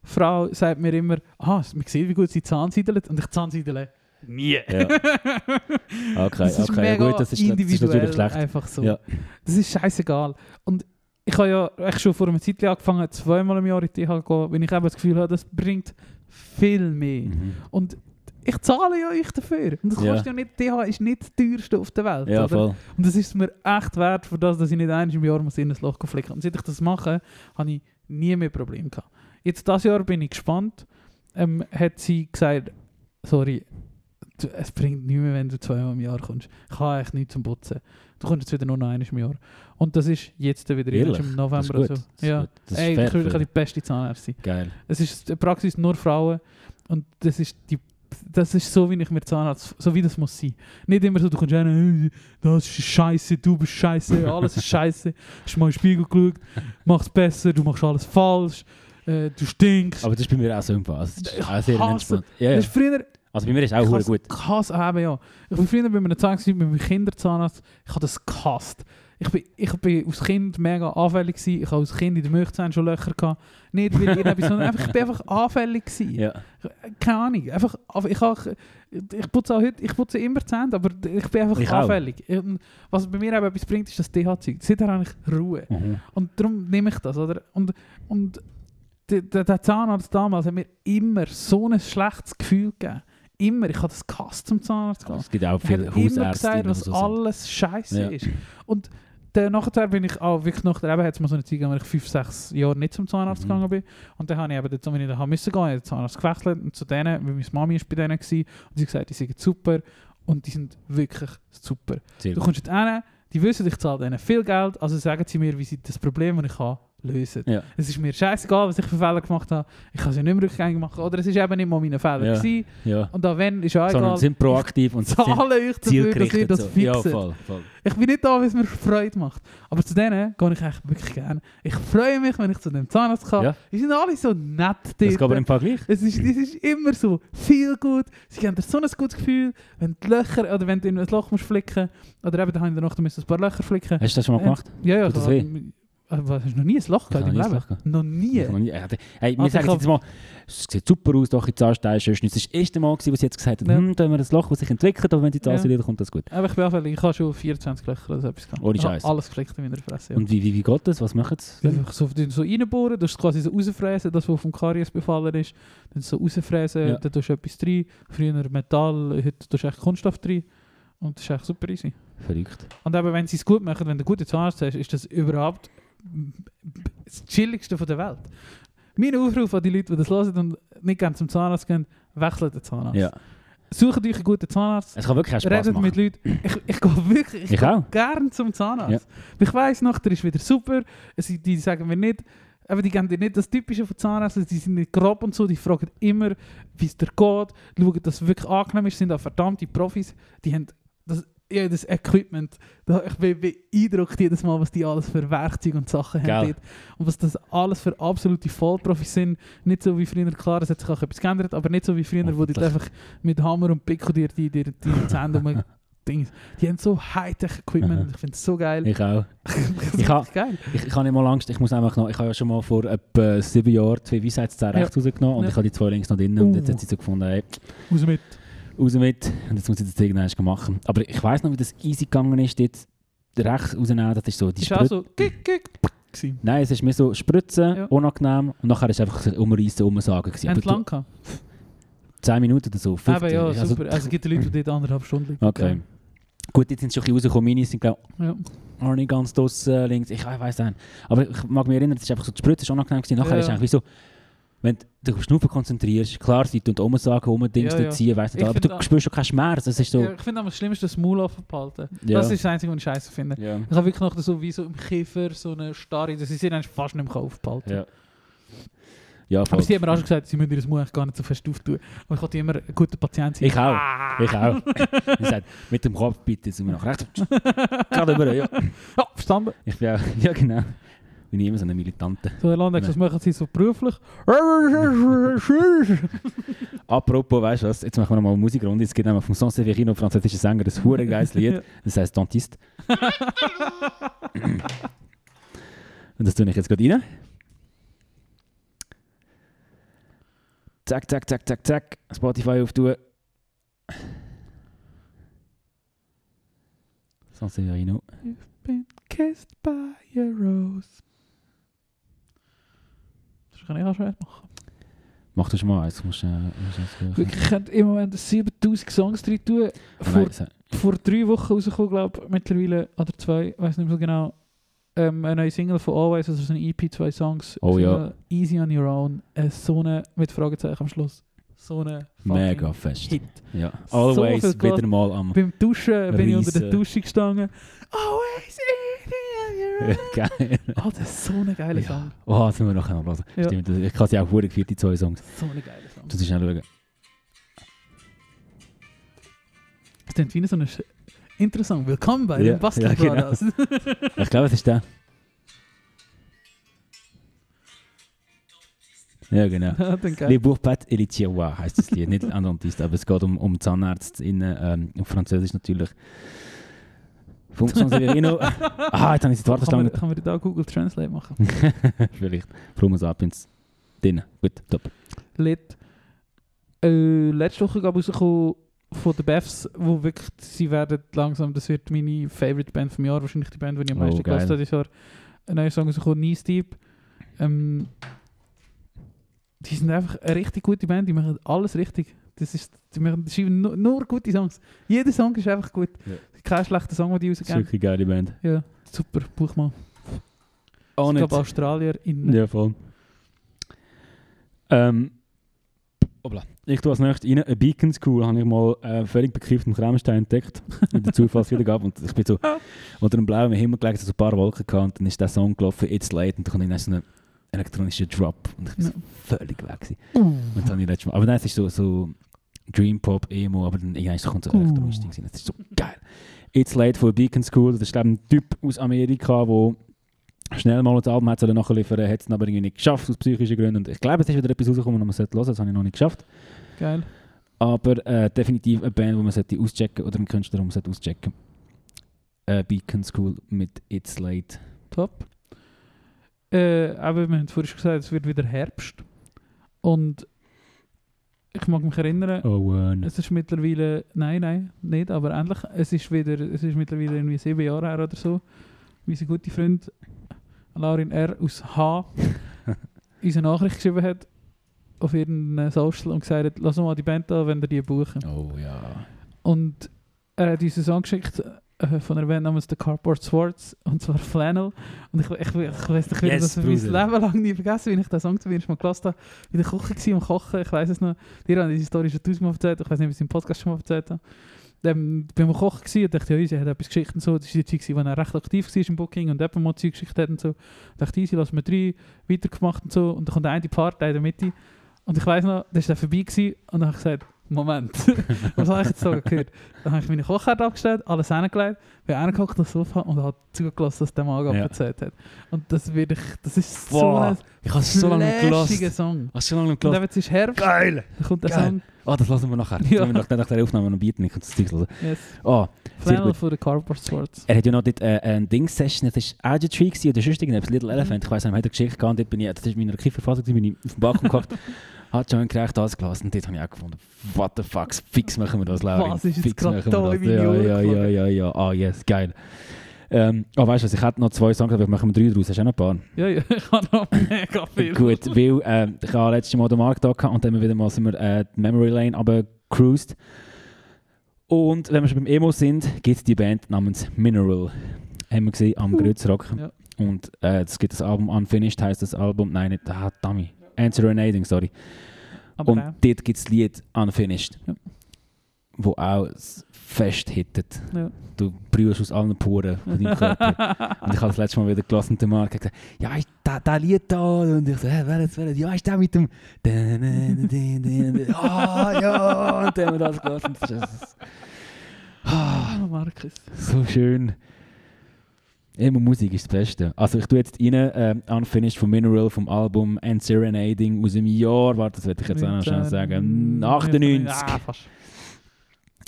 [SPEAKER 2] Vertrauensfrau, sagt mir immer, ah, man sieht, wie gut sie Zahnseidelt und ich [LAUGHS] Zahnseidele nie.
[SPEAKER 3] Ja.
[SPEAKER 2] [LAUGHS]
[SPEAKER 3] Okay,
[SPEAKER 2] das ist
[SPEAKER 3] okay, ja
[SPEAKER 2] mega
[SPEAKER 3] gut, das ist, das ist
[SPEAKER 2] individuell
[SPEAKER 3] natürlich schlecht.
[SPEAKER 2] einfach so.
[SPEAKER 3] Ja.
[SPEAKER 2] Das ist scheißegal. Und ich habe ja echt schon vor einer Zeit angefangen, zweimal im Jahr in die TH zu gehen, weil ich eben das Gefühl habe, das bringt viel mehr.
[SPEAKER 3] Mhm.
[SPEAKER 2] Und ich zahle ja euch dafür. Und das
[SPEAKER 3] Ja.
[SPEAKER 2] kostet ja nicht, TH ist nicht das teuerste auf der Welt.
[SPEAKER 3] Ja,
[SPEAKER 2] oder?
[SPEAKER 3] voll.
[SPEAKER 2] Und das ist mir echt wert, für das, dass ich nicht einmal im Jahr muss in ein Loch flicken muss. Und seit ich das mache, habe ich nie mehr Probleme gehabt. Jetzt dieses Jahr bin ich gespannt. Ähm, hat sie gesagt, sorry, du, es bringt nichts mehr, wenn du zweimal im Jahr kommst. Ich habe eigentlich nichts zum Putzen. Du kommst jetzt wieder nur noch einmal im Jahr. Und das ist jetzt dann wieder
[SPEAKER 3] Ehrlich?
[SPEAKER 2] erst im
[SPEAKER 3] Das ist
[SPEAKER 2] November
[SPEAKER 3] gut.
[SPEAKER 2] oder
[SPEAKER 3] Das
[SPEAKER 2] so.
[SPEAKER 3] ist
[SPEAKER 2] Ja.
[SPEAKER 3] gut. Das ist
[SPEAKER 2] Ey,
[SPEAKER 3] fair
[SPEAKER 2] ich würde
[SPEAKER 3] für
[SPEAKER 2] die beste Zahnärztin
[SPEAKER 3] dich.
[SPEAKER 2] sein.
[SPEAKER 3] Geil.
[SPEAKER 2] Es ist eine Praxis nur Frauen und das ist die das ist so, wie ich mir Zahnarzt, so wie das muss sein. Nicht immer so, du kommst rein, «Äh, das ist scheiße, du bist scheiße, alles ist scheiße. Hast mal in den Spiegel geschaut, mach's besser, du machst alles falsch, äh, du stinkst.
[SPEAKER 3] Aber das ist bei mir auch so im Fall. Also, das ist auch sehr
[SPEAKER 2] hasse-
[SPEAKER 3] entspannt. Ja, ja.
[SPEAKER 2] Das ist früher,
[SPEAKER 3] Also bei mir ist auch hure gut.
[SPEAKER 2] Ich hasse eben, ja. Ich bin früher bei einem Zahnarzt, mit meinem Kinderzahnarzt, ich habe das gehasst. Ich bin, ich bin als Kind mega anfällig gewesen. Ich habe als Kind in der Milchzähne schon Löcher gehabt. Nicht weil ich etwas, sondern einfach, ich bin einfach anfällig gewesen.
[SPEAKER 3] Ja.
[SPEAKER 2] Keine Ahnung, einfach, aber ich, habe, ich putze auch heute, ich putze immer Zähne, aber ich bin einfach
[SPEAKER 3] Ich auch.
[SPEAKER 2] anfällig. Und Was bei mir eben etwas bringt, ist das TH-Zeug. Seither habe ich Ruhe.
[SPEAKER 3] Mhm.
[SPEAKER 2] Und darum nehme ich das, oder? Und, und der, der, der Zahnarzt damals hat mir immer so ein schlechtes Gefühl gegeben. Immer. Ich habe das gehasst, zum Zahnarzt zu
[SPEAKER 3] Aber
[SPEAKER 2] gehen.
[SPEAKER 3] Es gibt auch
[SPEAKER 2] Er
[SPEAKER 3] viele
[SPEAKER 2] hat immer
[SPEAKER 3] Hausärzte, die
[SPEAKER 2] gesagt, was
[SPEAKER 3] so sind.
[SPEAKER 2] alles scheiße
[SPEAKER 3] Ja.
[SPEAKER 2] ist. Und dann nachher bin ich auch wirklich nach der Eben hat es mir so eine Zeit gegeben, wo ich fünf, sechs Jahre nicht zum Zahnarzt
[SPEAKER 3] Mhm.
[SPEAKER 2] gegangen bin. Und dann habe ich eben dort, wo ich nicht haben müssen gehen, den Zahnarzt gewechselt und zu denen, weil meine Mami ist bei denen gewesen, und sie hat gesagt, die sind super und die sind wirklich super.
[SPEAKER 3] Sehr
[SPEAKER 2] Du
[SPEAKER 3] gut.
[SPEAKER 2] kommst jetzt hin, die wissen, ich zahle denen viel Geld, also sagen sie mir, wie sie das Problem, das ich habe, lösen.
[SPEAKER 3] Ja.
[SPEAKER 2] Es ist mir scheißegal, was ich für Fehler gemacht habe. Ich kann sie nicht mehr rückgängig machen. Oder es ist eben nicht mal meine Fehler.
[SPEAKER 3] Ja.
[SPEAKER 2] gewesen.
[SPEAKER 3] ja.
[SPEAKER 2] Und auch wenn, ist auch
[SPEAKER 3] Sondern
[SPEAKER 2] egal.
[SPEAKER 3] sind proaktiv und sind
[SPEAKER 2] Zahlen euch dafür, dass ihr
[SPEAKER 3] zielgerichtet.
[SPEAKER 2] das
[SPEAKER 3] so.
[SPEAKER 2] fixen.
[SPEAKER 3] Ja, voll, voll.
[SPEAKER 2] Ich bin nicht da, weil es mir Freude macht. Aber zu denen gehe ich echt wirklich gerne. Ich freue mich, wenn ich zu dem Zahnarzt kann.
[SPEAKER 3] Ja.
[SPEAKER 2] Die sind alle so nett
[SPEAKER 3] Das geht
[SPEAKER 2] dort.
[SPEAKER 3] aber im Fall gleich.
[SPEAKER 2] Es ist, es ist immer so viel gut. Sie haben dir so ein gutes Gefühl, wenn die Löcher oder wenn du in ein Loch musst flicken oder eben da in der Nacht musst du ein paar Löcher flicken.
[SPEAKER 3] Hast du das schon mal
[SPEAKER 2] Ja.
[SPEAKER 3] gemacht?
[SPEAKER 2] Ja, eh, ja.
[SPEAKER 3] Tut das
[SPEAKER 2] klar. Aber was, hast du noch nie ein Loch
[SPEAKER 3] Ich
[SPEAKER 2] gehabt im
[SPEAKER 3] habe noch nie ein
[SPEAKER 2] Leben?
[SPEAKER 3] Loch gehabt.
[SPEAKER 2] Noch nie?
[SPEAKER 3] Ich hab noch nie- ja, de- Hey, wir
[SPEAKER 2] Also
[SPEAKER 3] sagen
[SPEAKER 2] ich
[SPEAKER 3] jetzt mal, es sieht super aus, doch in Zahnstein ist schön. Es war das erste Mal, gewesen, wo sie jetzt gesagt haben,
[SPEAKER 2] Ja.
[SPEAKER 3] hm, da haben wir ein Loch, das sich entwickelt, aber wenn die Zahn
[SPEAKER 2] Ja.
[SPEAKER 3] ja. dann kommt das gut.
[SPEAKER 2] Aber ich bin anfällig, ich habe schon 24 Löcher oder so etwas gehabt.
[SPEAKER 3] Ohne
[SPEAKER 2] Ich habe
[SPEAKER 3] Scheiß.
[SPEAKER 2] alles geflickt in meiner Fresse. Ja.
[SPEAKER 3] Und wie, wie, wie geht das? Was machen sie?
[SPEAKER 2] Ja, einfach so, dann so reinbohren, dann quasi so rausfräsen, das, was vom Karies befallen ist. Dann so rausfräsen,
[SPEAKER 3] Ja.
[SPEAKER 2] dann tust du etwas rein. Früher Metall, heute tust du echt Kunststoff rein. Und das ist echt super easy.
[SPEAKER 3] Verrückt.
[SPEAKER 2] Und eben, wenn sie es gut machen, wenn du einen guten Zahnarzt hast, ist das überhaupt m- m- das Chilligste von der Welt. Mein Aufruf an die Leute, die das hören und nicht gerne zum Zahnarzt gehen, wechselt den Zahnarzt.
[SPEAKER 3] Ja.
[SPEAKER 2] Sucht euch einen guten Zahnarzt.
[SPEAKER 3] Es kann wirklich auch Spaß
[SPEAKER 2] Redet
[SPEAKER 3] machen.
[SPEAKER 2] mit Leuten. Ich, ich gehe [LAUGHS] wirklich ich
[SPEAKER 3] Ich auch.
[SPEAKER 2] gern zum Zahnarzt. Ich weiss noch, der ist wieder super. Sie, die sagen mir nicht, aber die geben dir nicht das Typische von Zahnarzt. Also Die sind nicht grob und so. Die fragen immer, wie es dir geht. Schauen, dass es wirklich angenehm ist. Sind auch verdammte Profis. Die haben das, ja, das Equipment. Da, ich bin beeindruckt jedes Mal, was die alles für Werkzeuge und Sachen
[SPEAKER 3] Gell.
[SPEAKER 2] haben. Dort. Und was das alles für absolute Vollprofis sind. Nicht so wie früher, klar, es hat sich auch etwas geändert, aber nicht so wie früher, wo die
[SPEAKER 3] Hoffentlich.
[SPEAKER 2] einfach mit Hammer und Pickel dir die, die, die Zähne um Dings. Die haben so Hightech-Equipment.
[SPEAKER 3] Mhm.
[SPEAKER 2] Ich finde es so geil.
[SPEAKER 3] Ich
[SPEAKER 2] [LAUGHS]
[SPEAKER 3] auch.
[SPEAKER 2] Das ist
[SPEAKER 3] Ich ha-
[SPEAKER 2] wirklich geil.
[SPEAKER 3] Ich, ich habe nicht mal Angst, ich muss einfach noch, ich habe ja schon mal vor etwa sieben Jahren zwei Weisheitszähne
[SPEAKER 2] Ja.
[SPEAKER 3] rechts rausgenommen und
[SPEAKER 2] Ja.
[SPEAKER 3] ich habe die zwei links noch drin und
[SPEAKER 2] Uh.
[SPEAKER 3] jetzt hat sie so gefunden, ey,
[SPEAKER 2] Raus mit.
[SPEAKER 3] raus mit und jetzt muss ich das irgendwann machen. Aber ich weiss noch, wie das easy gegangen ist, dort rechts rausnehmen, das ist so die
[SPEAKER 2] ist auch
[SPEAKER 3] Sprit
[SPEAKER 2] so kick, kick, gewesen.
[SPEAKER 3] Nein, es ist mir so spritzen,
[SPEAKER 2] Ja.
[SPEAKER 3] unangenehm und nachher ist es einfach umreißen, umsagen gewesen.
[SPEAKER 2] Haben
[SPEAKER 3] Aber
[SPEAKER 2] sie lang gehabt?
[SPEAKER 3] 10 Minuten oder so, 15.
[SPEAKER 2] Eben, ja,
[SPEAKER 3] Also-
[SPEAKER 2] super. Also, es gibt Leute, die dort anderthalb Stunden liegen.
[SPEAKER 3] Okay. Gut, jetzt sind sie schon ein bisschen rausgekommen, meine sind glaub
[SPEAKER 2] Ja.
[SPEAKER 3] ich, noch nicht ganz draussen, äh, links, ich weiss nicht. Aber ich mag mich erinnern, es ist einfach so, die Spritze ist unangenehm gewesen, nachher
[SPEAKER 2] Ja,
[SPEAKER 3] ist es
[SPEAKER 2] ja.
[SPEAKER 3] eigentlich wie so, wenn du dich auf die Schnaufe konzentrierst, klar, sie tun rumsagen, rumdings
[SPEAKER 2] Ja, ja.
[SPEAKER 3] ziehen, weiss nicht,
[SPEAKER 2] Ich
[SPEAKER 3] aber
[SPEAKER 2] find
[SPEAKER 3] du
[SPEAKER 2] auch-
[SPEAKER 3] spürst schon keinen Schmerz, es ist so...
[SPEAKER 2] ja ich finde am schlimmsten das Maul offen behalten.
[SPEAKER 3] Ja.
[SPEAKER 2] Das ist das Einzige, was ich scheiße finde.
[SPEAKER 3] Ja.
[SPEAKER 2] Ich habe wirklich noch so wie so im Kiefer so eine Starre, dass ich sie dann fast nicht mehr aufbehalten kann.
[SPEAKER 3] Ja. Ja, voll.
[SPEAKER 2] Aber sie haben mir auch schon gesagt, sie müssen ihr das Mund eigentlich gar nicht so fest auftun. Und ich wollte immer ein guter Patient sein.
[SPEAKER 3] Ich auch.
[SPEAKER 1] Ah.
[SPEAKER 3] Ich auch. Sie sagt, mit dem Kopf bitte, sind wir nach rechts. Gerade über, ja.
[SPEAKER 2] Ja, verstanden.
[SPEAKER 3] Ich bin auch, ja genau. Ich bin immer so eine Militante.
[SPEAKER 2] So, Herr Landex, was machen Sie so [LAUGHS] beruflich?
[SPEAKER 3] Apropos, weißt du was, jetzt machen wir nochmal eine Musikrunde. Es gibt nämlich vom San Severino, französischen Sänger, ein hure geiles Lied. Das heisst Dentist. Und das tue ich jetzt gerade rein. Zack, zack, zack, zack, zack. Spotify auftun. San Severino.
[SPEAKER 2] Been kissed by a rose.
[SPEAKER 3] Dus
[SPEAKER 2] Das kann ich auch schon machen.
[SPEAKER 3] Mach du schon mal eins. Du musst, äh, musst eins hören.
[SPEAKER 2] Wirklich, ich könnte im Moment 7000 Songs drin tun.
[SPEAKER 3] Oh
[SPEAKER 2] Vor,
[SPEAKER 3] nein, so-
[SPEAKER 2] vor drei Wochen rausgekommen, glaube ich, mittlerweile, oder zwei, weiß nicht mehr so genau. Ähm, eine neue Single von Always, also so eine EP, zwei E Songs.
[SPEAKER 3] Oh ja.
[SPEAKER 2] Single Easy on Your Own. Äh, so eine, mit Fragezeichen am Schluss. So eine fucking
[SPEAKER 3] Mega fest.
[SPEAKER 2] Hit.
[SPEAKER 3] Ja.
[SPEAKER 2] So
[SPEAKER 3] Always
[SPEAKER 2] viel Glas-
[SPEAKER 3] wieder mal
[SPEAKER 2] [LAUGHS]
[SPEAKER 3] am.
[SPEAKER 2] Beim Duschen bin ich unter der
[SPEAKER 3] Riesen.
[SPEAKER 2] Dusche gestanden.
[SPEAKER 3] [LAUGHS]
[SPEAKER 2] Always Easy on Your Own.
[SPEAKER 3] Geil.
[SPEAKER 2] Oh, das ist so ein geiler Song.
[SPEAKER 3] Oh, das müssen wir nachher noch hören.
[SPEAKER 2] Ja.
[SPEAKER 3] Stimmt, ich kann sie auch verdammt gefeiert, die zwei Songs.
[SPEAKER 2] So ein geiler Song.
[SPEAKER 3] Du musst schnell schauen.
[SPEAKER 2] Das klingt wie so ein Interessant. Willkommen bei
[SPEAKER 3] Ja,
[SPEAKER 2] den Bastel
[SPEAKER 3] ja,
[SPEAKER 2] [LAUGHS]
[SPEAKER 3] genau.
[SPEAKER 2] Brothers.
[SPEAKER 3] Ich glaube, es ist der. Ja, genau.
[SPEAKER 2] Ja, den geil.
[SPEAKER 3] Le Bourbet et le Tiroir heisst das Lied. Nicht an Dentist, [LAUGHS] aber es geht um, um Zahnärzte in, ähm, im Französisch natürlich. Funktion
[SPEAKER 2] [LAUGHS]
[SPEAKER 3] Severino. ah, jetzt habe ich sie die
[SPEAKER 2] Kann
[SPEAKER 3] Warteschlange.
[SPEAKER 2] man, kann man da Google Translate machen?
[SPEAKER 3] [LAUGHS] Vielleicht. Promo Sapiens. Drin. Gut, top.
[SPEAKER 2] Lied. Äh, letzte Woche gab es rausgekommen von den Beffs, wo wirklich, sie werden langsam, das wird meine favorite Band vom Jahr, wahrscheinlich die Band, die ich am
[SPEAKER 3] Oh,
[SPEAKER 2] meisten
[SPEAKER 3] geil.
[SPEAKER 2] gehört habe dieses Jahr. Ein neuer Song rausgekommen, Knee Deep. Ähm, die sind einfach eine richtig gute Band, die machen alles richtig. Das ist, die machen, die schreiben nur, nur gute Songs. Jeder Song ist einfach gut.
[SPEAKER 3] Ja.
[SPEAKER 2] Kein schlechter Song, den die
[SPEAKER 3] Das ist
[SPEAKER 2] rausgeben.
[SPEAKER 3] wirklich eine geile Band.
[SPEAKER 2] Ja, super, buch mal.
[SPEAKER 3] Oh,
[SPEAKER 2] Ich glaube, Australier in
[SPEAKER 3] Ja, voll. Ähm, Obla. Ich tue als nächstes rein. A Beacon School habe ich mal äh, völlig bekifft im Kremstein entdeckt. In der Zufallswiedergabe. Und ich bin so unter dem blauen Himmel gelegt, so ein paar Wolken gehabt. Und dann ist der Song gelaufen, It's Late. Und dann kam dann so ein elektronischer Drop. Und ich bin so völlig weg. Gewesen.
[SPEAKER 2] Uh,
[SPEAKER 3] Und dann habe ich letztes Mal. Aber dann ist es so, so Dream Pop, Emo. Aber dann irgendwann kommt so ein
[SPEAKER 2] Uh.
[SPEAKER 3] elektronisches Ding. rein. Das ist so geil. It's Late von A Beacon School. Das ist glaube ich, ein Typ aus Amerika, der schnell mal das Album hat sollen nachliefern, hat es dann aber irgendwie nicht geschafft aus psychischen Gründen. Und ich glaube, es ist wieder etwas rausgekommen, das man sollte hören, das habe ich noch nicht geschafft.
[SPEAKER 2] Geil.
[SPEAKER 3] Aber äh, definitiv eine Band, die man sollte auschecken oder einen Künstler, den man sollte auschecken. Äh, Beacon School mit It's Late.
[SPEAKER 2] Top. Äh, aber wir haben vorhin schon gesagt, es wird wieder Herbst. Und ich mag mich erinnern,
[SPEAKER 3] Oh, äh, nein.
[SPEAKER 2] es ist mittlerweile, nein, nein, nicht, aber ähnlich. Es ist wieder, es ist mittlerweile irgendwie sieben Jahre her oder so. Unsere gute Freund Laurin R. aus
[SPEAKER 3] [LAUGHS]
[SPEAKER 2] H. uns eine Nachricht geschrieben hat auf ihren Social und gesagt hat, lass uns mal die Band an, wenn ihr die buchen.
[SPEAKER 3] Oh ja.
[SPEAKER 2] Und er hat uns einen Song geschickt äh, von einer Band namens The Cardboard Swords, und zwar Flannel. Und ich, ich, ich, weiss, ich werde
[SPEAKER 3] Yes,
[SPEAKER 2] das mein Leben
[SPEAKER 3] Bruder.
[SPEAKER 2] lang nie vergessen, wenn ich den Song zum ersten Mal gelassen habe. In der Küche gewesen, am Kochen, ich weiss es noch. Dir haben diese Story schon tausendmal erzählt, ich weiss nicht, ob ich es im Podcast schon mal erzählt habe. Dann bin ich am Kochen gewesen und dachte, ja, sie hat etwas geschickt und so. Das war die Zeit, wo er recht aktiv war im Booking und eben mal Zeug geschickt hat und so. Ich dachte, easy, lassen wir drei, weitergemacht und so. Und dann kommt der eine Part, der in der Mitte. Und ich weiss noch, das war dann vorbei gewesen, und dann habe ich gesagt, Moment, [LAUGHS] was habe ich jetzt so gehört? Dann habe ich meine Kochkarte abgestellt, alles hingelegt, bin reingehockt auf das Sofa und habe zugelassen, was der Mann gerade
[SPEAKER 3] Ja.
[SPEAKER 2] erzählt hat. Und das werde ich, das ist
[SPEAKER 3] Boah,
[SPEAKER 2] so
[SPEAKER 3] ich habe
[SPEAKER 2] ein
[SPEAKER 3] so lange nicht
[SPEAKER 2] flashiger
[SPEAKER 3] gelassen.
[SPEAKER 2] Song.
[SPEAKER 3] Ich habe so lange nicht
[SPEAKER 2] Und
[SPEAKER 3] gelassen.
[SPEAKER 2] eben, jetzt ist Herbst,
[SPEAKER 3] Geil!
[SPEAKER 2] dann kommt der
[SPEAKER 3] Geil.
[SPEAKER 2] Song.
[SPEAKER 3] Ah, das lassen wir nachher.
[SPEAKER 2] [LAUGHS] Ja.
[SPEAKER 3] Ja. Wenn wir nach nach der Aufnahme noch bieten, ich kann das Zeug hören.
[SPEAKER 2] Yes.
[SPEAKER 3] Ah, sehr
[SPEAKER 2] Flannel
[SPEAKER 3] gut.
[SPEAKER 2] von den Cardboard Swords.
[SPEAKER 3] Er hat ja noch dort äh, eine Dings-Session, das war Agile Tree gewesen, oder sonst irgendetwas,
[SPEAKER 2] Mhm.
[SPEAKER 3] Little Elephant, ich weiss nicht, hat er Geschichte gehabt, dort bin ich, das war in meiner Kieferphase, gewesen, bin ich auf dem Balkon
[SPEAKER 2] [LAUGHS]
[SPEAKER 3] gekocht, hat schon gereicht, alles gelassen, und dort habe ich auch gefunden, what the fuck, fix machen wir das, Laurin,
[SPEAKER 2] Was ist jetzt
[SPEAKER 3] fix
[SPEAKER 2] grad da in meine
[SPEAKER 3] ja,
[SPEAKER 2] Ohren
[SPEAKER 3] ja, ja,
[SPEAKER 2] geflogen?
[SPEAKER 3] ja, ja, ah yes, geil. Ähm, oh, weißt du was, ich hätte noch zwei Songs, aber ich mache mir drei draus, hast du auch noch ein paar?
[SPEAKER 2] Ja, ja, [LAUGHS] ich habe noch mega viel.
[SPEAKER 3] Gut, weil ähm, ich habe letztes Mal den Markt da gehabt und dann haben wir wieder mal sind wir, äh, die Memory Lane runtergecruised. Und wenn wir schon beim Emo sind, gibt es die Band namens Mineral. Haben wir gesehen am Grützrock.
[SPEAKER 2] Ja.
[SPEAKER 3] Und äh, es gibt das Album Unfinished, heißt das Album. Nein, nicht, ah, Dummy. Anti-Renading, sorry.
[SPEAKER 2] Aber
[SPEAKER 3] und
[SPEAKER 2] nein,
[SPEAKER 3] dort gibt es das Lied Unfinished,
[SPEAKER 2] Ja.
[SPEAKER 3] wo auch s- fest hittet.
[SPEAKER 2] Ja.
[SPEAKER 3] Du brühst aus allen Poren von deinem Körper.
[SPEAKER 2] [LAUGHS]
[SPEAKER 3] Und ich habe das letzte Mal wieder gelassen und der Marc hat gesagt, ja, ist da, da Lied da. Und ich so, hä, wer jetzt, wer jetzt? Ja, ist der mit dem. Ah, ja, und dann haben wir das gelassen. Das ist also
[SPEAKER 2] Ah, Markus.
[SPEAKER 3] so schön. Immer Musik ist das Beste. Also ich tue jetzt rein ähm, Unfinished von Mineral vom Album And Serenading aus dem Jahr, warte, das werde ich jetzt auch noch schnell sagen, 98.
[SPEAKER 2] Ja, Ah, fast.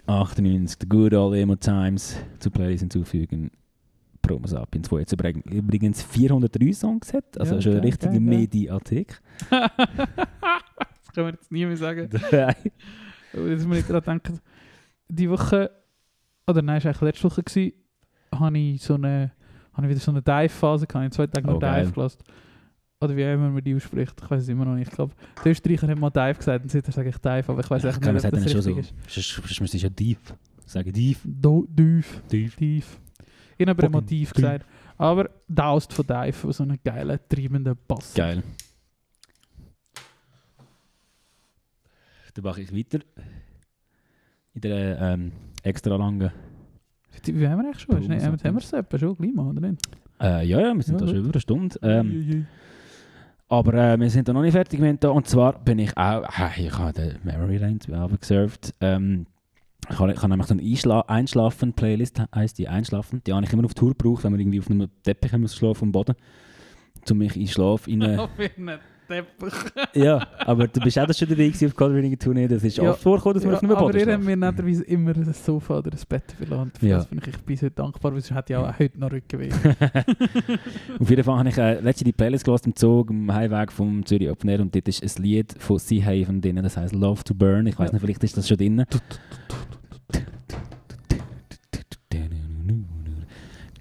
[SPEAKER 3] 98, The Good Old Emo Times zu Playlist hinzufügen. Promo Sapiens, wo jetzt übrig- übrigens 403 Songs hat, also
[SPEAKER 2] Ja,
[SPEAKER 3] schon eine
[SPEAKER 2] geil,
[SPEAKER 3] richtige
[SPEAKER 2] geil, geil.
[SPEAKER 3] Mediathek.
[SPEAKER 2] [LAUGHS] das können wir jetzt nie mehr sagen. Aber Jetzt muss ich daran denken, die Oh, Woche, oder nein, es war eigentlich letzte Woche, gewesen, habe ich, so eine, habe ich wieder so eine Dive-Phase gehabt. Ich habe zwei Tage nur
[SPEAKER 3] Oh, geil.
[SPEAKER 2] Dive gelassen. Oder wie auch immer man die ausspricht, ich weiß es immer noch nicht. Ich glaube, der Österreicher hat mal Dive gesagt und seither sage ich Dive, aber ich weiß echt
[SPEAKER 3] man
[SPEAKER 2] nicht, ob
[SPEAKER 3] sagt
[SPEAKER 2] das
[SPEAKER 3] dann schon
[SPEAKER 2] richtig
[SPEAKER 3] so,
[SPEAKER 2] ist.
[SPEAKER 3] sonst müsste ich ja Dief sagen. Dief.
[SPEAKER 2] Do, Dive,
[SPEAKER 3] Dive.
[SPEAKER 2] Dive. Ich habe immer
[SPEAKER 3] Fucking
[SPEAKER 2] Dive
[SPEAKER 3] Dive.
[SPEAKER 2] gesagt. Aber Daust von Dive, so einen geilen, treibenden Bass.
[SPEAKER 3] Geil. Dann mache ich weiter. In der ähm, extra langen...
[SPEAKER 2] Wie haben wir eigentlich schon? Ist nicht- Haben wir- haben wir es etwa schon gleich mal, oder nicht?
[SPEAKER 3] Äh, ja, ja, wir sind da
[SPEAKER 2] Ja,
[SPEAKER 3] schon
[SPEAKER 2] gut.
[SPEAKER 3] über eine Stunde. Ähm,
[SPEAKER 2] Uiuiui.
[SPEAKER 3] Aber äh, wir sind da noch nicht fertig. Wir haben da, und zwar bin ich auch. Ah, ich habe den Memory Lane gesurft. Ähm, ich habe, ich habe nämlich so eine Einschla Einschlafen-Playlist, he- heisst die Einschlafen. Die habe ich immer auf Tour gebraucht, wenn wir irgendwie auf einem Teppich haben müssen schlafen am Boden. Um mich in Schlaf rein.
[SPEAKER 2] Auf einen Teppich.
[SPEAKER 3] ja, aber du bist auch das schon dabei gewesen auf Cold Reading Tournee. Das ist
[SPEAKER 2] Ja.
[SPEAKER 3] oft vorgekommen, dass wir
[SPEAKER 2] Ja,
[SPEAKER 3] auf einem Boden
[SPEAKER 2] aber ihr
[SPEAKER 3] schlafen.
[SPEAKER 2] habt mir netterweise immer ein Sofa oder ein Bett verlangt. Für
[SPEAKER 3] Ja.
[SPEAKER 2] Das bin ich, ich bin so dankbar, weil sonst hätte ich auch heute noch Rückenweh.
[SPEAKER 3] Auf jeden Fall habe ich äh, letztens die Playlist gelassen im Zug, am Heimweg vom Zürich Open Air und dort ist ein Lied von Sea Haven drin, das heisst Love to Burn. Ich weiß
[SPEAKER 2] Ja.
[SPEAKER 3] nicht, vielleicht ist das schon drin.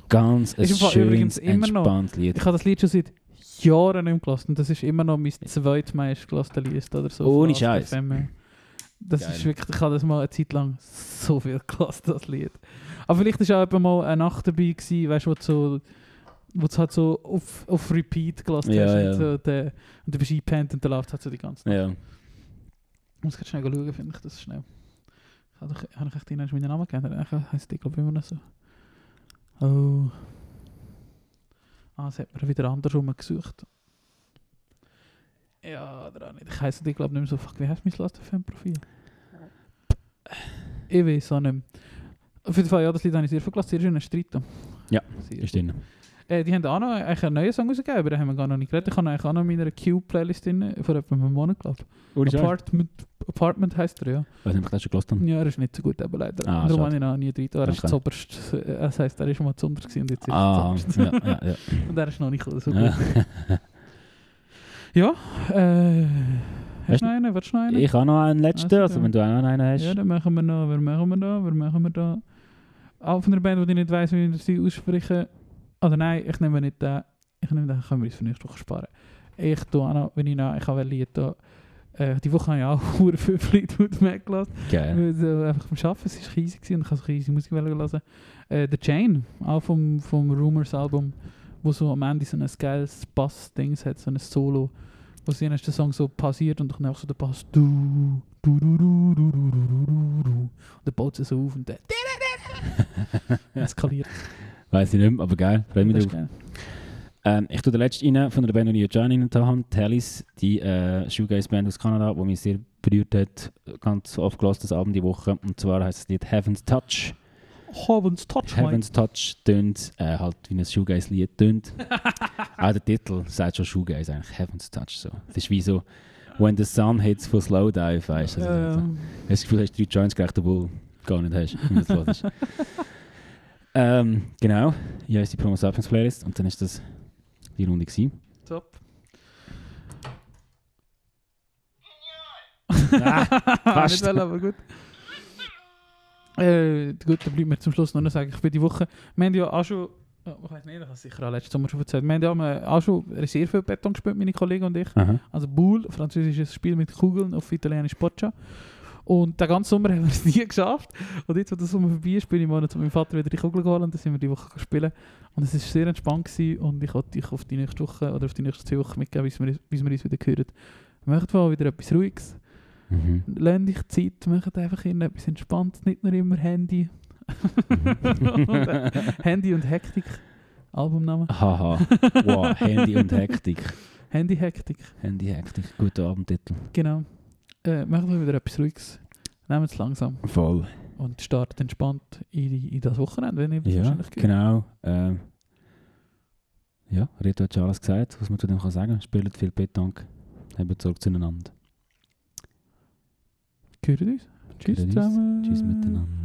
[SPEAKER 3] Ganz ein
[SPEAKER 2] Ist im Fall
[SPEAKER 3] schönes,
[SPEAKER 2] übrigens immer noch-
[SPEAKER 3] entspanntes Lied.
[SPEAKER 2] Ich habe das Lied schon seit Jahren nicht mehr gelassen. und Das ist immer noch mein zweitmeistgelassenes Lied oder so.
[SPEAKER 3] Ohne
[SPEAKER 2] von
[SPEAKER 3] Scheiß.
[SPEAKER 2] FM. Das
[SPEAKER 3] Geil.
[SPEAKER 2] ist wirklich, ich habe das mal eine Zeit lang so viel gelassen, das Lied. Aber vielleicht war auch eben mal eine Nacht dabei, gewesen, weißt du, wo du so wo du es halt so auf, auf Repeat gelassen
[SPEAKER 3] Ja,
[SPEAKER 2] hast
[SPEAKER 3] ja.
[SPEAKER 2] und, so, der, und du bist eingepennt und dann läuft es halt so die ganze Nacht.
[SPEAKER 3] Ja.
[SPEAKER 2] muss gerade schnell schauen, finde ich das schnell. Ich habe doch- habe ich echt irgendwann meinen Namen geändert. Eigentlich heisst die, glaube ich, immer noch so. Oh. Ah, es hat mir wieder andersrum gesucht. Ja, oder auch nicht. Ich heisse die, glaube ich, nicht mehr so. Fuck, wie heißt mein Last FM-Profil? Ich weiß auch nicht mehr. Auf jeden Fall, ja, das Lied habe ich sehr viel gelassen. Sehr schöner Streit.
[SPEAKER 3] Ja,
[SPEAKER 2] sehr
[SPEAKER 3] Ist drin.
[SPEAKER 2] äh, die haben auch noch eigentlich einen neuen Song rausgegeben, aber den haben wir gar noch nicht geredet. Ich habe eigentlich auch noch in meiner Q-Playlist drin, vor etwa einem Monat, glaube
[SPEAKER 3] Apart.
[SPEAKER 2] ich. Apartment, Apartment heisst er, ja.
[SPEAKER 3] Weiß nicht, ob ich das schon gelassen habe.
[SPEAKER 2] Ja, er ist nicht so gut, aber leider.
[SPEAKER 3] Hm. Ah,
[SPEAKER 2] Darum
[SPEAKER 3] schade.
[SPEAKER 2] habe ich ihn auch nie drin. getan. Er ist
[SPEAKER 3] Okay.
[SPEAKER 2] zoberst. Das heisst, er ist schon mal zoberst gewesen [LAUGHS] und jetzt ist
[SPEAKER 3] Ah,
[SPEAKER 2] er zoberst.
[SPEAKER 3] ja, ja, ja.
[SPEAKER 2] Und er ist noch
[SPEAKER 3] [LAUGHS]
[SPEAKER 2] nicht so gut.
[SPEAKER 3] Ja.
[SPEAKER 2] Ja, äh... Hast
[SPEAKER 3] Hast
[SPEAKER 2] du noch einen? Willst du noch einen?
[SPEAKER 3] Ich habe noch einen
[SPEAKER 2] Ah,
[SPEAKER 3] letzten,
[SPEAKER 2] super.
[SPEAKER 3] also wenn du auch noch einen hast.
[SPEAKER 2] Ja, dann machen wir noch. Wer machen wir da? Wer machen wir da? Auch von der Band, die ich nicht weiss, wie wir sie aussprechen. Oder nein, ich nehme nicht den. Ich nehme den, können wir uns für nächste Woche sparen. Ich tue auch noch, wenn ich noch, ich habe ein Lied da. Äh, die Woche habe ich auch [LAUGHS] hure viel Fleetwood Mac gelassen.
[SPEAKER 3] Geil.
[SPEAKER 2] Weil es, äh, einfach beim Arbeiten, es war riesig gewesen und ich habe so riesige Musik hören äh, The Chain, auch vom, vom Rumors Album, wo so am Ende so ein geiles Bass-Dings hat, so ein Solo. Wo sie dann ist der Song so passiert und dann auch so der Bass du, du, du, du, du, du, du, du, du, du. Und dann baut sie so auf und
[SPEAKER 3] [LAUGHS]
[SPEAKER 2] dann eskaliert.
[SPEAKER 3] Weiß ich nicht mehr, aber geil. Freue mich
[SPEAKER 2] Das
[SPEAKER 3] drauf.
[SPEAKER 2] ist geil.
[SPEAKER 3] Ähm, ich tue den letzten rein von einer Band, die ich Johnny in der Hand habe. Tellis, die äh, Shoegaze-Band aus Kanada, die mich sehr berührt hat. Ganz oft gelassen, das Abend die Woche. Und zwar heisst das Lied Heaven's Touch.
[SPEAKER 2] Heaven's Touch, Mike.
[SPEAKER 3] Heaven's Touch tönt äh, halt wie ein Shoegaze-Lied
[SPEAKER 2] [LAUGHS]
[SPEAKER 3] tönt. Auch der Titel sagt schon Shoegaze eigentlich. Heaven's Touch. So. Es ist wie so When the Sun Hits for Slowdive. Weißt du? Also,
[SPEAKER 2] Ja, ja.
[SPEAKER 3] Hast du das Gefühl, du hast drei Joints gekriegt, obwohl du gar nicht hast, wenn du das [LAUGHS] hörst. ähm, genau. Hier ist die Promo Sapiens Playlist. Und dann ist das die Runde gewesen. [LAUGHS]
[SPEAKER 2] Top.
[SPEAKER 3] Ah, fast.
[SPEAKER 2] Nicht wollen, aber gut. Äh, gut, dann bleibt mir zum Schluss nur noch sagen, ich bin die Woche, wir haben ja auch schon, oh, ich weiß nicht, ich habe es sicher auch letzten Sommer schon erzählt, wir haben ja auch schon sehr viel Beton gespielt, meine Kollegen und ich.
[SPEAKER 3] Aha.
[SPEAKER 2] Also Boule, französisches Spiel mit Kugeln auf italienisch Boccia. Und den ganzen Sommer haben wir es [LAUGHS] nie geschafft. Und jetzt, wo der Sommer vorbei ist, bin ich mal zu meinem Vater wieder die Kugeln geholt und dann sind wir die Woche gespielt. Und es war sehr entspannt gewesen und ich wollte dich auf die nächste Woche oder auf die nächsten zwei Wochen mitgeben, bis wir, bis wir uns wieder hören. Möchtet mal wieder etwas Ruhiges.
[SPEAKER 3] [LAUGHS] Mhm.
[SPEAKER 2] Lasst dich Zeit, macht einfach irgendetwas Entspanntes, nicht nur
[SPEAKER 3] [LAUGHS]
[SPEAKER 2] immer Handy. und, äh, Handy und Hektik. Albumname.
[SPEAKER 3] Haha. Wow, Handy und Hektik.
[SPEAKER 2] [LAUGHS] Handy Hektik.
[SPEAKER 3] Handy Hektik. Guter Abendtitel.
[SPEAKER 2] Genau. Äh, macht mal wieder etwas Ruhiges. Nehmt es langsam
[SPEAKER 3] Voll.
[SPEAKER 2] und startet entspannt in, die- in das Wochenende, wenn ihr es
[SPEAKER 3] Ja,
[SPEAKER 2] wahrscheinlich geht.
[SPEAKER 3] genau. Ähm, ja, Rito hat schon alles gesagt, was man zu dem kann sagen kann. Spielt viel Petank. Habt Sorge zueinander.
[SPEAKER 2] Gehört uns. Tschüss
[SPEAKER 3] Gehört uns.
[SPEAKER 2] zusammen.
[SPEAKER 3] Mm. Tschüss miteinander.